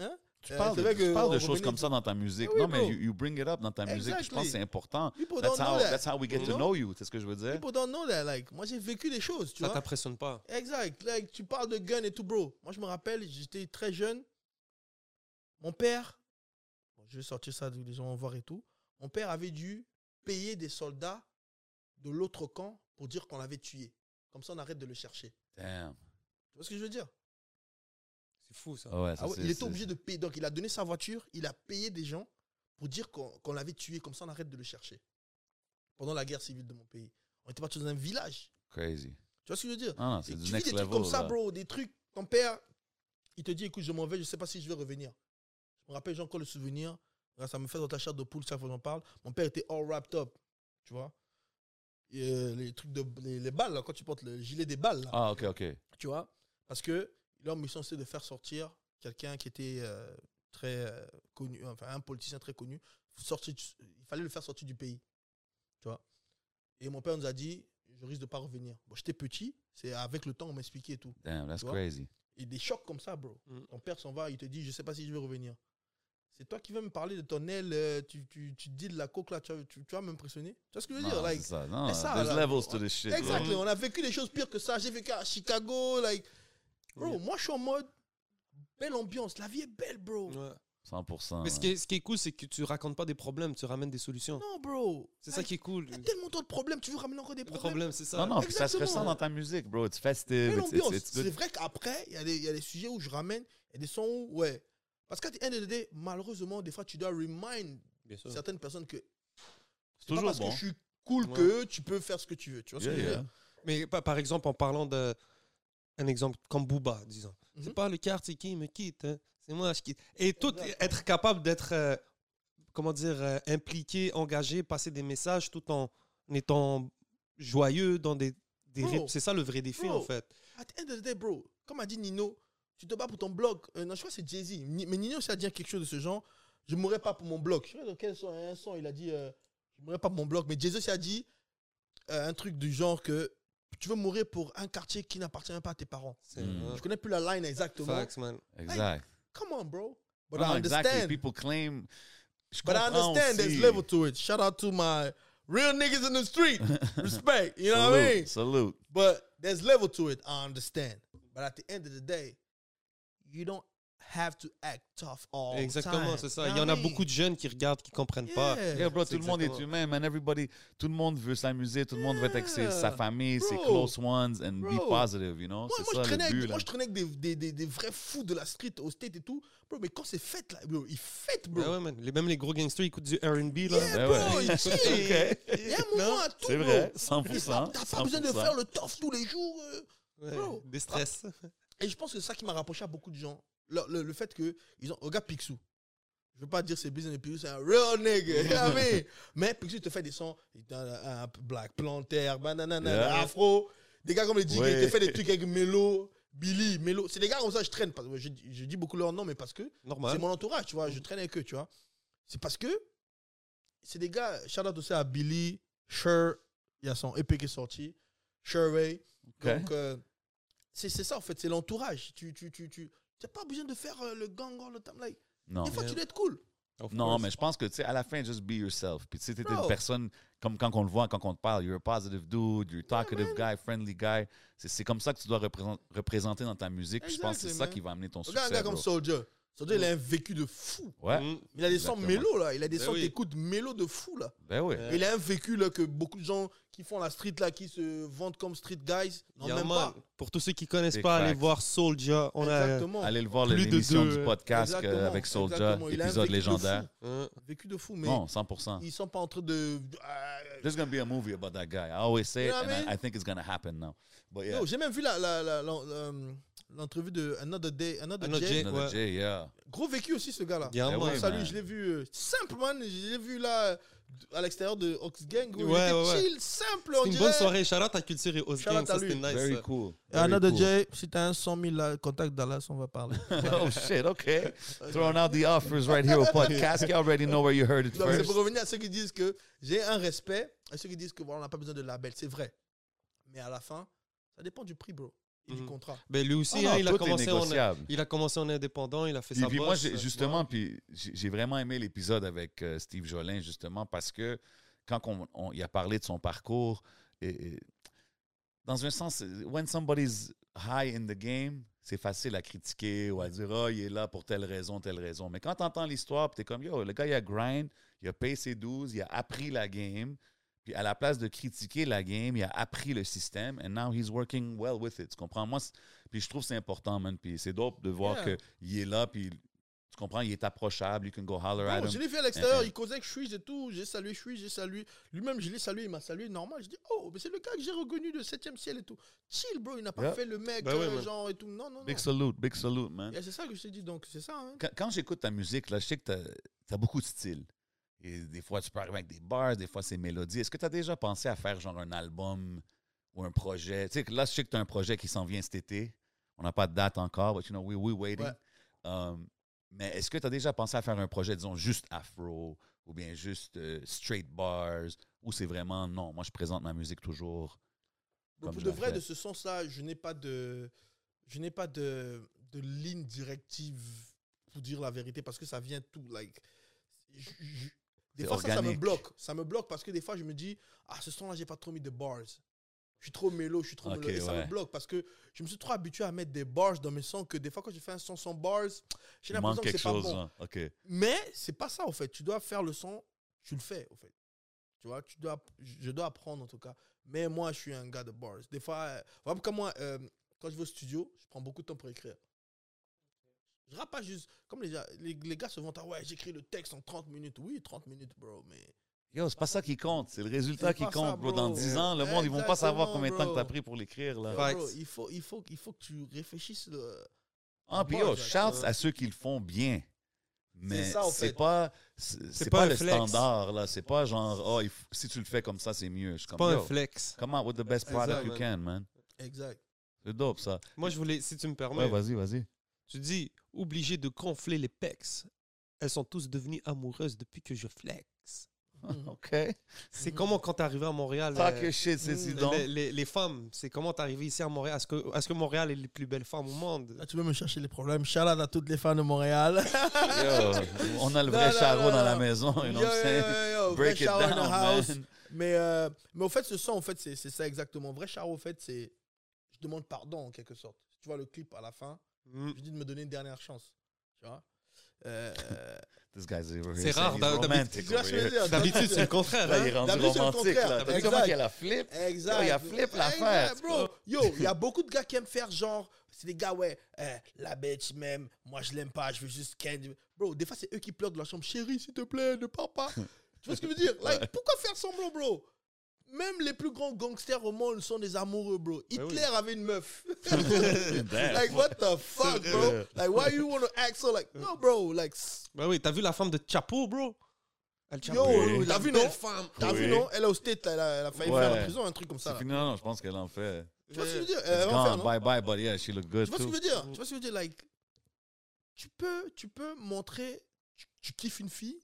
E: Hein
D: Tu
E: Euh,
D: parles,
E: c'est
D: de,
E: vrai
D: tu
E: que
D: parles de
E: on
D: choses
E: revenait
D: comme
E: du-
D: ça dans ta musique.
E: Eh oui,
D: non, mais
E: bro.
D: you, you bring it up dans ta musique. puis Je pense
E: Exactly.
D: que c'est important.
E: People
D: That's
E: don't
D: how,
E: know that.
D: that's how we get
E: You
D: to
E: know?
D: know you. C'est ce que je veux dire.
E: People don't know that. Like, moi, j'ai vécu des choses, tu
C: Ça
E: vois.
C: t'impressionne pas.
E: Exact. Like, tu parles de gun et tout, bro. Moi, je me rappelle, j'étais très jeune. Mon père, bon, je vais sortir ça, les gens vont voir et tout. Mon père avait dû payer des soldats de l'autre camp pour dire qu'on l'avait tué. Comme ça, on arrête de le chercher.
D: Damn.
E: Tu vois ce que je veux dire
C: C'est fou ça.
D: Ah ouais, ça,
E: Ah ouais,
D: c'est-
E: il était
D: c'est-
E: obligé de payer. Donc, il a donné sa voiture, il a payé des gens pour dire qu'on qu'on l'avait tué. Comme ça, on arrête de le chercher. Pendant la guerre civile de mon pays. On était parti dans un village.
D: Crazy.
E: Tu vois ce que je veux dire
D: Ah non, c'est
E: Et
D: du
E: Tu vis
D: next
E: des
D: level. euh.
E: trucs comme ça,
D: là.
E: bro. Des trucs. Ton père, il te dit écoute, je m'en vais, je sais pas si je vais revenir. Je me rappelle, j'ai encore le souvenir. Là, ça me fait dans ta chair de poule, chaque fois que j'en parle. Mon père était all wrapped up. Tu vois Et, euh, Les trucs de. Les, les balles, là, quand tu portes le gilet des balles. là
D: Ah, ok, ok.
E: tu vois parce que l'homme est censé de faire sortir quelqu'un qui était euh, très euh, connu enfin un politicien très connu sorti du- il fallait le faire sortir du pays tu vois et mon père nous a dit je risque de pas revenir bon j'étais petit c'est avec le temps on m'expliquait et tout
D: Damn, that's
E: Tu vois?
D: crazy.
E: et des chocs comme ça bro
C: Mm.
E: ton père s'en va il te dit je sais pas si je vais revenir c'est toi qui veux me parler de ton aile euh, tu tu tu dis de la coke là tu, vas- tu, tu vas m'impressionner tu vois ce que je veux
D: Non,
E: dire like,
D: Bah, c'est ça. Non,
E: mais ça,
D: there's
E: là,
D: levels to this shit. bro.
E: Exactement, on a vécu des choses pires que ça. J'ai vécu à Chicago, like.
D: Oh.
E: Bro,
C: Yeah.
E: moi je suis en mode. Belle ambiance, la vie est belle, bro.
C: Ouais.
D: 100%.
C: Mais ce
D: ouais.
C: qui, est, ce qui est cool, c'est que tu racontes pas des problèmes, tu ramènes des solutions.
E: Non, bro.
C: C'est ça qui est cool.
E: T'as tellement d'autres problèmes, tu veux ramener encore des
C: Le
E: problèmes.
C: problème, c'est ça.
D: Non, non, puis ça se
E: Exactement.
D: ressent dans ta musique, bro. It's festive.
E: Belle
D: It's, it's,
E: ambiance.
D: it's
E: C'est
D: good.
E: vrai qu'après, il y, a des- il y a des sujets où je ramène, il y a des sons où, ouais. Parce qu'à the end of the day, malheureusement, des fois, tu dois remind
C: Bien sûr.
E: certaines personnes que.
D: C'est
E: C'est pas
D: toujours
E: parce
D: bon.
E: que je suis cool
C: Ouais.
E: que tu peux faire ce que tu veux. Tu vois ce
D: Yeah,
E: que je veux
D: yeah.
E: dire
C: Mais pa- par exemple, en parlant d'un exemple comme Booba, disons. C'est
E: Mhm.
C: pas le quartier qui me quitte, hein. c'est moi je quitte. Et tout,
E: Exact.
C: être capable d'être, euh, comment dire, euh, impliqué, engagé, passer des messages tout en étant joyeux dans des, des
E: Bro.
C: rythmes. C'est ça le vrai défi
E: Bro.
C: en fait.
E: At the end of the day, bro, comme a dit Nino, tu te bats pour ton blog. Euh, non, je crois que c'est Jay-Z. Ni- Mais Nino, ça a dit quelque chose de ce genre. Je mourrais pas pour mon blog. Je sais pas dans quel son, un son, il a dit euh, Je mourrais pas pour mon blog. Mais Jay-Z, ça a dit euh, un truc du genre que tu veux mourir pour un quartier qui n'appartient même pas à tes parents.
C: C'est
D: Mm.
C: un
E: Je connais plus la line exactement.
C: facts, man.
D: Exact.
E: Come on, bro. But
D: Non,
E: I
D: non,
E: understand.
D: Ah, exactly. People claim. Je
E: But I
D: comprends
E: understand there's
D: aussi.
E: level to it. Shout out to my real niggas in
D: (laughs)
E: the street. Respect. You know what I mean?
D: Salute. Salute.
E: But there's level to it, I understand. But at the end of the day, you don't have to act tough all
C: Exactement, c'est ça. Il y en a beaucoup de jeunes qui regardent, qui comprennent pas.
E: Ah Yeah.
D: Yeah, bro,
C: C'est
D: tout le monde est
C: exactement-
D: humain, man. Everybody, tout le monde veut s'amuser, tout le monde veut être avec ses- sa
E: Yeah.
D: famille, ses
E: Bro.
D: close ones, and be
E: Bro.
D: positive, you know?
E: Moi,
D: C'est
E: moi,
D: ça
E: je traînais
D: le
E: avec,
D: but,
E: moi,
D: là.
E: je traînais avec des, des, des, des vrais fous de la street, au state et tout. Bro, mais quand c'est fête, là, bro, ils fêtent, bro.
C: Ah ouais, man. Les- Même les gros gangsters, ils écoutent du RB. là.
E: Yeah,
D: Ben
C: (laughs)
E: bro,
D: ouais.
E: ils chillent.
D: Ok.
E: Il y a un moment à tout,
D: C'est
E: bro.
D: vrai,
E: T'as
D: 100%.
E: t'as pas besoin de
D: 100%.
E: faire le tof tous les jours. euh.
C: Ouais.
E: Bro.
C: Des stress.
E: Et je pense que c'est ça qui m'a rapproché à beaucoup de gens. Le, le, le fait que ils ont. Regarde Picsou. Je veux pas dire c'est business, mais Picsou, c'est un real
D: (laughs)
E: nigga. you know what I mean? mais Picsou, il te fait des sons. Il est un, un black planter, banana,
D: Yeah.
E: afro. Des gars comme les DJ,
D: Ouais.
E: il te fait des trucs avec Melo, Billy, Melo. C'est des gars comme ça, je traîne. Parce que je, je dis beaucoup leur nom, mais parce que c'est
C: Normal.
E: mon entourage, tu vois. Je traîne avec eux, tu vois. C'est parce que c'est des gars. Shout out aussi à Billy, Sher. Il y a son EP qui est sorti. Sherway.
D: Ok.
E: Donc, euh, c'est c'est ça, en fait, c'est l'entourage. Tu tu, tu, tu, t'as pas besoin de faire euh, le gang all the time. Like,
D: Non.
E: des fois,
C: Yeah.
E: tu dois être cool.
D: Non, mais je pense que, tu sais, à la fin, just be yourself. Puis, tu sais, t'es
E: Bro.
D: une personne, comme quand on le voit, quand on te parle, you're a positive dude, you're a talkative guy, friendly guy. C'est- C'est comme ça que tu dois représent- représenter dans ta musique. Puis je pense que c'est
E: Exactly,
D: ça
E: man.
D: qui va amener ton
E: Regarde un
D: succès.
E: gars comme
D: bro.
E: Soldier. Soldier, il a un vécu de fou.
D: Ouais,
C: Mm.
E: Il a des sons
D: Exactement. Eh
E: mélo, là. Il a des
C: Ben
E: sons,
C: oui.
E: t'écoutes mélo de fou, là.
D: ben oui.
C: Euh,
E: Il a un vécu, là, que beaucoup de gens qui font la street, là, qui se vendent comme street guys, n'ont
C: Yeah,
E: même
C: man.
E: pas.
C: Pour tous ceux qui connaissent
D: Big
C: pas, allez
D: facts.
C: voir Soldier. On a.
E: Exactement.
D: Allez le voir,
C: Plus de
D: l'émission
C: deux,
D: du podcast euh,
E: Exactement,
D: avec Soldier,
E: exactement. Il a un
D: épisode
E: vécu de
D: légendaire.
E: fou.
C: Hein.
E: Vécu de fou, mais
D: Non,
C: Ah.
D: 100%.
E: ils sont pas en train de. Ah,
D: There's going to be a movie about that guy. I always say
E: You
D: it,
E: know what
D: and
E: I
D: I,
E: mean?
D: I think it's going to happen now. But yeah,
E: Yo, J'ai même vu la- la- la- la- euh, l'entrevue de Another Day, Another,
C: Another
E: Jay.
C: Jay.
D: another
C: ouais.
D: Jay, yeah.
E: Gros vécu aussi, ce gars-là.
C: Yeah,
D: Eh
C: man.
D: oui,
E: Salut,
D: man.
E: je l'ai vu euh, simple, man. Je l'ai vu là euh, à l'extérieur de Ox Gang. Où
C: Ouais,
E: il était
C: ouais, ouais.
E: chill,
C: C'était
E: simple. on
C: une bonne
E: dirait.
C: soirée. Shout out à Culture et Os
E: Shout
C: Gang.
E: out à
C: Ça, c'était
E: lui.
C: nice.
D: Very
C: ça.
D: cool.
E: (laughs)
D: (laughs)
E: Et Another
D: Very cool.
E: Jay, si t'as un 100 000 là, contact Dallas, on va (laughs) parler.
D: oh shit,
E: (laughs)
D: okay. Throwing out the offers right here with podcast. You already know where you heard it
E: Donc, c'est
D: first.
E: pour revenir à ceux qui disent que j'ai un respect à ceux qui disent que voilà, on n'a pas besoin de label. C'est vrai. Mais à la fin, ça dépend du prix, bro. Et du
C: Mhm.
E: contrat.
C: Ben, lui aussi,
D: Ah non,
C: hein, il, a
D: tout est
C: commencé en,
D: négociable.
C: il a commencé en indépendant, il a fait
D: Puis,
C: sa
D: puis moi,
C: bosse. euh,
D: j'ai- justement, puis j'ai j'ai vraiment aimé l'épisode avec euh, Steve Jolin, justement, parce que quand on, on- il a parlé de son parcours, et- et- dans un sens, euh, when somebody's high in the game, c'est facile à critiquer ou à dire, oh, il est là pour telle raison, telle raison. Mais quand tu entends l'histoire, tu es comme, yo, le gars, il a grind, il a payé ses 12, il a appris la game, Puis à la place de critiquer la game, il a appris le système and now he's working well with it. Tu comprends? Moi, c'est- puis je trouve que c'est important, man. Puis c'est dope de voir
E: Yeah.
D: qu'il est là, puis tu comprends, il est approchable. You can go holler at
E: Non,
D: him.
E: je l'ai fait à l'extérieur,
D: Eh, eh.
E: il causait que je suis et tout. J'ai salué, je suis, j'ai salué. Lui-même, je l'ai salué, il m'a salué. Normal, je dis, oh, mais c'est le gars que j'ai reconnu de 7ème ciel et tout. Chill, bro, il n'a pas
D: Yeah.
E: fait le mec,
C: Bah ouais,
E: euh,
C: man.
E: genre et tout. Non, non, non.
D: Big salute, big salute, man.
E: Et C'est ça que je t'ai dit, donc c'est ça. hein.
D: Quand, quand j'écoute ta musique, là, je sais que tu as beaucoup de styles. Et des fois, tu peux arriver avec des bars, des fois, c'est mélodie. Est-ce que tu as déjà pensé à faire genre un album ou un projet? Tu sais, que là, je sais que tu as un projet qui s'en vient cet été. On n'a pas de date encore, but you know, we, we waiting.
E: Ouais.
D: Um, mais est-ce que tu as déjà pensé à faire un projet, disons, juste afro ou bien juste euh, straight bars ou c'est vraiment non? Moi, je présente ma musique toujours. Comme
E: Donc, pour
D: je
E: de
D: l'ai
E: vrai,
D: fait.
E: de ce sens-là, je n'ai pas de, je n'ai pas de, de ligne directive pour dire la vérité parce que ça vient tout. Like, je- je- des
D: C'est
E: fois, ça, ça me
D: organique.
E: bloque. Ça me bloque parce que des fois, je me dis, ah, ce son-là, j'ai pas trop mis de bars. Je suis trop mélo, je suis trop
D: Ok,
E: mélo. Et ça
D: ouais.
E: me bloque parce que je me suis trop habitué à mettre des bars dans mes sons que des fois, quand je fais un son sans bars, j'ai
D: Il manque
E: l'impression que
D: quelque
E: c'est pas
D: chose.
E: bon.
D: hein. OK.
E: Mais c'est pas ça, au fait. Tu dois faire le son, tu le fais, au fait. Tu vois, tu dois, je dois apprendre, en tout cas. Mais moi, je suis un gars de bars. Des fois, euh, voilà pourquoi moi, euh, quand je vais au studio, je prends beaucoup de temps pour écrire. Je rappe pas juste. Comme les gars, les, les gars se vantent, ah ouais, j'écris le texte en 30 minutes. Oui, 30 minutes, bro, mais.
D: Yo, c'est pas ça qui compte, c'est le résultat
E: C'est
D: qui
E: pas
D: compte,
E: ça,
D: bro.
E: bro.
D: Dans 10 ans, le monde, ils vont pas savoir
E: Exactement,
D: combien de temps que
E: bro.
D: t'as pris pour l'écrire, là.
C: Facts.
E: Bro, il, faut, il, faut, il faut que tu réfléchisses. le-
D: Ah, puis
E: Moi,
D: yo,
E: j'ai-
D: shouts à ceux qui le font bien. Mais
E: C'est ça, en
D: c'est
E: fait.
D: pas, c'est c'est
C: pas
D: pas,
C: un
D: le
C: flex.
D: standard, là. C'est pas genre, oh, il faut- si tu le fais comme ça, c'est mieux. Je suis comme,
C: Pas un
D: yo,
C: flex.
D: come out with the best product
C: Exact,
D: you can, man.
E: Exact.
D: C'est dope, ça.
C: Moi, je voulais, si tu me permets,
D: Ouais, vas-y, vas-y.
C: tu dis obligé de gonfler les pecs. Elles sont tous devenues amoureuses depuis que je flex.
D: OK.
C: C'est
E: Mhm.
C: comment quand t'es arrivé à Montréal
D: Talk
C: euh,
D: your shit, c'est
E: mm,
D: si donc.
C: les, les- les femmes, c'est comment t'es arrivé ici à Montréal Est-ce que, est-ce que Montréal est les plus belles femmes au monde
E: Là, tu veux me chercher les problèmes. Shout-out à toutes les fans de Montréal.
D: Yo, on a le
E: Non,
D: vrai
E: non,
D: Charo
E: non,
D: dans la
E: non.
D: maison, you
E: (laughs)
D: know what I'm saying? Break it down, man.
E: Mais, euh, mais au fait, ce son, en fait, c'est c'est ça exactement. Vrai Charo, au fait, c'est. Je demande pardon, en quelque sorte. Si tu vois le clip à la fin,
C: Mm.
E: je dis de me donner une dernière chance. Tu vois
C: (laughs)
E: Euh,
D: This guy's over here
C: C'est
D: saying
C: rare,
D: he's
C: d'hab-
E: tu
D: romantic
E: vois ce
D: over
E: que je veux
D: here.
E: dire
C: D'habitude, c'est le contraire.
D: Là,
C: hein.
D: il est rendu
E: D'habitude, c'est le
D: romantique,
E: contraire.
D: là. T'as vu
E: Exact.
D: comment qu'elle a flip?
E: Exact.
D: Yo, il a flip l'affaire.
E: Exact, bro. Yo, il y a beaucoup de gars qui aiment faire genre, c'est des gars, ouais, eh, la bitch m'aime, moi je l'aime pas, je veux juste qu'elle. Bro, des fois, c'est eux qui pleurent de leur chambre. Chérie, s'il te plaît, ne
D: (laughs)
E: pars pas. tu vois ce que je veux dire? Like, pourquoi faire semblant, bro? Même les plus grands gangsters au monde sont des amoureux, bro.
D: Eh
E: Hitler avait
D: (laughs)
E: une meuf.
D: (laughs)
E: (laughs)
D: Damn.
E: like, what the fuck, bro? Like, why you wanna act so, like, no, bro, like,
C: Bah oui, t'as vu la femme de Chapo, bro El
E: yo,
C: Chapo.
D: Oui.
E: t'as vu, non?
C: Belle femme.
E: T'as
D: Oui.
E: vu, non? Elle est au state, là, elle a, elle a failli
D: Ouais.
E: faire la prison, un truc comme ça.
D: C'est
E: là.
D: fini, non, non, je pense qu'elle en fait.
E: Tu vois ce que je veux dire? Elle
D: It's
E: va en faire,
D: gone,
E: non?
D: bye bye, but yeah, she look good
E: Tu vois ce que
D: too.
E: je veux dire Tu vois ce que je veux dire like, tu, peux, tu peux montrer, tu, tu kiffes une fille,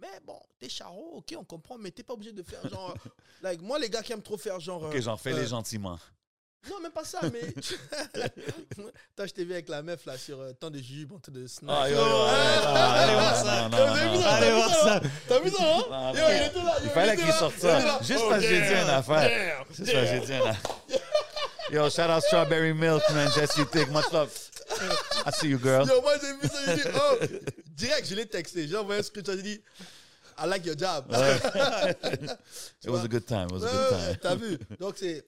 E: mais bon, t'es charot, ok, on comprend, mais t'es pas obligé
D: (laughs)
E: de faire genre. like, moi, les gars qui aiment trop faire genre.
D: Ok,
E: euh,
D: j'en fais
E: euh,
D: les
E: (laughs)
D: gentiment.
E: Non, même pas ça, mais. (laughs) Toi, je t'ai vu avec la meuf là sur euh, Temps de Jujube, en train de snap.
D: Ah, yo, yo,
E: Non,
D: yo,
E: allez
D: yo,
E: voir
D: non,
E: ça.
D: non,
E: T'as
D: non,
C: Allez voir ça
D: non, non.
E: vu ça, t'as vu ça, T'as vu ça, hein
D: Non,
E: Yo,
D: non.
E: il était là, yo,
D: Il Ah, fallait
E: était
D: qu'il
E: là,
D: sorte
E: il
D: ça,
E: était là.
D: juste
E: Oh,
D: parce que j'ai dit
E: damn,
D: une affaire.
E: damn,
D: C'est ça, j'ai dit là. Yo, shout out Strawberry Milk, man, Jesse Tick, much love. I see you, girl.
E: Yo, moi j'ai vu ça, j'ai dit, oh, direct, je l'ai texté. J'ai envoyé un screenshot, j'ai dit, I like your job. (laughs)
D: It was a good time, it was a
E: Ouais, ouais,
D: good
E: T'as
D: time.
E: vu? Donc c'est.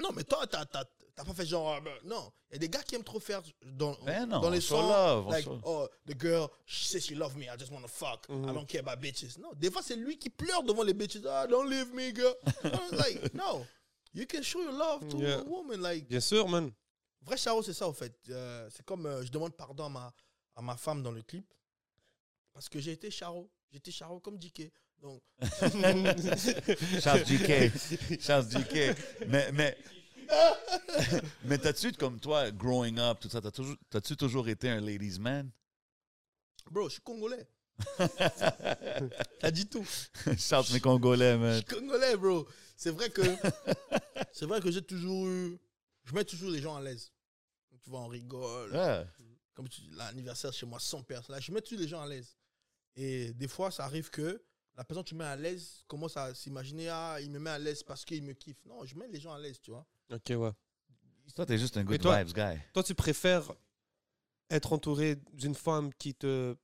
E: Non, mais toi, t'as t'as- t'as pas fait genre. ah, ben, Non, il y a des gars qui aiment trop faire dans,
D: Ben non,
E: dans
D: on
E: les
D: show
E: sons.
D: love, on
E: like,
D: show-
E: oh, the girl, she says she love me, I just wanna fuck.
D: Mhm.
E: I don't care about bitches. Non, des fois, c'est lui qui pleure devant les bitches. Ah, don't leave me, girl. (laughs) I'm like, no. You can show your love to
C: Yeah.
E: a woman. Like,
C: Bien sûr, man.
E: Vrai Charo, c'est ça, en fait. Euh, c'est comme euh, je demande pardon à ma, à ma femme dans le clip. Parce que j'ai été Charo. J'étais Charo comme Diké. Donc,
D: Charles GK. Charles GK. Mais, mais, (laughs) mais t'as-tu, comme toi, growing up, tout ça, t'as toujours- t'as-tu toujours été un ladies man? (laughs)
E: bro, je suis congolais. T'as dit tout.
D: Shout mes Congolais,
E: Je
D: man.
E: suis congolais, bro. C'est vrai que c'est vrai que j'ai toujours eu. Je mets toujours les gens à l'aise. Tu vois, on rigole.
D: Yeah.
E: Comme tu dis, l'anniversaire chez moi, 100 personnes. Là, je mets toujours les gens à l'aise. Et des fois, ça arrive que la personne que tu mets à l'aise commence à s'imaginer Ah, il me met à l'aise parce qu'il me kiffe. Non, je mets les gens à l'aise, tu vois.
C: Ok, ouais.
D: Toi, t'es juste un good
C: Et toi?
D: vibes guy.
C: Toi, tu préfères être entouré d'une femme qui te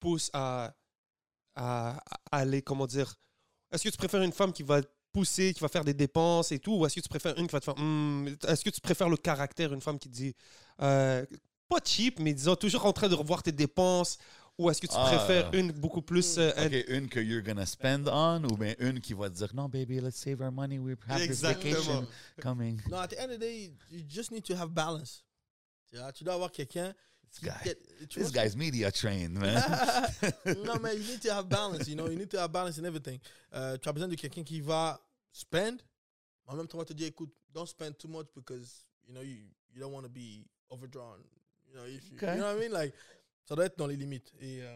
C: pousse à, à, à aller, comment dire, Est-ce que tu préfères une femme qui va te pousser, qui va faire des dépenses et tout, ou est-ce que tu préfères une qui va te faire. Hmm, est-ce que tu préfères le caractère, une femme qui te dit. euh, pas cheap, mais disons toujours en train de revoir tes dépenses, ou est-ce que tu
D: Ah.
C: préfères une beaucoup plus. euh,
D: OK, une que you're gonna spend on ou bien une qui va te dire non baby, let's save our money, we have this
C: Exactement.
D: vacation coming.
E: Non, at the end of the day, you just need to have balance. Tu vois, tu dois avoir quelqu'un.
D: This
E: qui
D: guy, (laughs)
E: te- tu
D: this
E: (laughs) vois-
D: guy's media trained,
E: (laughs)
D: man.
E: non, mais you need to have balance, you know. You need to have balance in everything. Euh, tu as besoin de quelqu'un qui va spend, mais en même temps, on va te dire, écoute, don't spend too much because, you know, you, you don't want to be overdrawn. You know, if you,
D: Okay.
E: you know what I mean? Like, ça doit être dans les limites. Et, euh,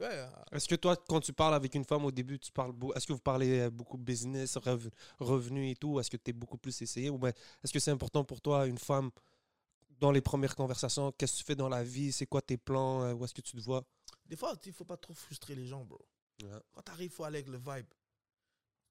E: ouais, euh,
C: Est-ce que toi, quand tu parles avec une femme au début, tu parles beau- est-ce que vous parlez euh, beaucoup business, rev- revenus et tout Est-ce que tu es beaucoup plus essayé Ou bien est-ce que c'est important pour toi, une femme, dans les premières conversations Qu'est-ce que tu fais dans la vie C'est quoi tes plans Euh, Où est-ce que tu te vois
E: des fois, il faut pas trop frustrer les gens, bro.
C: Ouais.
E: Quand t'arrives, faut aller avec le vibe.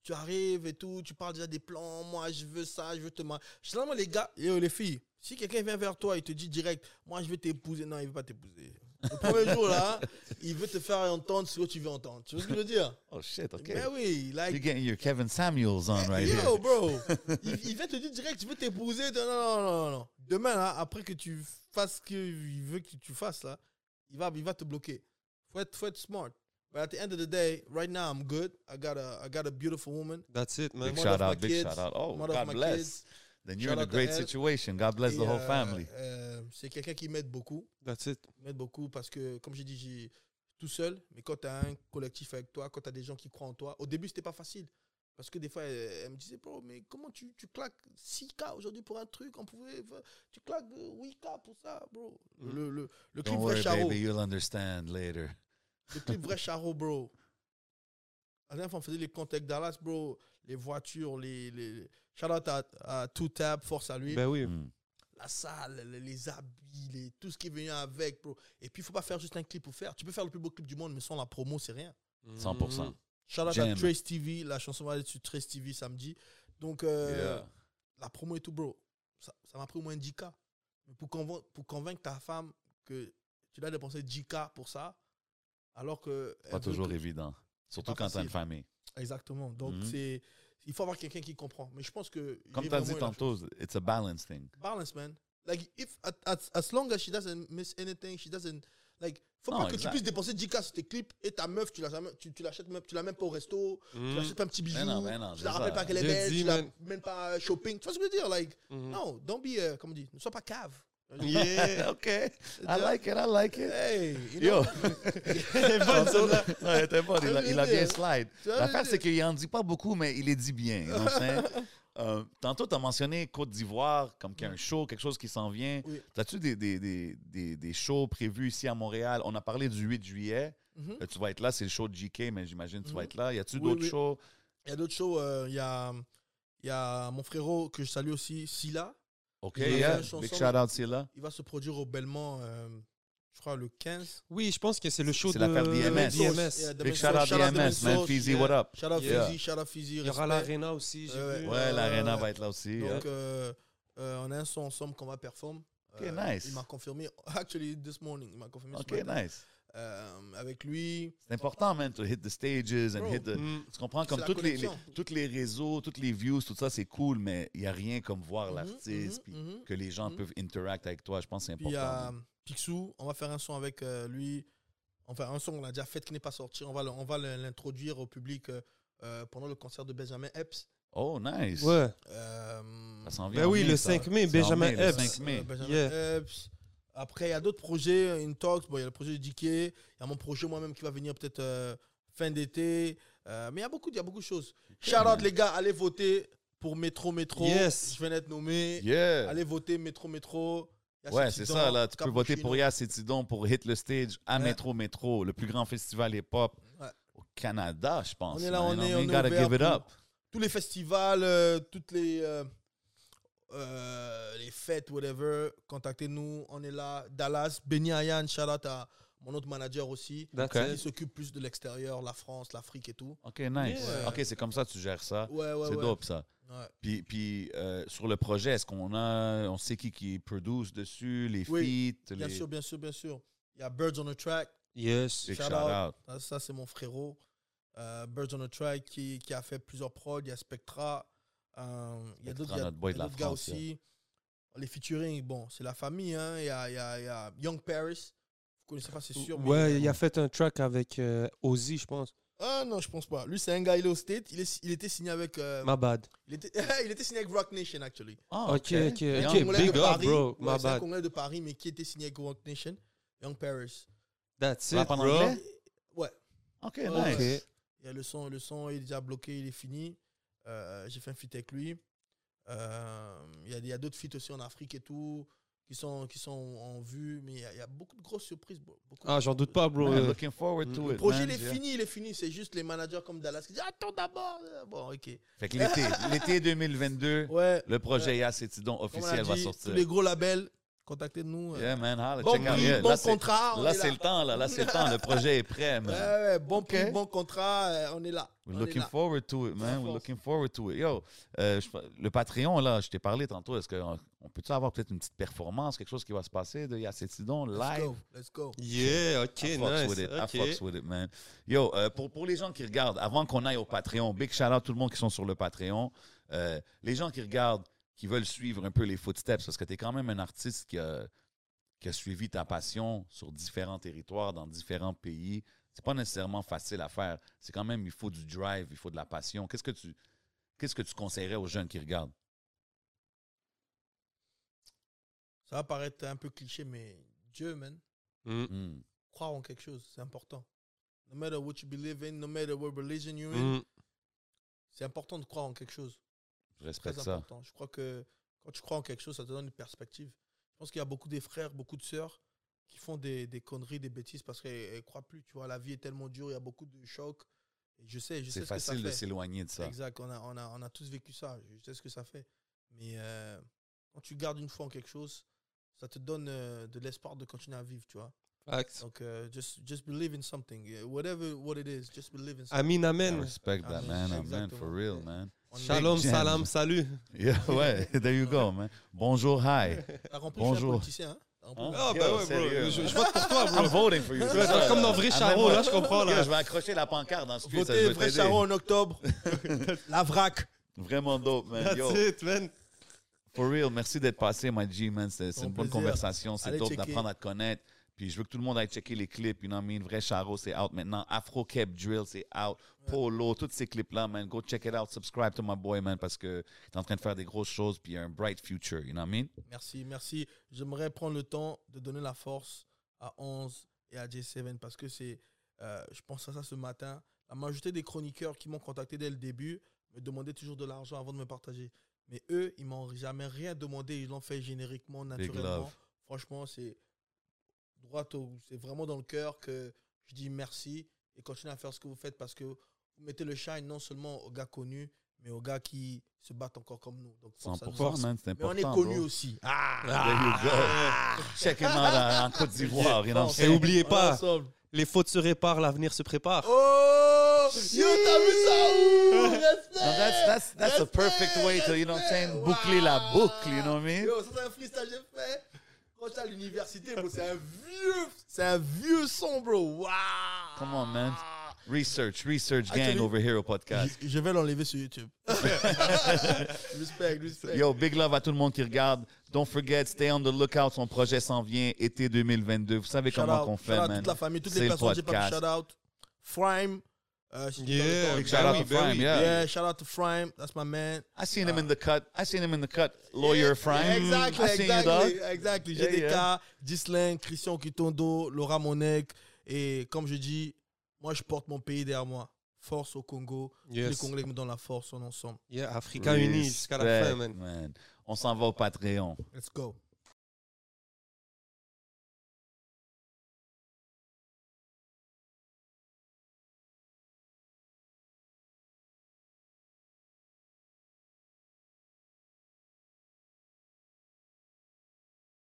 E: Tu arrives et tout, tu parles déjà des plans. Moi, je veux ça, je veux te marier. Généralement, les gars et euh, les filles, si quelqu'un vient vers toi, il te dit direct, moi, je veux t'épouser. Non, il veut pas t'épouser. Le premier jour, là, il veut te faire entendre ce que tu veux entendre. Tu vois ce que je veux dire?
D: Oh shit, OK.
E: Mais oui,
D: You're
E: like,
D: getting your Kevin Samuels on right here. (laughs)
E: yo, bro, il, il vient te dire direct, je veux t'épouser. Non, non, non, non, non. Demain, là, après que tu fasses ce qu'il veut que tu fasses, là, il va, il va te bloquer. Faut être, faut être smart. But at the end of the day, right now, I'm good. I got a, I got a beautiful woman.
C: That's it, man.
D: Big
E: Mother
D: shout
E: of my
D: out, big
E: kids,
D: shout out. Oh,
E: mother of
D: God
E: my
D: bless.
E: kids.
D: Then you're
E: Shout
D: in a
E: out to
D: great
E: Elle.
D: situation. God bless the
E: Et,
D: whole
E: euh,
D: family.
E: euh, c'est quelqu'un qui m'aide beaucoup.
C: That's it.
E: qui m'aide beaucoup parce que, comme j'ai dit, j'ai tout seul. Mais quand tu as un collectif avec toi, quand tu as des gens qui croient en toi, au début, c'était pas facile. Parce que des fois, elle, elle me disait, bro, mais comment tu, tu claques 6K aujourd'hui pour un truc On pouvait. Tu claques euh, 8K pour ça, bro. Le, le, le clip
D: Mm. Don't
E: Vrai
D: worry,
E: Charo.
D: baby, you'll understand later.
E: Le clip Vrai Charo, bro. La dernière fois, on faisait les contacts Dallas, bro. Les voitures, les. les... Shout out à, à Two Tap, force à lui.
C: Ben oui.
D: Mm.
E: la salle, le- les habits, les- tout ce qui est venu avec, bro. Et puis, il faut pas faire juste un clip pour faire. Tu peux faire le plus beau clip du monde, mais sans la promo, c'est rien.
C: Hmm.
D: 100%.
E: Shout out à
D: J'aime.
E: Trace TV, la chanson va être sur Trace TV samedi. Donc, euh,
D: Yeah.
E: la promo et tout, bro, ça ça m'a pris au moins 10K. Mais pour, convain- pour convaincre ta femme que tu dois dépenser 10K pour ça, alors que. elle
D: Pas
E: veut
D: toujours
E: que-
D: évident. Surtout
E: pas
D: quand t'as une
E: facile.
D: famille.
E: Exactement. Donc,
D: Mhm.
E: c'est. Il faut avoir quelqu'un qui comprend. Mais je pense que. il
D: Comme
E: est
D: t'as
E: vraiment
D: dit
E: une influence.
D: tantôt, it's a balance
E: (laughs)
D: thing.
E: balance, man. Like if at, at- as long as she doesn't miss anything, she doesn't like. Faut
D: Non,
E: pas que
D: exact.
E: tu puisses dépenser 10K sur tes clips et ta meuf, tu l'as jamais, tu, tu l'achètes même, tu l'as même pas au resto,
C: Mm-hmm.
E: tu l'achètes pas un petit bijou,
D: Hmm. Mais non, mais non,
E: tu
D: c'est
E: la rappelles
D: ça.
E: pas qu'elle est
C: Je
E: belle,
C: dis,
E: tu la
C: man.
E: même pas euh, shopping. Tu vois ce que je veux dire, like
C: Mhm.
E: non, don't be, euh, comment on dit, ne sois pas cave.
D: Hmm. (laughs) Yeah, okay. I like it, I like it.
E: Hey, you know,
D: Yo! (laughs) Tantôt, là, non, elle était bonne, il, a, il a bien slide.
E: Ça veut
D: L'affaire,
E: dire.
D: c'est qu'il n'en dit pas beaucoup, mais il les dit bien. you know what I'm saying?
E: (laughs)
D: Euh, tantôt, tu as mentionné Côte d'Ivoire, comme qu'il y a un show, quelque chose qui s'en vient.
E: Mm. Oui.
D: As-tu des, des, des, des, des shows prévus ici à Montréal? On a parlé du 8 juillet.
E: Mhm.
D: Euh, tu vas être là, c'est le show de JK, mais j'imagine que tu vas
E: Mhm.
D: être là. Y a-tu
E: Oui,
D: d'autres
E: oui.
D: shows?
E: il y a d'autres shows, euh, il y a, il y a mon frérot que je salue aussi, Silla,
D: OK,
E: Il y a
D: yeah.
E: une chanson.
D: Big shout out, c'est là.
E: il va se produire au Belmont, euh, je crois le 15.
C: Oui, je pense que c'est le show
D: C'est
C: de
D: l'affaire DMS.
E: Yeah,
D: Big
E: Demensos,
D: shout out DMS, man.
E: Demensos,
D: Fizzy,
E: yeah.
D: what up?
E: Shout out
D: Yeah.
E: Fizzy, shout out Fizzy.
C: Il y aura
E: respect.
C: l'Arena aussi, j'ai
E: Ouais,
C: vu.
D: Ouais, l'Arena
E: ouais.
D: va être là aussi. yeah.
E: euh, Donc, euh, euh, on a un son ensemble qu'on va performer.
D: Ok, nice.
E: Il m'a confirmé, (laughs) actually, this morning, il m'a confirmé ce
D: OK,
E: matin.
D: nice.
E: Euh, avec lui.
D: C'est important, man, to hit the stages and
E: Bro.
D: hit the...
C: Mm.
D: Tu comprends?
E: C'est
D: Comme
E: la
D: toutes les, les,
E: connexion.
D: toutes les réseaux, toutes les views, tout ça, c'est cool, mais il n'y a rien comme voir l'artiste,
E: mhm,
D: puis
E: mhm.
D: que les gens
E: mhm.
D: peuvent interact avec toi. Je pense que c'est
E: Puis il y a
D: important.
E: euh, Picsou, on va faire un son avec euh, lui. Enfin, un son qu'on a déjà fait qui n'est pas sorti. On va le- on va le- l'introduire au public euh, euh, pendant le concert de Benjamin Epps.
D: Oh, nice.
C: Ouais.
E: Euh,
D: Ça s'en vient.
C: Ben
D: en
C: oui,
D: mai,
C: le
D: ça.
C: 5 mai,
D: C'est en
C: Benjamin
D: mai, le
C: Epps.
D: 5 mai.
E: Euh, Benjamin
C: Yeah.
E: Epps. Après, il y a d'autres projets, euh, Intox. Bon, il y a le projet de DK. Il y a mon projet moi-même qui va venir peut-être euh, fin d'été. Euh, mais il y, a beaucoup, il y a beaucoup de choses. Shout out, les gars, allez voter pour Métro Métro.
C: Yes.
E: Je viens d'être nommé.
D: Yeah.
E: ben, Allez voter Métro Métro. Il y a
D: Ouais, c'est
E: Citizen,
D: ça, là. Tu peux
E: Cappuccino.
D: voter pour Yass et Tidon pour hit le stage à
E: Ouais.
D: Metro Metro, le plus grand festival hip-hop
E: Ouais.
D: au Canada, je pense.
E: On est là, on est-
D: on
E: on est
D: gotta
E: ouvert
D: give it
E: pour-
D: up.
E: Tous les festivals, euh, toutes les, euh, euh, les fêtes, whatever. Contactez-nous. On est là. Dallas, Benny Ayan, shout out à mon autre manager aussi.
C: That's
D: Ok.
E: Il
C: it.
E: s'occupe plus de l'extérieur, la France, l'Afrique et tout.
D: OK, nice.
E: Yeah.
D: OK, c'est comme ça que tu gères ça.
E: Ouais, ouais,
D: Ah, c'est
E: ouais.
D: dope, ça.
E: Ouais.
D: Puis, puis euh, sur le projet, est-ce qu'on a, on sait qui qui produce dessus, les
E: Oui,
D: feats,
E: Bien
D: les
E: sûr, bien sûr, bien sûr. Il y a Birds on the Track. Ah,
C: Yes.
D: les
E: Shout
D: shout
E: out.
D: out.
E: Ça, ça, c'est mon frérot. euh, Birds on a Track qui, qui a fait plusieurs prods. Il y a Spectra. euh, il y a d'autres
D: Spectra,
E: il y a-
D: notre boy
E: il y
D: de
E: a
D: la
E: d'autres gars
D: France,
E: aussi. Les featuring, bon, c'est la famille. hein. Il y, a, il y a- il y a Young Paris. Vous connaissez pas, c'est sûr. mais- euh,
C: Ouais, il a fait un track avec euh, Ozzy, je pense.
E: Ah non, je pense pas. Lui, c'est un gars, il est au State. Il, est- il était signé avec. euh,
C: My bad.
E: il, était, (laughs) il était signé avec Rock Nation, actually.
D: Ah,
C: Ok, ok,
E: C'est un
C: ok.
E: Congolais
C: Big
E: de
C: up,
E: Paris.
C: bro.
E: Ouais,
C: My
E: c'est un
C: bad.
E: Congolais de Paris, mais qui était signé avec Rock Nation. Young Paris.
C: That's it,
D: Rap en
C: bro.
D: anglais?
E: Ouais.
D: Ok,
E: Ouais.
D: nice.
C: Ok.
E: Il y a le son, le son il est déjà bloqué, il est fini. Euh, J'ai fait un feat avec lui. Euh, Il y a- il y a, d'autres feats aussi en Afrique et tout qui sont, qui sont en vue, mais il y, a- il y a beaucoup de grosses surprises. bro. Beaucoup de
C: Ah, j'en doute pas, bro.
D: Man,
C: Euh,
D: looking forward to it.
E: Le projet,
D: man,
E: il est
D: yeah.
E: fini, il est fini. C'est juste les managers comme Dallas qui disent Attends d'abord. Bon,
D: (laughs)
E: ok.
D: Fait que l'été, l'été 2022,
E: Ouais,
D: le projet E Yass et Tidon
E: comme on a
D: officiel va
E: dit, tous les
D: sortir.
E: gros labels, contactez-nous. euh,
D: Yeah, man, holla,
E: Bon
D: check out.
E: prix,
D: Yeah,
E: bon
D: Là, c'est-
E: contrat. on
D: là,
E: est
D: c'est le temps, là. Là, c'est le temps. Le projet est prêt,
E: Ouais,
D: man.
E: ouais, bon
D: Ok.
E: prix, bon contrat, euh, on est là.
D: We're
E: on est
D: looking
E: là.
D: forward to it, man.
E: Sans
D: We're
E: force.
D: looking forward to it. Yo, euh, je- le Patreon, là, je t'ai parlé tantôt. Est-ce qu'on on peut-tu avoir peut-être une petite performance, quelque chose qui va se passer de E Yacetidon
E: Let's
D: live?
E: go, let's go.
C: Yeah, ok,
D: I fucks
C: nice.
D: with it. I
C: ok.
D: fucks with it, man. Yo, euh, pour, pour les gens qui regardent, avant qu'on aille au Patreon, big shout out à tout le monde qui sont sur le Patreon. Euh, les gens qui regardent, qui veulent suivre un peu les footsteps, parce que tu es quand même un artiste qui a, qui a suivi ta passion sur différents territoires, dans différents pays. C'est pas nécessairement facile à faire. C'est quand même, il faut du drive, il faut de la passion. Qu'est-ce que tu, qu'est-ce que tu conseillerais aux jeunes qui regardent?
E: Ça va paraître un peu cliché, mais Dieu, man,
C: Mm.
D: Hmm.
E: croire en quelque chose, c'est important. No matter what you believe in, no matter what religion you're in,
C: Mm.
E: c'est important de croire en quelque chose.
D: Je
E: Très
D: respecte ça.
E: important. Je crois que quand tu crois en quelque chose, ça te donne une perspective. Je pense qu'il y a beaucoup des frères, beaucoup de sœurs qui font des, des conneries, des bêtises parce qu'elles ne croient plus. Tu vois, la vie est tellement dure, il y a beaucoup de chocs. Et je sais, je sais
D: C'est
E: ce que ça
D: facile de
E: fait.
D: s'éloigner de ça.
E: Exact, on a, on, a, on a tous vécu ça, je sais ce que ça fait. Mais euh, quand tu gardes une foi en quelque chose, ça te donne euh, de l'espoir de continuer à vivre, tu vois.
C: Facts.
E: Donc, euh, just, just believe in something. Yeah, Whatever what it is, just believe in something.
C: Amin,
D: I
C: amen.
D: respect that,
E: Amen.
D: man. Amen, for
E: Ah, Exactement.
D: real, man.
E: On est-
C: Shalom,
D: Jam.
C: salam, salut.
D: (laughs) Yeah, ouais, there you go, man. Bonjour, hi.
E: T'as compris, je suis un
D: Bonjour.
E: politicien. hein T'as
C: Ah,
E: compris
D: Hein? Yo, sérieux.
C: ben Je, je vote pour toi,
D: I'm
C: bro.
D: voting for you.
C: Ouais, t'es comme dans Vrai Charo, là, je comprends, là.
D: Yo, Je vais accrocher la pancarte dans le street, ça, je
E: Votez
D: vais
E: vrai
D: t'aider.
E: Charon
D: (laughs)
E: en octobre. la vrac.
D: Vraiment dope, man. Yo,
C: That's it, man.
D: for real, merci d'être passé, my G, man. C'est c'est
E: Ton
D: une bonne
E: plaisir.
D: conversation. C'est
E: Allez
D: dope
E: checker.
D: d'apprendre à te connaître. Puis je veux que tout le monde aille checker les clips. You know what I mean? Vrai Charo, c'est out maintenant. Afro Cap Drill, c'est out. Polo, tous ces clips-là, man. Go check it out. Subscribe to my boy, man, parce que t'es en train de faire des grosses choses. Puis il y a un bright future. You know what I mean?
E: Merci, merci. J'aimerais prendre le temps de donner la force à 11 et à J7 parce que c'est, euh, je pense à ça ce matin. La majorité des chroniqueurs qui m'ont contacté dès le début me demandaient toujours de l'argent avant de me partager. Mais eux, ils m'ont jamais rien demandé. Ils l'ont fait génériquement,
D: Big
E: naturellement.
D: love.
E: Franchement, c'est droit au, c'est vraiment dans le cœur que je dis merci et continuez à faire ce que vous faites parce que vous mettez le shine non seulement aux gars connus, mais aux gars qui se battent encore comme nous. Donc, force à nous.
D: 100%, man. C'est
E: Mais on
D: important.
E: est connus
D: bro.
E: aussi. Ah,
D: There you go. Ah. Check him out en, en
E: (laughs)
D: Côte d'Ivoire. You know what I'm
C: Et
D: saying?
C: oubliez
E: on est
C: pas,
E: ensemble.
C: les fautes se réparent, l'avenir se prépare.
E: Oh, yo, t'as vu ça ouh, respect.
D: No, that's that's that's a perfect way to you know what I'm saying boucler la boucle you know what I mean
E: Yo, ça c'est un freestyle que j'ai fait. Quand j'étais à l'université, bro, c'est un vieux, c'est un vieux son, bro. Waouh.
D: come on man
E: Ah.
D: research research gang
E: Actually-
D: over here au podcast
E: Je, je vais l'enlever sur YouTube. (laughs) respect, respect.
D: yo big love à tout le monde qui regarde don't forget stay on the lookout son projet s'en vient été 2022 vous savez
E: Shout
D: comment
E: out,
D: qu'on
E: shout out
D: fait
E: à
D: man
E: toute la famille, toutes
D: C'est
E: les
D: le
E: personnes, j'ai pas
D: podcast.
E: mis shout out. Frime. Euh, si tu parles
C: Yeah,
E: encore,
D: big shout out
C: Ben oui,
D: to
C: ben
D: Prime
C: oui.
E: Yeah.
D: yeah.
E: shout out to Frime. That's my man.
D: I seen him in the cut I seen him in the cut lawyer Frank
E: Ah. Exactly,
D: I seen you dog
E: exactly, exactly.
D: Yeah,
E: GDK,
D: yeah.
E: Ghislain, Christian Kitondo, Laura Monek. Et comme je dis, moi, je porte mon pays derrière moi. Force au Congo. Les
C: Yes.
E: Congolais me donnent la force, on est ensemble.
C: Yeah, Africa unis jusqu'à la fin,
D: Respect,
C: man.
D: man on s'en va au Patreon
E: Let's go.